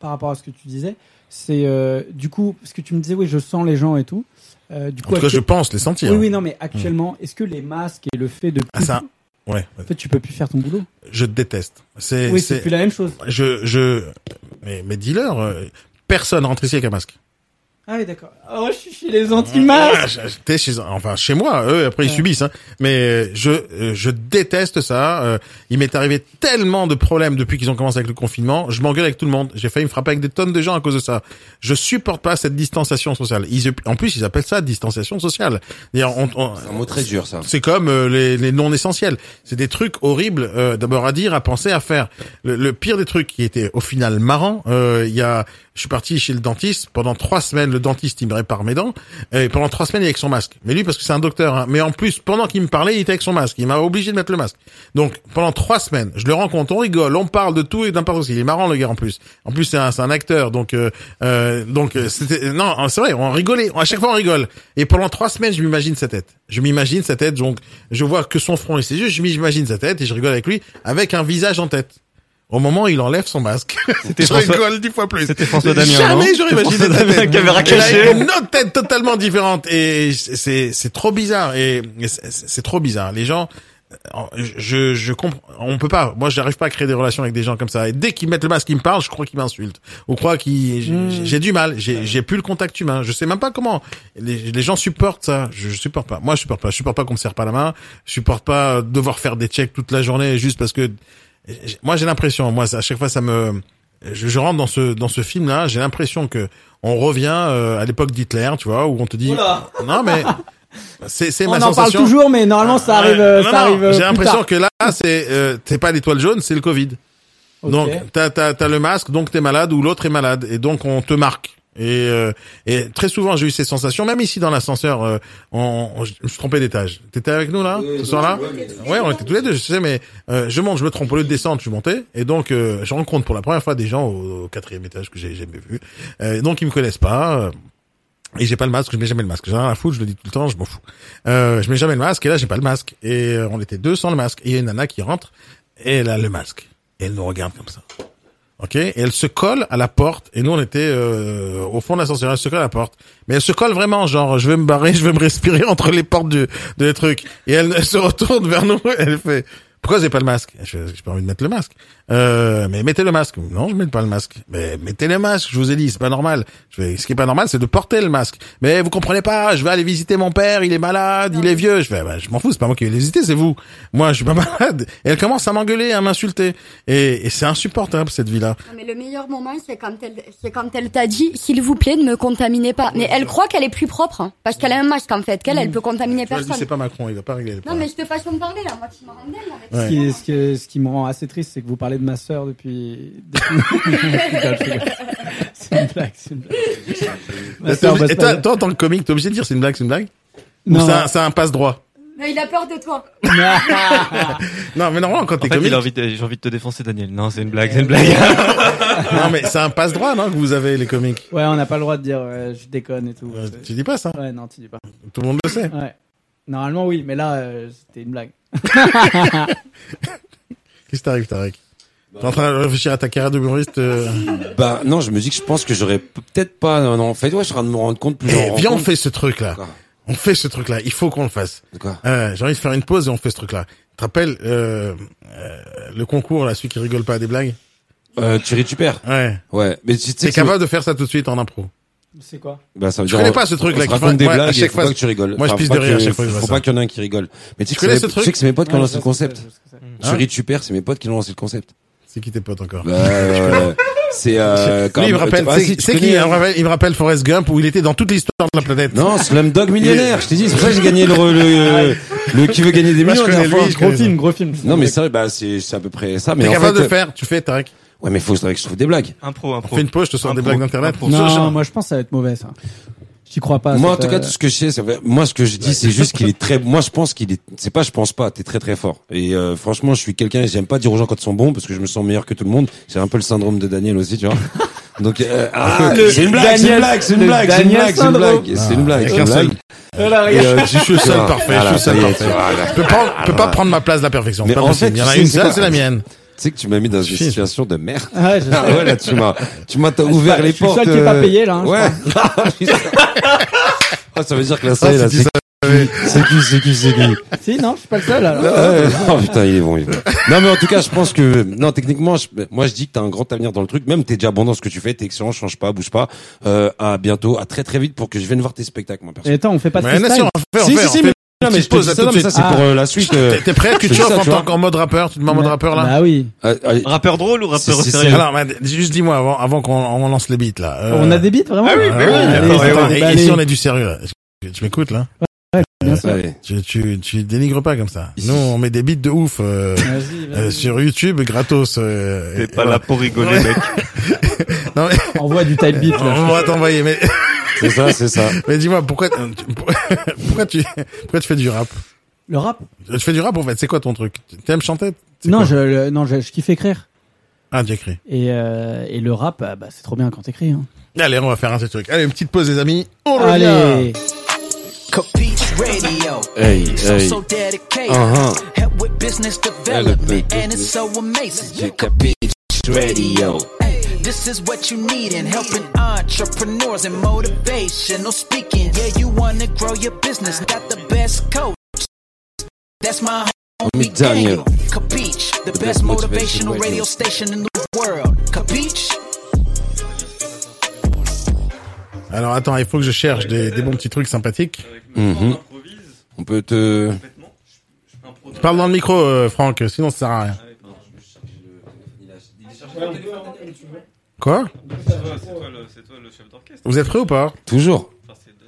[SPEAKER 4] par rapport à ce que tu disais. C'est euh, du coup, parce que tu me disais, oui, je sens les gens et tout. Euh, du
[SPEAKER 1] En tout cas, je pense les sentir.
[SPEAKER 4] Oui, oui, non, mais actuellement, est-ce que les masques et le fait de.
[SPEAKER 1] Ah, ça. Ouais.
[SPEAKER 4] En fait, tu peux plus faire ton boulot.
[SPEAKER 1] Je déteste. C'est.
[SPEAKER 4] Oui, c'est plus la même chose.
[SPEAKER 1] Je, je. Mais, mais dis-leur, euh, personne rentre ici avec un masque.
[SPEAKER 4] Ah oui, d'accord. Oh, je suis chez les anti-masques.
[SPEAKER 1] Ah, j'étais chez, enfin chez moi, eux après ils
[SPEAKER 4] Ouais.
[SPEAKER 1] subissent. hein. Mais euh, je euh, je déteste ça. Euh, Il m'est arrivé tellement de problèmes depuis qu'ils ont commencé avec le confinement. Je m'engueule avec tout le monde. J'ai failli me frapper avec des tonnes de gens à cause de ça. Je supporte pas cette distanciation sociale. Ils, en plus ils appellent ça distanciation sociale. C'est-à-dire, on- on-
[SPEAKER 3] C'est un mot très dur, ça.
[SPEAKER 1] c'est comme euh, les, les non essentiels. C'est des trucs horribles euh, d'abord à dire, à penser, à faire. Le, le pire des trucs qui était au final marrant, euh, il y a, je suis parti chez le dentiste pendant trois semaines. Le dentiste il me répare mes dents et pendant trois semaines il est avec son masque. Mais lui parce que c'est un docteur. hein. Mais en plus pendant qu'il me parlait il était avec son masque. Il m'a obligé de mettre le masque. Donc pendant trois semaines je le rencontre, on rigole, on parle de tout et n'importe quoi. Il est marrant le gars en plus. En plus c'est un, c'est un acteur donc euh, euh, donc euh, c'était non c'est vrai on rigolait. À chaque fois on rigole. Et pendant trois semaines je m'imagine sa tête. Je m'imagine sa tête, donc je vois que son front et ses yeux, je m'imagine sa tête et je rigole avec lui, avec un visage en tête. Au moment où il enlève son masque, je
[SPEAKER 9] François-
[SPEAKER 1] rigole dix fois plus.
[SPEAKER 9] C'était François Damien, non
[SPEAKER 1] Jamais j'aurais
[SPEAKER 9] C'était
[SPEAKER 1] imaginé
[SPEAKER 9] François
[SPEAKER 1] sa
[SPEAKER 9] Damien,
[SPEAKER 1] tête.
[SPEAKER 9] caméra
[SPEAKER 1] Elle a
[SPEAKER 9] cachée.
[SPEAKER 1] une autre tête totalement différente et c'est c'est trop bizarre et c'est- c'est trop bizarre. Les gens, je je comprends, on peut pas. Moi, j'arrive pas à créer des relations avec des gens comme ça. Et dès qu'ils mettent le masque, ils me parlent, je crois qu'ils m'insultent ou crois qu'ils j'ai- j'ai du mal. J'ai j'ai plus le contact humain. Je sais même pas comment les, les gens supportent ça. Je, je supporte pas. Moi, je supporte pas. Je supporte pas qu'on me serre pas la main. Je supporte pas devoir faire des checks toute la journée juste parce que moi j'ai l'impression. Moi, ça, à chaque fois, ça me je, je rentre dans ce dans ce film là, j'ai l'impression que on revient euh, à l'époque d'Hitler, tu vois, où on te dit
[SPEAKER 4] Oula
[SPEAKER 1] non mais c'est c'est
[SPEAKER 4] On
[SPEAKER 1] ma
[SPEAKER 4] en
[SPEAKER 1] sensation.
[SPEAKER 4] parle toujours, mais normalement, ça arrive. euh,
[SPEAKER 1] Non,
[SPEAKER 4] ça
[SPEAKER 1] non,
[SPEAKER 4] arrive euh,
[SPEAKER 1] J'ai
[SPEAKER 4] plus
[SPEAKER 1] l'impression
[SPEAKER 4] tard.
[SPEAKER 1] que là c'est euh, t'es pas l'étoile jaune, c'est le Covid.
[SPEAKER 4] Ok.
[SPEAKER 1] Donc t'as t'as t'as le masque, donc t'es malade ou l'autre est malade et donc on te marque. Et, euh, et très souvent, j'ai eu ces sensations, même ici dans l'ascenseur, euh, on, on- je me suis trompé d'étage. T'étais avec nous là, ce soir-là Ouais, on était tous les deux, je sais, mais euh, je monte, je me trompe, au lieu de descendre, je suis monté. Et donc, euh, je rencontre pour la première fois des gens au, au quatrième étage que j'ai jamais vu. Euh, donc, ils me connaissent pas. euh, et j'ai pas le masque, je mets jamais le masque. J'en ai rien à foutre, je le dis tout le temps, je m'en fous. Euh, je mets jamais le masque, et là j'ai pas le masque. Et euh, on était deux sans le masque. Et il y a une nana qui rentre, et elle a le masque. Et elle nous regarde comme ça. Ok Et elle se colle à la porte, et nous on était euh, au fond de l'ascenseur, elle se colle à la porte. Mais elle se colle vraiment, genre je vais me barrer, je vais me respirer entre les portes du, de les trucs. Et elle, elle se retourne vers nous, elle fait... Pourquoi j'ai pas le masque Je J'ai pas envie de mettre le masque. Euh, mais mettez le masque. Non, je mets pas le masque. Mais mettez le masque. Je vous ai dit, c'est pas normal. Je fais, ce qui est pas normal, c'est de porter le masque. Mais vous comprenez pas. Je vais aller visiter mon père. Il est malade. Il est vieux. Je fais, bah, je m'en fous. C'est pas moi qui vais les visiter, c'est vous. Moi, je suis pas malade. Et elle commence à m'engueuler, à m'insulter. Et, et c'est insupportable cette vie-là.
[SPEAKER 8] Non, mais le meilleur moment, c'est quand elle, c'est quand elle t'a dit, s'il vous plaît, ne me contaminez pas. Mais elle croit qu'elle est plus propre, hein, parce qu'elle a un masque en fait, qu'elle, elle peut contaminer
[SPEAKER 1] Mm. Tu vois, je dis,
[SPEAKER 8] personne.
[SPEAKER 1] C'est pas Macron. Il va pas régler. le
[SPEAKER 8] Non, mais je te façon de parler là, moi, tu me rends dingue, en fait.
[SPEAKER 4] Ce, qui, ce, que- ce qui me rend assez triste, c'est que vous parlez de ma sœur depuis. depuis- c'est une blague, c'est une blague. Ma
[SPEAKER 1] T'es
[SPEAKER 4] sœur
[SPEAKER 1] obligé-
[SPEAKER 4] bosse
[SPEAKER 1] et
[SPEAKER 4] pas-
[SPEAKER 1] toi, toi, en tant que comique, t'es obligé de dire c'est une blague, c'est une blague. Ou
[SPEAKER 4] Non.
[SPEAKER 1] c'est un, c'est un passe droit.
[SPEAKER 8] Non, il a peur de toi.
[SPEAKER 1] Non, mais normalement quand t'es
[SPEAKER 9] En fait,
[SPEAKER 1] comique.
[SPEAKER 9] il a envie de- j'ai envie de te défoncer, Daniel. Non, c'est une blague, c'est une blague.
[SPEAKER 1] Euh, non, mais c'est un passe-droit, non, que vous avez, les comiques. Euh,
[SPEAKER 4] Ouais, on n'a pas le droit de dire ouais, je déconne et tout.
[SPEAKER 1] tu dis pas ça
[SPEAKER 4] Ouais, non, tu dis pas.
[SPEAKER 1] Tout le monde le sait.
[SPEAKER 4] Ouais. Normalement, oui, mais là, euh, c'était une blague.
[SPEAKER 1] Qu'est-ce qui t'arrive, Tarek T'es en train de réfléchir à ta carrière de humoriste euh,
[SPEAKER 3] Bah non, je me dis que je pense que j'aurais p- peut-être pas. Non, non, en fait, ouais, je suis en train de me rendre compte plus.
[SPEAKER 1] Eh, viens, on fait ce truc-là. On fait ce truc-là. Il faut qu'on le fasse. Euh, J'ai envie de faire une pause et on fait ce truc-là. Tu te rappelles euh, euh, le concours, là, celui qui rigole pas à des blagues
[SPEAKER 3] Euh, tu récupères.
[SPEAKER 1] Ouais.
[SPEAKER 3] Ouais. Mais tu tu sais
[SPEAKER 1] T'es
[SPEAKER 3] que-
[SPEAKER 1] capable de faire ça tout de suite en impro
[SPEAKER 4] C'est quoi
[SPEAKER 3] Bah, ça veut
[SPEAKER 1] Je
[SPEAKER 3] dire,
[SPEAKER 1] connais
[SPEAKER 3] on-
[SPEAKER 1] pas ce truc-là
[SPEAKER 3] on se
[SPEAKER 1] qui
[SPEAKER 3] raconte
[SPEAKER 1] fait-
[SPEAKER 3] des
[SPEAKER 1] ouais, à
[SPEAKER 3] blagues.
[SPEAKER 1] chaque
[SPEAKER 3] faut
[SPEAKER 1] fois-
[SPEAKER 3] pas que tu rigoles.
[SPEAKER 1] Moi, je
[SPEAKER 3] Enfin,
[SPEAKER 1] pisse
[SPEAKER 3] faut
[SPEAKER 1] de
[SPEAKER 3] pas
[SPEAKER 1] rire à chaque fois que je vois
[SPEAKER 3] Faut
[SPEAKER 1] ça.
[SPEAKER 3] pas qu'il y en ait un qui rigole. Mais tu sais
[SPEAKER 1] Tu
[SPEAKER 3] que
[SPEAKER 1] connais
[SPEAKER 3] c'est-
[SPEAKER 1] ce truc Ah,
[SPEAKER 3] tu sais que c'est mes potes qui ont
[SPEAKER 1] Ouais,
[SPEAKER 3] lancé
[SPEAKER 1] je
[SPEAKER 3] le
[SPEAKER 1] sais ce que
[SPEAKER 3] concept. Tu
[SPEAKER 1] Hein
[SPEAKER 3] récupères, c'est mes potes qui l'ont lancé le concept.
[SPEAKER 1] C'est qui tes potes encore
[SPEAKER 3] Bah, euh, c'est euh, quand
[SPEAKER 1] Lui, il me
[SPEAKER 3] même-
[SPEAKER 1] rappelle,
[SPEAKER 3] Ah,
[SPEAKER 1] c'est
[SPEAKER 3] si, tu
[SPEAKER 1] c'est qui
[SPEAKER 3] connais,
[SPEAKER 1] il me
[SPEAKER 3] hein.
[SPEAKER 1] rappelle, il me rappelle Forrest Gump où il était dans toute l'histoire de la planète.
[SPEAKER 3] Non, Slumdog Millionnaire, je t'ai dit, c'est pour ça que j'ai gagné le,
[SPEAKER 1] Ouais.
[SPEAKER 3] le, le qui veut gagner des
[SPEAKER 1] Moi, je
[SPEAKER 3] millions.
[SPEAKER 1] connais
[SPEAKER 3] la dernière
[SPEAKER 1] lui,
[SPEAKER 3] fois.
[SPEAKER 1] je connais ça.
[SPEAKER 4] gros film.
[SPEAKER 3] Non, mais ça, bah, c'est c'est à peu près ça. Mais
[SPEAKER 1] T'es
[SPEAKER 3] en
[SPEAKER 1] capable
[SPEAKER 3] fait, euh,
[SPEAKER 1] de faire Tu fais, Tarek
[SPEAKER 3] Ouais, mais faut c'est vrai que je trouve des blagues.
[SPEAKER 9] Impro, impro.
[SPEAKER 1] On fait une pause, je te sors des blagues d'internet.
[SPEAKER 4] Non, moi, je pense que ça va être mauvais, ça. J'y crois
[SPEAKER 1] Ah,
[SPEAKER 4] pas.
[SPEAKER 3] Moi, en
[SPEAKER 4] cette,
[SPEAKER 3] tout cas,
[SPEAKER 4] euh,
[SPEAKER 3] tout ce que je sais, c'est vrai- moi, ce que je dis, c'est juste qu'il est très, moi, je pense qu'il est, c'est pas, je pense pas, t'es très, très fort. Et, euh, franchement, je suis quelqu'un, j'aime pas dire aux gens quand ils sont bons, parce que je me sens meilleur que tout le monde. J'ai un peu le syndrome de Daniel aussi, tu vois. Donc, euh, ah,
[SPEAKER 4] Le
[SPEAKER 3] c'est une blague, c'est une
[SPEAKER 4] Daniel-
[SPEAKER 3] blague, c'est une
[SPEAKER 4] le Daniel
[SPEAKER 3] blague, c'est une blague, c'est une
[SPEAKER 4] syndrome.
[SPEAKER 3] blague, c'est une blague,
[SPEAKER 1] Ah,
[SPEAKER 3] c'est une
[SPEAKER 1] avec un
[SPEAKER 3] blague.
[SPEAKER 4] Voilà,
[SPEAKER 3] Et, euh,
[SPEAKER 4] regarde.
[SPEAKER 1] Je suis le seul
[SPEAKER 3] Voilà,
[SPEAKER 1] parfait, je suis
[SPEAKER 3] voilà,
[SPEAKER 1] le seul
[SPEAKER 3] ça y est,
[SPEAKER 1] parfait.
[SPEAKER 3] voilà.
[SPEAKER 1] Je peux pas, je peux pas prendre ma place de la perfection. c'est
[SPEAKER 3] Mais
[SPEAKER 1] pas
[SPEAKER 3] en
[SPEAKER 1] possible.
[SPEAKER 3] fait,
[SPEAKER 1] il y en a
[SPEAKER 3] tu
[SPEAKER 1] une,
[SPEAKER 3] sais
[SPEAKER 1] seule,
[SPEAKER 3] quoi
[SPEAKER 1] c'est la mienne.
[SPEAKER 3] Tu sais que tu m'as mis dans une situation de merde.
[SPEAKER 4] Ouais, je sais.
[SPEAKER 3] Ah ouais, là, tu m'as, tu m'as t'as
[SPEAKER 4] Ah, Je suis
[SPEAKER 3] ouvert
[SPEAKER 4] pas-
[SPEAKER 3] les
[SPEAKER 4] je suis le
[SPEAKER 3] portes.
[SPEAKER 4] seul qui est pas
[SPEAKER 3] euh,
[SPEAKER 4] payé, là, hein, je
[SPEAKER 3] Ouais. Ah, ça veut dire que là, ça y est, là,
[SPEAKER 4] Ah, si tu
[SPEAKER 3] c'est qui, c'est qui, c'est qui, c'est qui.
[SPEAKER 4] Si, non, je suis pas le seul.
[SPEAKER 3] Ah,
[SPEAKER 4] alors.
[SPEAKER 3] ouais, ouais. Oh putain, il est bon, il est bon. Non, mais en tout cas, je pense que, non, techniquement, je- moi, je dis que t'as un grand avenir dans le truc. Même t'es déjà bon dans ce que tu fais, t'es excellent, change pas, bouge pas. Euh, à bientôt, à très très vite pour que je vienne voir tes spectacles, moi, perso.
[SPEAKER 4] Et attends, on fait Bah, pas de
[SPEAKER 1] Mais
[SPEAKER 4] freestyle.
[SPEAKER 1] si, on fait, on
[SPEAKER 3] Eh, Si,
[SPEAKER 1] fait,
[SPEAKER 3] si,
[SPEAKER 1] on
[SPEAKER 3] si,
[SPEAKER 1] fait
[SPEAKER 3] mais-
[SPEAKER 1] une
[SPEAKER 3] non, mais
[SPEAKER 1] petite
[SPEAKER 3] je te dis
[SPEAKER 1] pause,
[SPEAKER 3] ça,
[SPEAKER 1] là, tout
[SPEAKER 3] non,
[SPEAKER 1] de
[SPEAKER 3] mais ça,
[SPEAKER 1] suite.
[SPEAKER 3] c'est pour, euh, la suite,
[SPEAKER 1] T'es-
[SPEAKER 3] euh,
[SPEAKER 1] T'es prêt,
[SPEAKER 3] je te dis
[SPEAKER 1] Kutchoff,
[SPEAKER 3] ça,
[SPEAKER 1] en
[SPEAKER 3] tu
[SPEAKER 1] tant
[SPEAKER 3] vois.
[SPEAKER 1] qu'en mode rappeur? Tu te mets en mode rappeur, là?
[SPEAKER 4] Bah oui.
[SPEAKER 3] Euh, allez.
[SPEAKER 9] Rappeur drôle ou rappeur
[SPEAKER 3] C'est- c'est-
[SPEAKER 9] sérieux
[SPEAKER 1] Alors, mais juste dis-moi avant, avant qu'on on lance les beats, là. Euh,
[SPEAKER 4] On a des beats, vraiment
[SPEAKER 1] Ah oui,
[SPEAKER 4] Ah
[SPEAKER 1] mais oui,
[SPEAKER 4] ouais, allez,
[SPEAKER 1] d'accord,
[SPEAKER 4] attends,
[SPEAKER 1] attends,
[SPEAKER 4] bah,
[SPEAKER 1] et-
[SPEAKER 4] allez.
[SPEAKER 1] Ici, on a du sérieux, là. Tu- Tu m'écoutes, là?
[SPEAKER 4] Ouais, bien sûr.
[SPEAKER 3] Allez.
[SPEAKER 1] Tu, tu, tu dénigres pas comme ça. Nous, on met des beats de ouf euh,
[SPEAKER 4] Vas-y, vas-y.
[SPEAKER 1] euh, sur YouTube, gratos. euh, et-
[SPEAKER 9] T'es pas
[SPEAKER 1] voilà.
[SPEAKER 9] là pour rigoler, mec.
[SPEAKER 1] Non, mais...
[SPEAKER 4] Envoie du type beat, là.
[SPEAKER 1] On va t'envoyer, mais...
[SPEAKER 3] C'est ça, c'est ça.
[SPEAKER 1] Mais dis-moi, pourquoi, euh, pourquoi tu, pourquoi tu fais du rap?
[SPEAKER 4] Le rap
[SPEAKER 1] Tu fais du rap, en fait. C'est quoi ton truc? T'aimes chanter? C'est
[SPEAKER 4] Non,
[SPEAKER 1] quoi
[SPEAKER 4] je, le- non je, je kiffe écrire.
[SPEAKER 1] Ah, j'ai écrit.
[SPEAKER 4] Et, euh, et le rap, ah, bah, c'est trop bien quand t'écris. Hein.
[SPEAKER 1] Allez, on va faire un seul truc. Allez, une petite pause, les amis. On revient.
[SPEAKER 4] Allez
[SPEAKER 13] Peach Radio.
[SPEAKER 3] Hey,
[SPEAKER 13] So,
[SPEAKER 3] hey.
[SPEAKER 13] so dedicated.
[SPEAKER 3] Uh-huh.
[SPEAKER 13] Help with business
[SPEAKER 3] ah.
[SPEAKER 13] development. And it's so amazing. Radio. This is what you need in helping entrepreneurs and motivational speaking. Yeah, you want to grow your business. Got the best coach. That's my homie
[SPEAKER 3] Homie
[SPEAKER 13] Daniel.
[SPEAKER 3] Daniel.
[SPEAKER 13] Capiche, the, best motivational radio station in the world. Capiche?
[SPEAKER 1] Alors, attends, il faut que je cherche des, des bons petits trucs sympathiques.
[SPEAKER 3] Mhm. On peut te,
[SPEAKER 1] Parle dans le micro, euh, Franck, sinon ça sert à rien. Quoi
[SPEAKER 9] C'est toi, le chef d'orchestre.
[SPEAKER 1] Vous êtes prêts ou pas
[SPEAKER 3] toujours.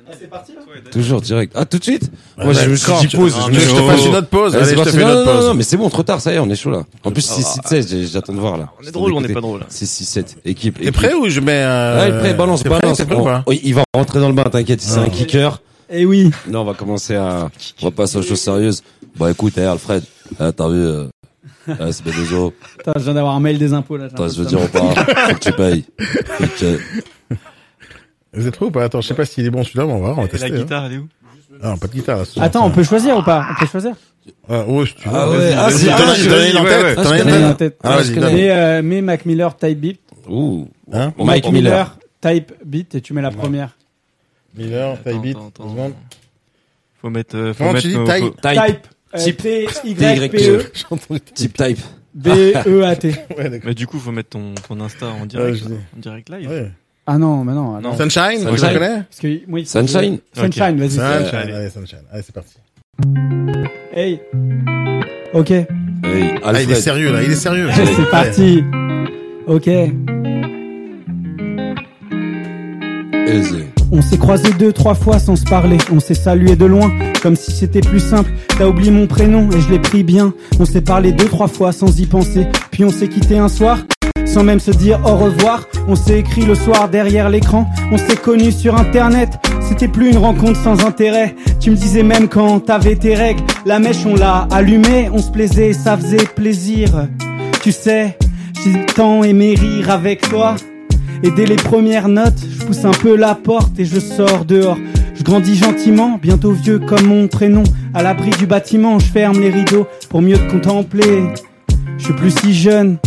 [SPEAKER 4] Ah, c'est parti là
[SPEAKER 3] Toujours direct. Ah, tout de suite
[SPEAKER 1] Ouais,
[SPEAKER 3] Moi, je
[SPEAKER 1] ouais,
[SPEAKER 3] me suis
[SPEAKER 1] quand
[SPEAKER 3] dit
[SPEAKER 1] tu-
[SPEAKER 3] pause.
[SPEAKER 1] non,
[SPEAKER 3] me
[SPEAKER 1] mais
[SPEAKER 3] suis
[SPEAKER 1] je
[SPEAKER 3] dit,
[SPEAKER 1] te
[SPEAKER 3] oh.
[SPEAKER 1] passe une autre pause.
[SPEAKER 3] Allez,
[SPEAKER 1] Allez,
[SPEAKER 3] c'est
[SPEAKER 1] je te
[SPEAKER 3] parti.
[SPEAKER 1] fais une
[SPEAKER 3] Non,
[SPEAKER 1] autre
[SPEAKER 3] non,
[SPEAKER 1] pause.
[SPEAKER 3] Non, mais c'est bon, trop tard, ça y est, on est chaud là. En plus, c'est
[SPEAKER 1] Ah,
[SPEAKER 3] 6-7, j'ai- j'attends de voir là.
[SPEAKER 1] On est drôle, on n'est pas
[SPEAKER 3] drôle. C'est 6-7, équipe.
[SPEAKER 1] T'es prêt ou je mets euh...
[SPEAKER 3] Ouais, prêt, balance,
[SPEAKER 1] t'es prêt,
[SPEAKER 3] balance.
[SPEAKER 1] T'es prêt
[SPEAKER 3] On-
[SPEAKER 1] ou pas Ah.
[SPEAKER 3] oui, il va rentrer dans le bain, t'inquiète, c'est un kicker.
[SPEAKER 4] Eh oui.
[SPEAKER 3] Non, on va commencer à, on va passer aux choses sérieuses. Bah écoute, eh, Alfred, eh, t'as vu, euh, eh, c'est B2O.
[SPEAKER 4] Putain, je viens d'avoir un mail des impôts là. j'ai un
[SPEAKER 3] Attends,
[SPEAKER 4] peu
[SPEAKER 3] je veux
[SPEAKER 4] de
[SPEAKER 3] dire, on
[SPEAKER 4] temps.
[SPEAKER 3] part. Faut que tu payes. euh, Faut que tu-
[SPEAKER 1] Vous êtes prêts ou pas Attends, je sais pas s'il est bon celui-là, mais on va voir, on va
[SPEAKER 9] Et
[SPEAKER 1] tester.
[SPEAKER 9] la
[SPEAKER 1] hein.
[SPEAKER 9] guitare, elle est où
[SPEAKER 1] Ah, pas de guitare. là, ce soir.
[SPEAKER 4] Attends, on peut choisir ou pas On peut choisir
[SPEAKER 1] Ah, ouais, si tu veux.
[SPEAKER 3] Ah ouais,
[SPEAKER 1] vas-y,
[SPEAKER 3] ah,
[SPEAKER 1] vas-y,
[SPEAKER 3] c'est-
[SPEAKER 1] t'en
[SPEAKER 3] ah,
[SPEAKER 1] as-
[SPEAKER 3] je-
[SPEAKER 1] t'en as une en
[SPEAKER 3] ouais,
[SPEAKER 1] tête,
[SPEAKER 3] ouais.
[SPEAKER 1] t'en as une
[SPEAKER 3] Ah, je
[SPEAKER 1] en
[SPEAKER 3] connais.
[SPEAKER 1] tête. Ah, vas-y, donne.
[SPEAKER 4] Mais, euh, mais Mac Miller Type Beat.
[SPEAKER 3] Ouh.
[SPEAKER 1] Hein
[SPEAKER 3] Mike
[SPEAKER 4] Mac
[SPEAKER 3] Miller.
[SPEAKER 4] Miller Type Beat et tu mets la première.
[SPEAKER 1] Miller, Taille Beat, deux secondes.
[SPEAKER 9] Faut mettre. euh, Faut
[SPEAKER 1] Comment
[SPEAKER 9] mettre
[SPEAKER 1] tu dis
[SPEAKER 9] nos-
[SPEAKER 1] taille
[SPEAKER 9] faut-
[SPEAKER 4] Type. euh,
[SPEAKER 9] Type.
[SPEAKER 1] E.
[SPEAKER 4] T-Y-P-E.
[SPEAKER 1] J'entends-
[SPEAKER 3] Type type.
[SPEAKER 1] E.
[SPEAKER 4] B-E-A-T.
[SPEAKER 1] Ouais, d'accord.
[SPEAKER 9] Mais du coup, faut mettre ton, ton Insta en
[SPEAKER 1] Ouais,
[SPEAKER 9] direct,
[SPEAKER 1] je dis.
[SPEAKER 9] en direct live.
[SPEAKER 1] Ouais.
[SPEAKER 4] Ah non, mais non.
[SPEAKER 9] Non.
[SPEAKER 4] alors.
[SPEAKER 1] Sunshine, tu
[SPEAKER 3] Sunshine.
[SPEAKER 1] la connais
[SPEAKER 4] Parce que, moi, il-
[SPEAKER 3] Sunshine
[SPEAKER 4] Sunshine, vas-y.
[SPEAKER 1] Sunshine,
[SPEAKER 3] Allez.
[SPEAKER 1] allez, Sunshine. Allez, c'est parti.
[SPEAKER 4] Hey. Ok.
[SPEAKER 3] Hey,
[SPEAKER 1] Ah, il est
[SPEAKER 3] Alfred.
[SPEAKER 1] sérieux, là, il est sérieux.
[SPEAKER 4] C'est parti. Ok.
[SPEAKER 3] Aisé.
[SPEAKER 4] On s'est croisés deux, trois fois sans se parler. On s'est salué de loin, comme si c'était plus simple. T'as oublié mon prénom et je l'ai pris bien. On s'est parlé deux, trois fois sans y penser. Puis on s'est quitté un soir. Sans même se dire au revoir, on s'est écrit le soir derrière l'écran, on s'est connus sur internet, c'était plus une rencontre sans intérêt. Tu me disais même quand t'avais tes règles, la mèche on l'a allumée, on se plaisait, ça faisait plaisir. Tu sais, j'ai tant aimé rire avec toi. Et dès les premières notes, je pousse un peu la porte et je sors dehors. Je grandis gentiment, bientôt vieux comme mon prénom. À l'abri du bâtiment, je ferme les rideaux pour mieux te contempler. Je suis plus si jeune,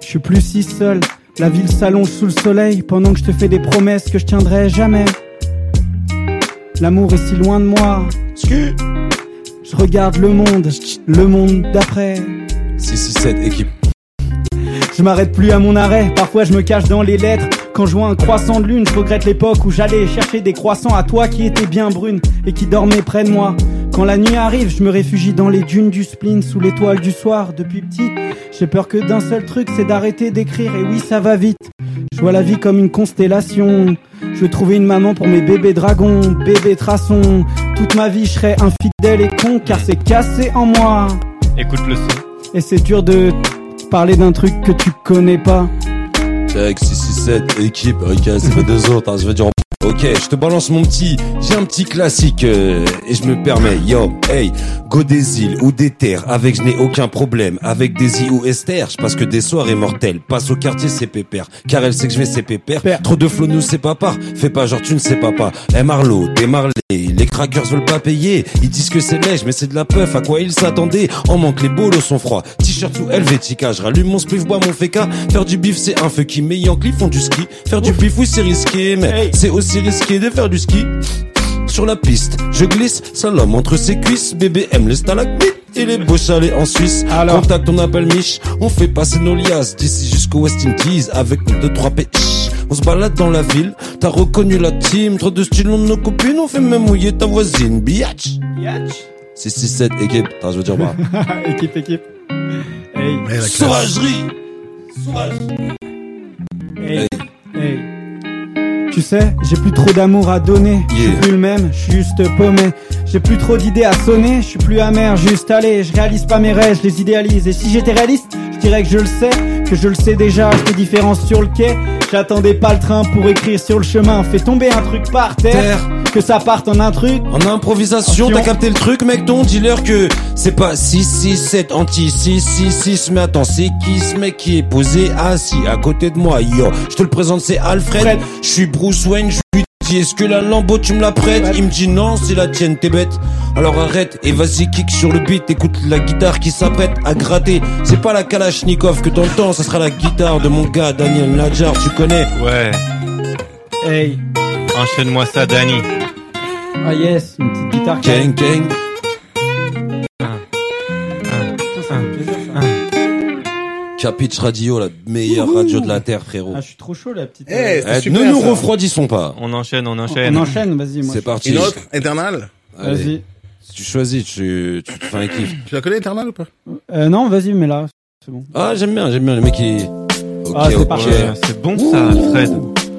[SPEAKER 4] je suis plus si seul. La ville s'allonge sous le soleil pendant que je te fais des promesses que je tiendrai jamais. L'amour est si loin de moi. Je regarde le monde, le monde d'après.
[SPEAKER 3] 6-6-7, équipe.
[SPEAKER 4] Je m'arrête plus à mon arrêt, parfois je me cache dans les lettres. Quand je vois un croissant de lune, je regrette l'époque où j'allais chercher des croissants à toi qui étais bien brune et qui dormait près de moi. Quand la nuit arrive, je me réfugie dans les dunes du spleen sous l'étoile du soir. Depuis petit, j'ai peur que d'un seul truc, c'est d'arrêter d'écrire. Et oui, ça va vite. Je vois la vie comme une constellation. Je veux trouver une maman pour mes bébés dragons, bébés traçons. Toute ma vie, je serai infidèle et con car c'est cassé en moi.
[SPEAKER 9] Écoute le son.
[SPEAKER 4] Et c'est dur de parler d'un truc que tu connais pas.
[SPEAKER 3] Check, 6-6-7, équipe. Ok, c'est B2O, autres, hein, je veux dire, on- Ok, je te balance mon petit, j'ai un petit classique euh, et je me permets, yo, hey, go des îles ou des terres, avec je n'ai aucun problème, avec des i ou Esther, je passe que des soirées mortelles, passe au quartier c'est pépère, car elle sait que je vais c'est pépère, trop de flow nous c'est pas part, fais pas genre tu ne sais pas Eh, pas, hey Marlo, démarre les crackers veulent pas payer, ils disent que c'est lèche mais c'est de la puff, à quoi ils s'attendaient, en manque les bolos sont froids, t-shirt ou Helvetica, je rallume mon spliff, bois mon féca, faire du bif c'est un feu qui met Yankee font du ski, faire du bif oui c'est risqué mais c'est aussi risqué de faire du ski. Sur la piste, je glisse, salome entre ses cuisses, bébé aime les stalagmites et les beaux chalets en Suisse. Contact, on appelle Mich, on fait passer nos liasses d'ici jusqu'au West Indies avec nos deux trois pêches. On se balade dans la ville, t'as reconnu la team, trop de style, on nos copines, on fait même mouiller ta voisine, biatch. C'est 6-7 équipe, Attends, je veux dire bah.
[SPEAKER 4] équipe, équipe. Hey,
[SPEAKER 1] Ouais, la classe.
[SPEAKER 3] Sauvagerie
[SPEAKER 4] hey, hey. Tu sais, j'ai plus trop d'amour à donner. Je suis
[SPEAKER 3] Yeah.
[SPEAKER 4] plus le même, je suis juste paumé. J'ai plus trop d'idées à sonner, je suis plus amer, juste allé. Je réalise pas mes rêves, je les idéalise. Et si j'étais réaliste, je dirais que je le sais, que je le sais déjà. J'étais différence sur le quai. J'attendais pas le train pour écrire sur le chemin. Fais tomber un truc par terre, que ça parte en un truc.
[SPEAKER 3] En improvisation, t'as capté le truc, mec, ton dealer que c'est pas 6, 6, 7, anti 6, 6, 6, mais attends, c'est qui ce mec qui est posé assis à côté de moi, yo. Je te le présente, c'est Alfred. Je suis Bruce Wayne, je lui dis, est-ce que la Lambo tu me la prêtes? Il me dit non, c'est la tienne, t'es bête. Alors arrête et vas-y, kick sur le beat, écoute la guitare qui s'apprête à gratter. C'est pas la Kalachnikov que t'entends, ça sera la guitare de mon gars Daniel Nadjar, tu connais.
[SPEAKER 9] Ouais.
[SPEAKER 4] Hey,
[SPEAKER 9] Enchaîne-moi ça, Danny.
[SPEAKER 4] ah yes, une petite guitare. qui
[SPEAKER 3] Gang, gang. Capitch Radio, la meilleure
[SPEAKER 4] Wouhou.
[SPEAKER 3] radio de la Terre, frérot.
[SPEAKER 4] Ah, je suis trop chaud la petite.
[SPEAKER 1] Eh, c'était
[SPEAKER 3] Eh,
[SPEAKER 1] super,
[SPEAKER 3] ne nous
[SPEAKER 1] ça.
[SPEAKER 3] refroidissons pas.
[SPEAKER 9] On enchaîne, on
[SPEAKER 4] on
[SPEAKER 9] enchaîne.
[SPEAKER 4] enchaîne, vas-y. moi,
[SPEAKER 3] C'est
[SPEAKER 4] je-
[SPEAKER 3] parti.
[SPEAKER 1] Une autre, Eternal
[SPEAKER 3] Allez.
[SPEAKER 4] Vas-y.
[SPEAKER 3] Si tu choisis, tu, tu te fais un kiff.
[SPEAKER 1] Tu la connais, Eternal ou pas
[SPEAKER 4] Euh, non, vas-y, mais là, c'est bon.
[SPEAKER 3] Ah, j'aime bien, j'aime bien les mecs qui. Ok,
[SPEAKER 4] Ah, c'est
[SPEAKER 3] ok.
[SPEAKER 4] parfait.
[SPEAKER 9] Ouais, C'est Euh, bon ça, Fred.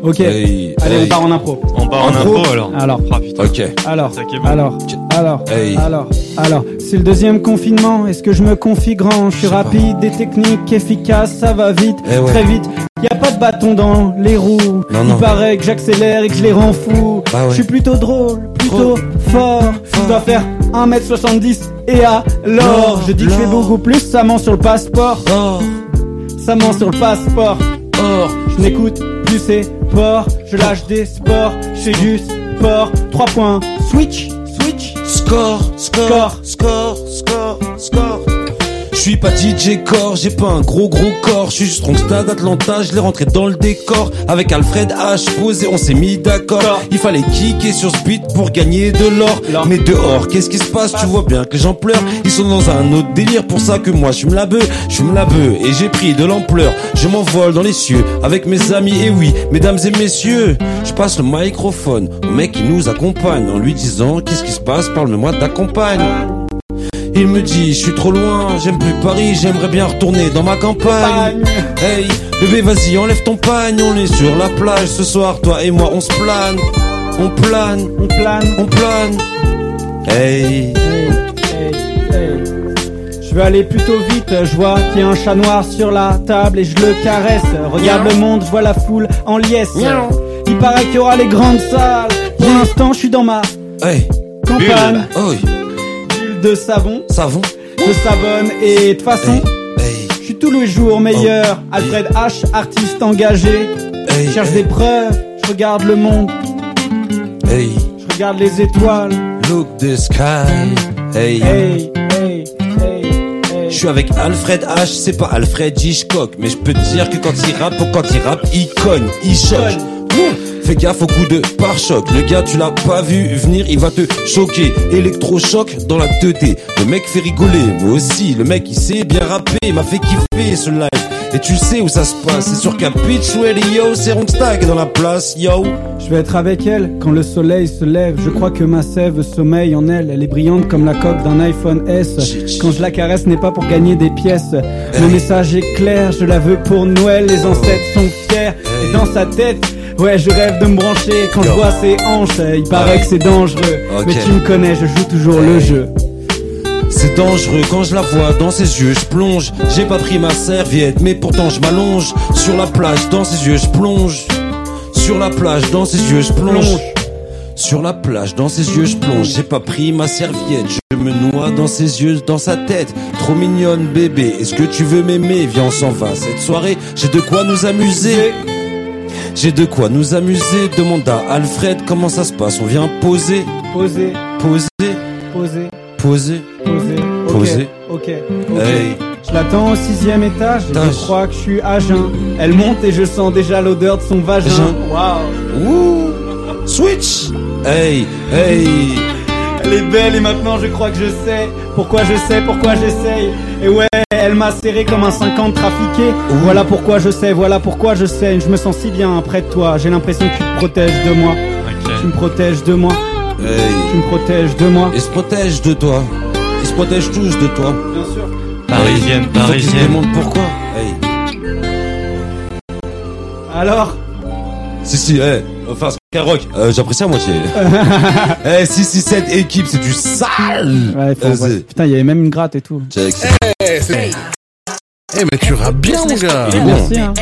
[SPEAKER 4] Ok,
[SPEAKER 3] Hey,
[SPEAKER 4] allez,
[SPEAKER 3] hey.
[SPEAKER 4] on part en impro.
[SPEAKER 9] On part en intro, alors.
[SPEAKER 4] Alors.
[SPEAKER 9] Ah, putain.
[SPEAKER 3] Ok.
[SPEAKER 4] Alors,
[SPEAKER 9] Ça qui est bon.
[SPEAKER 4] alors, alors,
[SPEAKER 3] Hey.
[SPEAKER 4] alors, alors, c'est le deuxième confinement, est-ce que je me confie grand Je suis rapide, des techniques efficaces, ça va vite,
[SPEAKER 3] Eh ouais.
[SPEAKER 4] très vite. Y a pas de bâton dans les roues.
[SPEAKER 3] Non,
[SPEAKER 4] Il
[SPEAKER 3] non.
[SPEAKER 4] paraît que j'accélère et que je les rends fous.
[SPEAKER 3] Bah ouais.
[SPEAKER 4] Je suis plutôt drôle, plutôt fort. Je dois faire 1m70 et alors, je dis que je fais beaucoup plus, ça ment sur le passeport. Ça ment sur le passeport. Je n'écoute plus ces ports. Je lâche des sports. Je fais du sport. 3 points. Switch. Switch.
[SPEAKER 3] Score. Score. Score. Score. Score. Je suis pas DJ Core, j'ai pas un gros gros corps, je suis juste Rockstad Atlanta, je l'ai rentré dans le décor avec Alfred H posé, on s'est mis d'accord. Il fallait kicker sur ce beat pour gagner de l'or. Mais dehors, qu'est-ce qui se passe Tu vois bien que les gens pleurent, ils sont dans un autre délire pour ça que moi je me la beu, je me la beu et j'ai pris de l'ampleur. Je m'envole dans les cieux avec mes amis et oui, mesdames et messieurs, je passe le microphone au mec qui nous accompagne en lui disant qu'est-ce qui se passe, parle-moi d'accompagne. Il me dit, je suis trop loin, j'aime plus Paris, j'aimerais bien retourner dans ma campagne. Hey, bébé, vas-y, enlève ton pagne, on est sur la plage ce soir, toi et moi, on se plane, on plane,
[SPEAKER 4] on plane,
[SPEAKER 3] on plane. Hey,
[SPEAKER 4] Je veux aller plutôt vite, je vois qu'il y a un chat noir sur la table et je le caresse. Regarde le monde, je vois la foule en liesse.
[SPEAKER 3] Miaou.
[SPEAKER 4] Il paraît qu'il y aura les grandes salles. Pour l'instant, je suis dans ma
[SPEAKER 3] hey,
[SPEAKER 4] campagne.
[SPEAKER 3] Oh oui.
[SPEAKER 4] Bulle de savon.
[SPEAKER 3] Savon.
[SPEAKER 4] Je savonne et de toute façon, je suis tous les jours meilleur. Alfred H, artiste engagé.
[SPEAKER 3] Oh. Hey,
[SPEAKER 4] Cherche des preuves, je regarde le monde,
[SPEAKER 3] hey,
[SPEAKER 4] je regarde les étoiles.
[SPEAKER 3] look the sky. Hey.
[SPEAKER 4] Hey, hey, hey.
[SPEAKER 3] Je suis avec Alfred H, c'est pas Alfred Hitchcock Mais je peux te dire que quand il rappe, oh, quand il rappe, il cogne, il choque Ouh. Fais gaffe au coup de pare-choc Le gars tu l'as pas vu venir, il va te choquer Électrochoc dans la 2D Le mec fait rigoler, moi aussi Le mec il sait bien rapper, il m'a fait kiffer ce live Et tu sais où ça se passe, c'est sur Capitch Radio C'est Rockstag dans la place, yo
[SPEAKER 4] Je vais être avec elle quand le soleil se lève. Je crois que ma sève sommeille en elle. Elle est brillante comme la coque d'un iPhone S. Quand je la caresse, n'est pas pour gagner des pièces. Mon message est clair, je la veux pour Noël. Les ancêtres sont fiers. Et dans sa tête, ouais, je rêve de me brancher. Quand je vois ses hanches, il paraît que c'est dangereux.
[SPEAKER 3] Ok.
[SPEAKER 4] Mais tu me connais, je joue toujours le jeu.
[SPEAKER 3] C'est dangereux quand je la vois dans ses yeux, je plonge. J'ai pas pris ma serviette, mais pourtant je m'allonge. Sur la plage, dans ses yeux, je plonge. Sur la plage, dans ses yeux, je plonge. Sur la plage, dans ses yeux, je plonge. J'ai pas pris ma serviette, je me noie dans ses yeux, dans sa tête. Trop mignonne, bébé. Est-ce que tu veux m'aimer Viens, on s'en va. Cette soirée, j'ai de quoi nous amuser. J'ai de quoi nous amuser. Demande à Alfred comment ça se passe. On vient poser,
[SPEAKER 4] Poser,
[SPEAKER 3] poser,
[SPEAKER 4] poser,
[SPEAKER 3] poser.
[SPEAKER 4] poser. Ok,
[SPEAKER 3] Poser.
[SPEAKER 4] Ok. ok.
[SPEAKER 3] Hey.
[SPEAKER 4] Je l'attends au sixième étage,
[SPEAKER 3] Étage.
[SPEAKER 4] je crois que je suis à jeun. Elle monte et je sens déjà l'odeur de son vagin.
[SPEAKER 3] Jeun.
[SPEAKER 4] Waouh.
[SPEAKER 3] Ouh. Switch Hey, hey
[SPEAKER 4] Elle est belle et maintenant je crois que je sais pourquoi je sais pourquoi j'essaye. Et ouais, elle m'a serré comme un 50 trafiqué. Voilà pourquoi je sais, voilà pourquoi je sais. Je me sens si bien près de toi. J'ai l'impression que tu te protèges de moi. Tu me protèges de moi. Tu me protèges de moi.
[SPEAKER 3] Ils se protègent de toi. Ils se protègent tous de toi.
[SPEAKER 4] Bien sûr.
[SPEAKER 9] Parisienne,
[SPEAKER 3] Il faut que tu te
[SPEAKER 9] parisienne.
[SPEAKER 3] demandes pourquoi. Hey.
[SPEAKER 4] Alors
[SPEAKER 3] Si, si, hey. Enfin, Skyrock, euh, j'apprécie à moitié. Eh, si, si, cette équipe, c'est du sale.
[SPEAKER 4] Ouais, faut-
[SPEAKER 3] Euh,
[SPEAKER 4] ouais.
[SPEAKER 3] c'est-
[SPEAKER 4] Putain, il y avait même une gratte et tout.
[SPEAKER 3] Check.
[SPEAKER 1] Eh, mais tu rappes bien, mon gars.
[SPEAKER 3] Il est bon.
[SPEAKER 4] Merci, hein.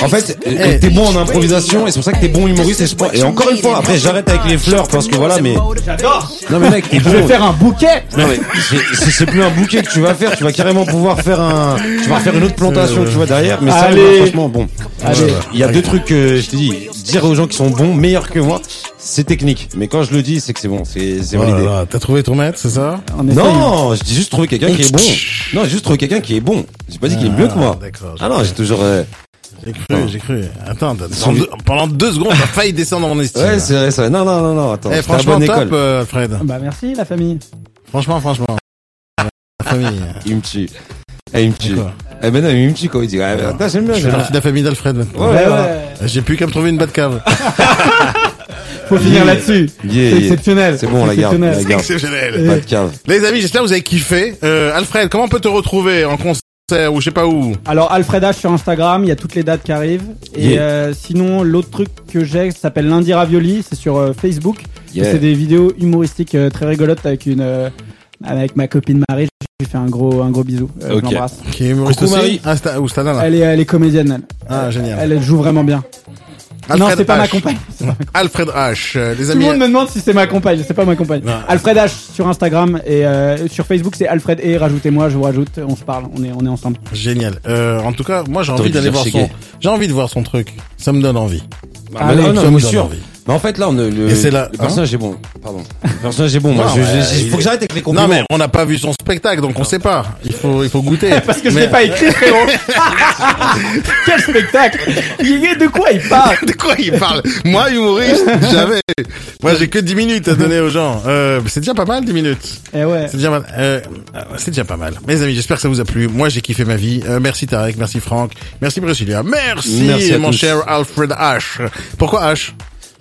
[SPEAKER 3] En fait, euh,
[SPEAKER 1] Eh.
[SPEAKER 3] t'es bon en improvisation et c'est pour ça que t'es bon humoriste et je pense- Et encore une fois, après j'arrête avec les fleurs parce que voilà, mais.
[SPEAKER 4] J'adore.
[SPEAKER 3] Non mais mec, t'es
[SPEAKER 4] Je vais
[SPEAKER 3] bon.
[SPEAKER 4] faire un bouquet.
[SPEAKER 3] Non mais c'est- c'est c'est plus un bouquet que tu vas faire, tu vas carrément pouvoir faire un, tu vas faire une autre plantation, tu vois derrière. Mais ça,
[SPEAKER 4] Allez.
[SPEAKER 3] franchement, bon.
[SPEAKER 4] Allez.
[SPEAKER 3] Euh, Il y a deux trucs que je te dis, dire aux gens qui sont bons, meilleurs que moi, c'est technique. Mais quand je le dis, c'est que c'est bon, c'est c'est
[SPEAKER 1] Oh là
[SPEAKER 3] validé.
[SPEAKER 1] là, T'as trouvé ton maître, c'est ça
[SPEAKER 4] On essaye.
[SPEAKER 3] Non, je dis juste trouver quelqu'un qui est bon. Non, j'ai juste trouvé quelqu'un qui est bon. J'ai pas dit qu'il est mieux que moi.
[SPEAKER 1] D'accord.
[SPEAKER 3] Ah non, j'ai toujours. euh,
[SPEAKER 1] J'ai cru, j'ai cru. Attends, t'as-
[SPEAKER 3] Sans-
[SPEAKER 1] en- pendant deux secondes, t'as failli descendre mon estime.
[SPEAKER 3] Ouais, c'est vrai, c'est vrai. Non, non, non, non. Attends,
[SPEAKER 1] Eh,
[SPEAKER 3] c'était la
[SPEAKER 1] franchement,
[SPEAKER 3] bonne
[SPEAKER 1] top,
[SPEAKER 3] école.
[SPEAKER 1] euh, Fred.
[SPEAKER 4] Bah merci la famille.
[SPEAKER 1] Franchement, franchement. La famille.
[SPEAKER 3] Il me tue. Eh, il me tue.
[SPEAKER 1] D'accord.
[SPEAKER 3] Eh ben non, il me tue quand il dit. Ouais, ben, attends, j'aime bien.
[SPEAKER 1] Je fais
[SPEAKER 3] j'aime bien.
[SPEAKER 1] partie de la famille d'Alfred maintenant.
[SPEAKER 3] Ouais,
[SPEAKER 4] Ouais,
[SPEAKER 3] ouais.
[SPEAKER 4] ouais.
[SPEAKER 1] J'ai plus qu'à me trouver une batte cave.
[SPEAKER 4] Faut finir
[SPEAKER 3] Yeah.
[SPEAKER 4] là-dessus. C'est
[SPEAKER 3] Yeah, yeah.
[SPEAKER 4] exceptionnel.
[SPEAKER 3] C'est bon, on la garde,
[SPEAKER 4] Exceptionnel.
[SPEAKER 3] on la garde.
[SPEAKER 1] Exceptionnel.
[SPEAKER 3] Pas de cave.
[SPEAKER 1] Les amis, j'espère que vous avez kiffé. Euh, Alfred, comment on peut te retrouver en concert c'est ou je sais pas où.
[SPEAKER 4] Alors Alfred H sur Instagram, il y a toutes les dates qui arrivent. Et
[SPEAKER 1] Yeah.
[SPEAKER 4] euh, sinon, l'autre truc que j'ai ça s'appelle Lundi Ravioli, c'est sur euh, Facebook.
[SPEAKER 3] Yeah.
[SPEAKER 4] Et C'est des vidéos humoristiques euh, très rigolotes avec une euh, avec ma copine Marie. Je lui fais un gros un gros bisou. Euh, Je
[SPEAKER 1] Ok.
[SPEAKER 4] l'embrasse.
[SPEAKER 1] Qui est humoriste Coucou, aussi Marie. Insta- ou
[SPEAKER 3] Ah.
[SPEAKER 1] Stadala
[SPEAKER 4] Elle est elle est comédienne. Elle.
[SPEAKER 1] Ah, génial.
[SPEAKER 4] Elle, elle joue vraiment bien. non,
[SPEAKER 1] Alfred
[SPEAKER 4] c'est pas ma
[SPEAKER 1] H.
[SPEAKER 4] compagne.
[SPEAKER 1] Alfred H. euh,
[SPEAKER 4] Tout
[SPEAKER 1] Les
[SPEAKER 4] le
[SPEAKER 1] amis.
[SPEAKER 4] monde me demande si c'est ma compagne, c'est pas ma compagne. Alfred H sur Instagram et euh, sur Facebook c'est Alfred et rajoutez-moi, je vous rajoute, on se parle, on est on est ensemble.
[SPEAKER 1] Génial. Euh, en tout cas, moi j'ai
[SPEAKER 3] T'aurais
[SPEAKER 1] envie
[SPEAKER 3] dû
[SPEAKER 1] d'aller
[SPEAKER 3] dire
[SPEAKER 1] voir
[SPEAKER 3] chez
[SPEAKER 1] son.
[SPEAKER 3] Gay.
[SPEAKER 1] J'ai envie de voir son truc. Ça me donne envie.
[SPEAKER 3] Ah, mais
[SPEAKER 1] Ça
[SPEAKER 3] non, non,
[SPEAKER 1] me
[SPEAKER 3] mais
[SPEAKER 1] donne
[SPEAKER 3] sûr.
[SPEAKER 1] envie.
[SPEAKER 3] Mais en fait, là, on, le, le,
[SPEAKER 1] Et c'est là-
[SPEAKER 3] le personnage
[SPEAKER 1] hein
[SPEAKER 3] est bon. Pardon. Le personnage est bon. Moi,
[SPEAKER 1] Non,
[SPEAKER 3] je,
[SPEAKER 1] mais,
[SPEAKER 3] je- je-
[SPEAKER 1] il-
[SPEAKER 3] faut que j'arrête avec les compliments.
[SPEAKER 1] Non mais on n'a pas vu son spectacle, donc on sait pas. Il faut, il faut goûter.
[SPEAKER 4] Parce que je
[SPEAKER 1] Mais-
[SPEAKER 4] l'ai pas hein. écrit, frérot. Quel spectacle Il est de quoi il parle
[SPEAKER 1] De quoi il parle Moi, humoriste, jamais. Moi, j'ai que 10 minutes à donner aux gens. Euh, c'est déjà pas mal, 10 minutes.
[SPEAKER 4] Eh ouais.
[SPEAKER 1] C'est déjà, mal- euh, euh, c'est déjà pas mal. Mes amis, j'espère que ça vous a plu. Moi, j'ai kiffé ma vie. Euh, merci Tarek, merci Franck, merci Priscilla, merci,
[SPEAKER 3] Merci à
[SPEAKER 1] mon
[SPEAKER 3] tous.
[SPEAKER 1] cher Alfred H. Pourquoi H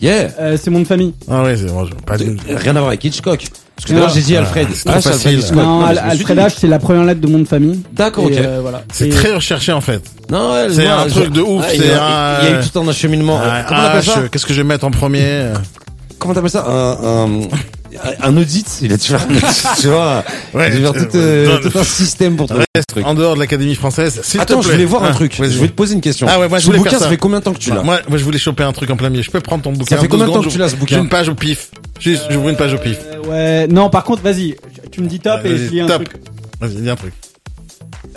[SPEAKER 3] Yeah.
[SPEAKER 4] Euh, c'est mon de famille.
[SPEAKER 1] Ah ouais, c'est bon, je- pas de-
[SPEAKER 3] Rien à voir avec Hitchcock. Parce que
[SPEAKER 1] Non.
[SPEAKER 3] tout à l'heure, j'ai dit
[SPEAKER 1] Ah,
[SPEAKER 3] Alfred.
[SPEAKER 1] c'est trop
[SPEAKER 3] H, Alfred
[SPEAKER 1] facile.
[SPEAKER 3] Hitchcock.
[SPEAKER 4] Non,
[SPEAKER 3] Non,
[SPEAKER 4] Al-
[SPEAKER 3] mais je me suis
[SPEAKER 4] Alfred
[SPEAKER 3] dit-
[SPEAKER 4] H c'est la première lettre de mon de famille.
[SPEAKER 3] D'accord,
[SPEAKER 4] Et,
[SPEAKER 3] ok.
[SPEAKER 4] euh, voilà.
[SPEAKER 1] C'est
[SPEAKER 4] Et-
[SPEAKER 1] très recherché en fait.
[SPEAKER 3] Non, ouais,
[SPEAKER 1] c'est
[SPEAKER 3] non,
[SPEAKER 1] un
[SPEAKER 3] je-
[SPEAKER 1] truc de ouf.
[SPEAKER 3] Ah, il y
[SPEAKER 1] c'est
[SPEAKER 3] a-
[SPEAKER 1] un.
[SPEAKER 3] il y a eu tout un acheminement.
[SPEAKER 1] un
[SPEAKER 3] Comment on appelle ça
[SPEAKER 1] H, Qu'est-ce que Ah, je vais mettre en premier
[SPEAKER 3] Comment t'appelles ça un, un, un audit Il a toujours un audit, tu vois.
[SPEAKER 1] Ouais,
[SPEAKER 3] il a
[SPEAKER 1] euh,
[SPEAKER 3] tout, euh,
[SPEAKER 1] donne-
[SPEAKER 3] tout un système pour trouver
[SPEAKER 1] Reste en dehors de l'Académie française. s'il
[SPEAKER 3] Attends,
[SPEAKER 1] te plaît.
[SPEAKER 3] je voulais voir un
[SPEAKER 1] Ah,
[SPEAKER 3] truc.
[SPEAKER 1] vas-y.
[SPEAKER 3] Je voulais te poser une question.
[SPEAKER 1] Ah ouais, moi je
[SPEAKER 3] Ce
[SPEAKER 1] voulais
[SPEAKER 3] bouquin,
[SPEAKER 1] faire ça. Bah,
[SPEAKER 3] ça fait combien de temps que tu l'as
[SPEAKER 1] moi, moi, je voulais choper un truc en plein milieu. Je peux prendre ton bouquin.
[SPEAKER 3] fait
[SPEAKER 1] deux
[SPEAKER 3] combien de temps
[SPEAKER 1] secondes,
[SPEAKER 3] que
[SPEAKER 1] je-
[SPEAKER 3] tu l'as, ce bouquin
[SPEAKER 1] J'ai une page au pif. Juste, j'ouvre une page au pif.
[SPEAKER 4] euh, Ouais, non, par contre, vas-y, tu- tu me dis top et
[SPEAKER 1] Vas-y,
[SPEAKER 4] je lis un
[SPEAKER 1] top.
[SPEAKER 4] truc.
[SPEAKER 1] Vas-y, dis un truc.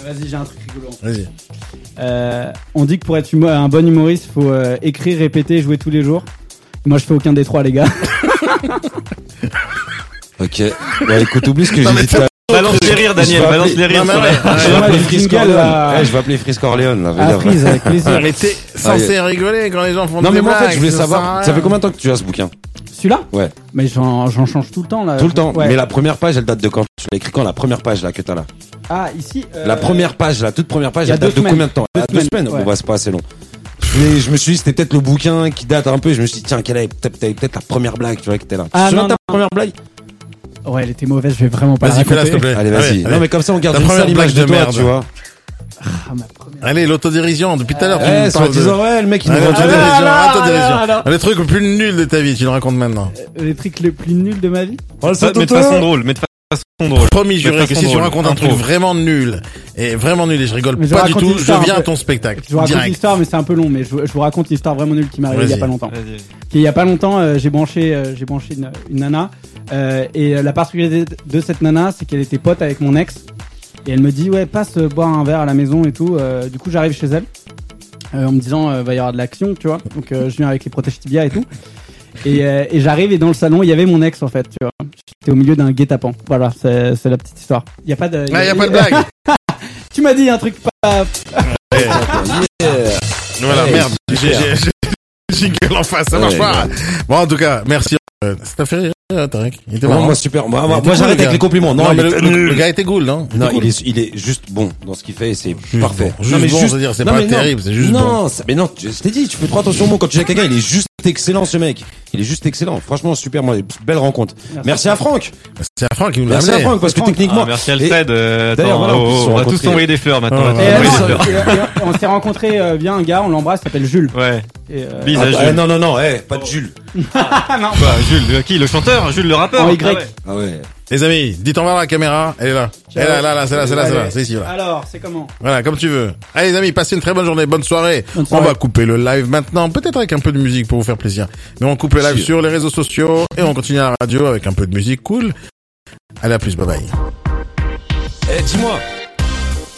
[SPEAKER 4] Vas-y, j'ai un truc rigolo.
[SPEAKER 1] Vas-y.
[SPEAKER 4] Euh, on dit que pour être humo- un bon humoriste, faut euh, écrire, répéter, jouer tous les jours. Moi, je fais aucun des trois, les gars.
[SPEAKER 3] Ok. Bah écoute, oublie ce que
[SPEAKER 1] Non,
[SPEAKER 3] j'ai
[SPEAKER 1] mais
[SPEAKER 3] dit.
[SPEAKER 1] t'as-
[SPEAKER 3] tout à l'heure.
[SPEAKER 9] Balance les rires, Daniel,
[SPEAKER 3] Je vais
[SPEAKER 9] balance
[SPEAKER 3] appeler-
[SPEAKER 9] les rires
[SPEAKER 3] Non, mais
[SPEAKER 9] sur
[SPEAKER 3] ouais,
[SPEAKER 9] la-
[SPEAKER 3] Je vais appeler
[SPEAKER 4] le
[SPEAKER 3] Fritz
[SPEAKER 4] jingle,
[SPEAKER 3] Corleone.
[SPEAKER 4] là.
[SPEAKER 3] Ouais, Je vais appeler Fritz Corleone. là,
[SPEAKER 4] Ah,
[SPEAKER 3] dire.
[SPEAKER 4] Fritz, avec plaisir.
[SPEAKER 1] Mais t'es censé rigoler quand les gens font
[SPEAKER 3] Non
[SPEAKER 1] des
[SPEAKER 3] mais moi en fait
[SPEAKER 1] blagues,
[SPEAKER 3] je voulais
[SPEAKER 1] ça sert à
[SPEAKER 3] savoir, ça
[SPEAKER 1] rien.
[SPEAKER 3] fait combien de temps que tu as ce bouquin
[SPEAKER 4] Celui-là
[SPEAKER 3] Ouais,
[SPEAKER 4] Mais j'en j'en change tout le temps, là.
[SPEAKER 3] tout le temps.
[SPEAKER 4] Ouais.
[SPEAKER 3] Mais la première page elle date de quand Tu l'as écrit quand la première page là que t'as là
[SPEAKER 4] Ah, ici. euh,
[SPEAKER 3] La première page, la toute première page,
[SPEAKER 4] il y a
[SPEAKER 3] elle date
[SPEAKER 4] deux
[SPEAKER 3] de
[SPEAKER 4] semaines.
[SPEAKER 3] combien de temps
[SPEAKER 4] Deux
[SPEAKER 3] Ah, Deux
[SPEAKER 4] semaines,
[SPEAKER 3] semaines
[SPEAKER 4] ouais.
[SPEAKER 3] Bon bah c'est pas assez long. Mais je me suis dit c'était peut-être le bouquin qui date un peu et je me suis dit tiens quelle est peut-être t'avais peut-être la première blague tu vois qui était là.
[SPEAKER 4] Ah,
[SPEAKER 3] Tu te souviens
[SPEAKER 4] non,
[SPEAKER 3] de ta
[SPEAKER 4] non.
[SPEAKER 3] première blague
[SPEAKER 4] Ouais, elle était mauvaise, je vais vraiment pas la
[SPEAKER 1] Vas-y, fais-la,
[SPEAKER 4] raconter.
[SPEAKER 1] s'il te plaît.
[SPEAKER 3] Allez vas-y.
[SPEAKER 1] allez.
[SPEAKER 3] Non mais comme ça on garde
[SPEAKER 1] Ta
[SPEAKER 3] une
[SPEAKER 1] première
[SPEAKER 3] sale image
[SPEAKER 1] blague
[SPEAKER 3] de
[SPEAKER 1] de
[SPEAKER 3] toi
[SPEAKER 1] merde.
[SPEAKER 3] tu vois.
[SPEAKER 4] Ah,
[SPEAKER 1] Allez, l'autodérision. Depuis tout à l'heure, tu
[SPEAKER 3] Ouais,
[SPEAKER 1] nous
[SPEAKER 3] Eh, c'est
[SPEAKER 1] parles
[SPEAKER 3] en
[SPEAKER 1] de-
[SPEAKER 3] disant, ouais, le mec, il nous
[SPEAKER 1] Allez,
[SPEAKER 3] raconte-
[SPEAKER 1] l'autodérision,
[SPEAKER 3] Alors, alors,
[SPEAKER 1] l'autodérision.
[SPEAKER 4] alors.
[SPEAKER 1] Le truc le plus nul de ta vie, tu le racontes maintenant.
[SPEAKER 4] Euh, Les trucs les plus nuls de ma vie.
[SPEAKER 9] Mais de façon drôle, mais de façon drôle.
[SPEAKER 1] Promis,
[SPEAKER 9] Mais de
[SPEAKER 1] juré que
[SPEAKER 9] façon
[SPEAKER 1] si tu
[SPEAKER 9] drôle.
[SPEAKER 1] racontes un truc
[SPEAKER 9] Impro.
[SPEAKER 1] vraiment nul, et vraiment nul, et je rigole
[SPEAKER 4] Mais je
[SPEAKER 1] pas du
[SPEAKER 4] raconte une
[SPEAKER 1] tout, je
[SPEAKER 4] histoire,
[SPEAKER 1] viens
[SPEAKER 4] un
[SPEAKER 1] à
[SPEAKER 4] peu.
[SPEAKER 1] ton spectacle.
[SPEAKER 4] Je vous raconte une
[SPEAKER 1] Direct.
[SPEAKER 4] histoire, mais c'est un peu long. Mais je, vous- je vous raconte une histoire vraiment nulle qui m'est arrivée il y a
[SPEAKER 1] Vas-y.
[SPEAKER 4] pas longtemps.
[SPEAKER 9] Vas-y.
[SPEAKER 4] Qui, il y a pas longtemps, euh, j'ai branché, euh, j'ai branché une, une nana. euh, et euh, la particularité de cette nana, c'est qu'elle était pote avec mon ex. Et elle me dit ouais, passe euh, boire un verre à la maison et tout. Euh, du coup, j'arrive chez elle euh, en me disant euh, va y avoir de l'action, tu vois. Donc euh, je viens avec les protèges tibia et tout. Et, euh, et j'arrive et dans le salon, il y avait mon ex en fait, tu vois. J'étais au milieu d'un guet-apens. Voilà, c'est c'est la petite histoire. Il y a pas de.
[SPEAKER 1] Ah, y a pas de blague.
[SPEAKER 4] tu m'as dit un truc pas.
[SPEAKER 1] Ouais. Voilà,
[SPEAKER 3] Ouais,
[SPEAKER 1] merde. J'ai,
[SPEAKER 3] super.
[SPEAKER 1] j'ai, j'ai- j'ai gueule en face, ça
[SPEAKER 3] Ouais,
[SPEAKER 1] marche pas.
[SPEAKER 3] grave.
[SPEAKER 1] Bon, en tout cas, merci. Euh, Ça t'a fait rire, euh, Tarek? Il était
[SPEAKER 3] Ouais,
[SPEAKER 1] marrant.
[SPEAKER 3] moi, super. Moi,
[SPEAKER 1] Il
[SPEAKER 3] moi,
[SPEAKER 1] était
[SPEAKER 3] moi,
[SPEAKER 1] cool,
[SPEAKER 3] j'arrête
[SPEAKER 1] le
[SPEAKER 3] avec
[SPEAKER 1] gars.
[SPEAKER 3] les compliments. Non,
[SPEAKER 1] Non,
[SPEAKER 3] il
[SPEAKER 1] mais le,
[SPEAKER 3] était
[SPEAKER 1] le-
[SPEAKER 3] nul.
[SPEAKER 1] le gars était cool, non?
[SPEAKER 3] Non,
[SPEAKER 1] cool.
[SPEAKER 3] il est, il est juste bon dans ce qu'il fait et c'est parfait.
[SPEAKER 1] bon. Juste
[SPEAKER 3] non, mais
[SPEAKER 1] bon, c'est-à-dire, c'est
[SPEAKER 3] non,
[SPEAKER 1] pas
[SPEAKER 3] mais non.
[SPEAKER 1] terrible, c'est juste
[SPEAKER 3] non,
[SPEAKER 1] bon.
[SPEAKER 3] c'est- mais non, tu- je t'ai dit, tu fais trop attention au mot. Quand tu es avec quelqu'un, il est juste excellent, ce mec. Il est juste excellent. Franchement, super, moi, belle rencontre. Merci, à Franck.
[SPEAKER 1] C'est à Franck qui nous l'a
[SPEAKER 3] Merci à
[SPEAKER 1] amené.
[SPEAKER 3] Franck, parce que techniquement.
[SPEAKER 9] Ah, merci Alfred. euh,
[SPEAKER 3] D'ailleurs,
[SPEAKER 9] attends,
[SPEAKER 3] voilà, en plus,
[SPEAKER 9] oh,
[SPEAKER 3] on
[SPEAKER 9] on va
[SPEAKER 3] rencontrait-
[SPEAKER 9] tous envoyer des fleurs
[SPEAKER 1] Ah,
[SPEAKER 9] maintenant.
[SPEAKER 1] ouais.
[SPEAKER 4] Et
[SPEAKER 9] Ouais,
[SPEAKER 4] non,
[SPEAKER 9] des fleurs.
[SPEAKER 4] et- et- et on s'est rencontré euh, via un gars, on l'embrasse, il s'appelle Jules.
[SPEAKER 9] Ouais.
[SPEAKER 4] Et, euh,
[SPEAKER 9] Bise
[SPEAKER 3] Ah,
[SPEAKER 9] à
[SPEAKER 3] bah,
[SPEAKER 9] Jules.
[SPEAKER 3] non, non, non, eh, pas de Jules.
[SPEAKER 9] Quoi, Jules, euh, qui Le chanteur Jules le rappeur
[SPEAKER 4] En
[SPEAKER 9] Ah
[SPEAKER 4] Oh, Y.
[SPEAKER 9] ouais.
[SPEAKER 3] Ah ouais.
[SPEAKER 1] Les amis, dites au revoir à la caméra. Elle est là. Elle est là, là, là, c'est là, c'est là, c'est là. C'est ici, là.
[SPEAKER 4] Alors, c'est comment
[SPEAKER 1] Voilà, comme tu veux. Allez les amis, passez une très bonne journée, bonne soirée.
[SPEAKER 4] Bonne soirée.
[SPEAKER 1] On va couper le live maintenant, peut-être avec un peu de musique pour vous faire plaisir. Mais on coupe le live
[SPEAKER 3] Sûr.
[SPEAKER 1] sur les réseaux sociaux et on continue à la radio avec un peu de musique cool. Allez, à plus, bye bye.
[SPEAKER 2] Eh, dis-moi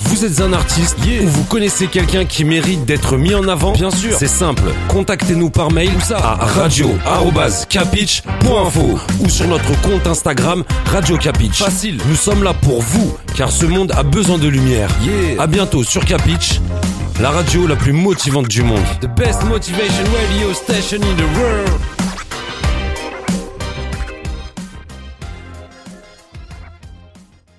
[SPEAKER 2] vous êtes un artiste ou vous connaissez quelqu'un qui mérite d'être mis en avant Bien sûr, c'est simple. Contactez-nous par mail ou ça à radio@capitch.info ou sur notre compte Instagram Radio Capitch. Facile, nous sommes là pour vous car ce monde a besoin de lumière. À bientôt sur Capitch, la radio la plus motivante du monde. The best motivation radio station in the world.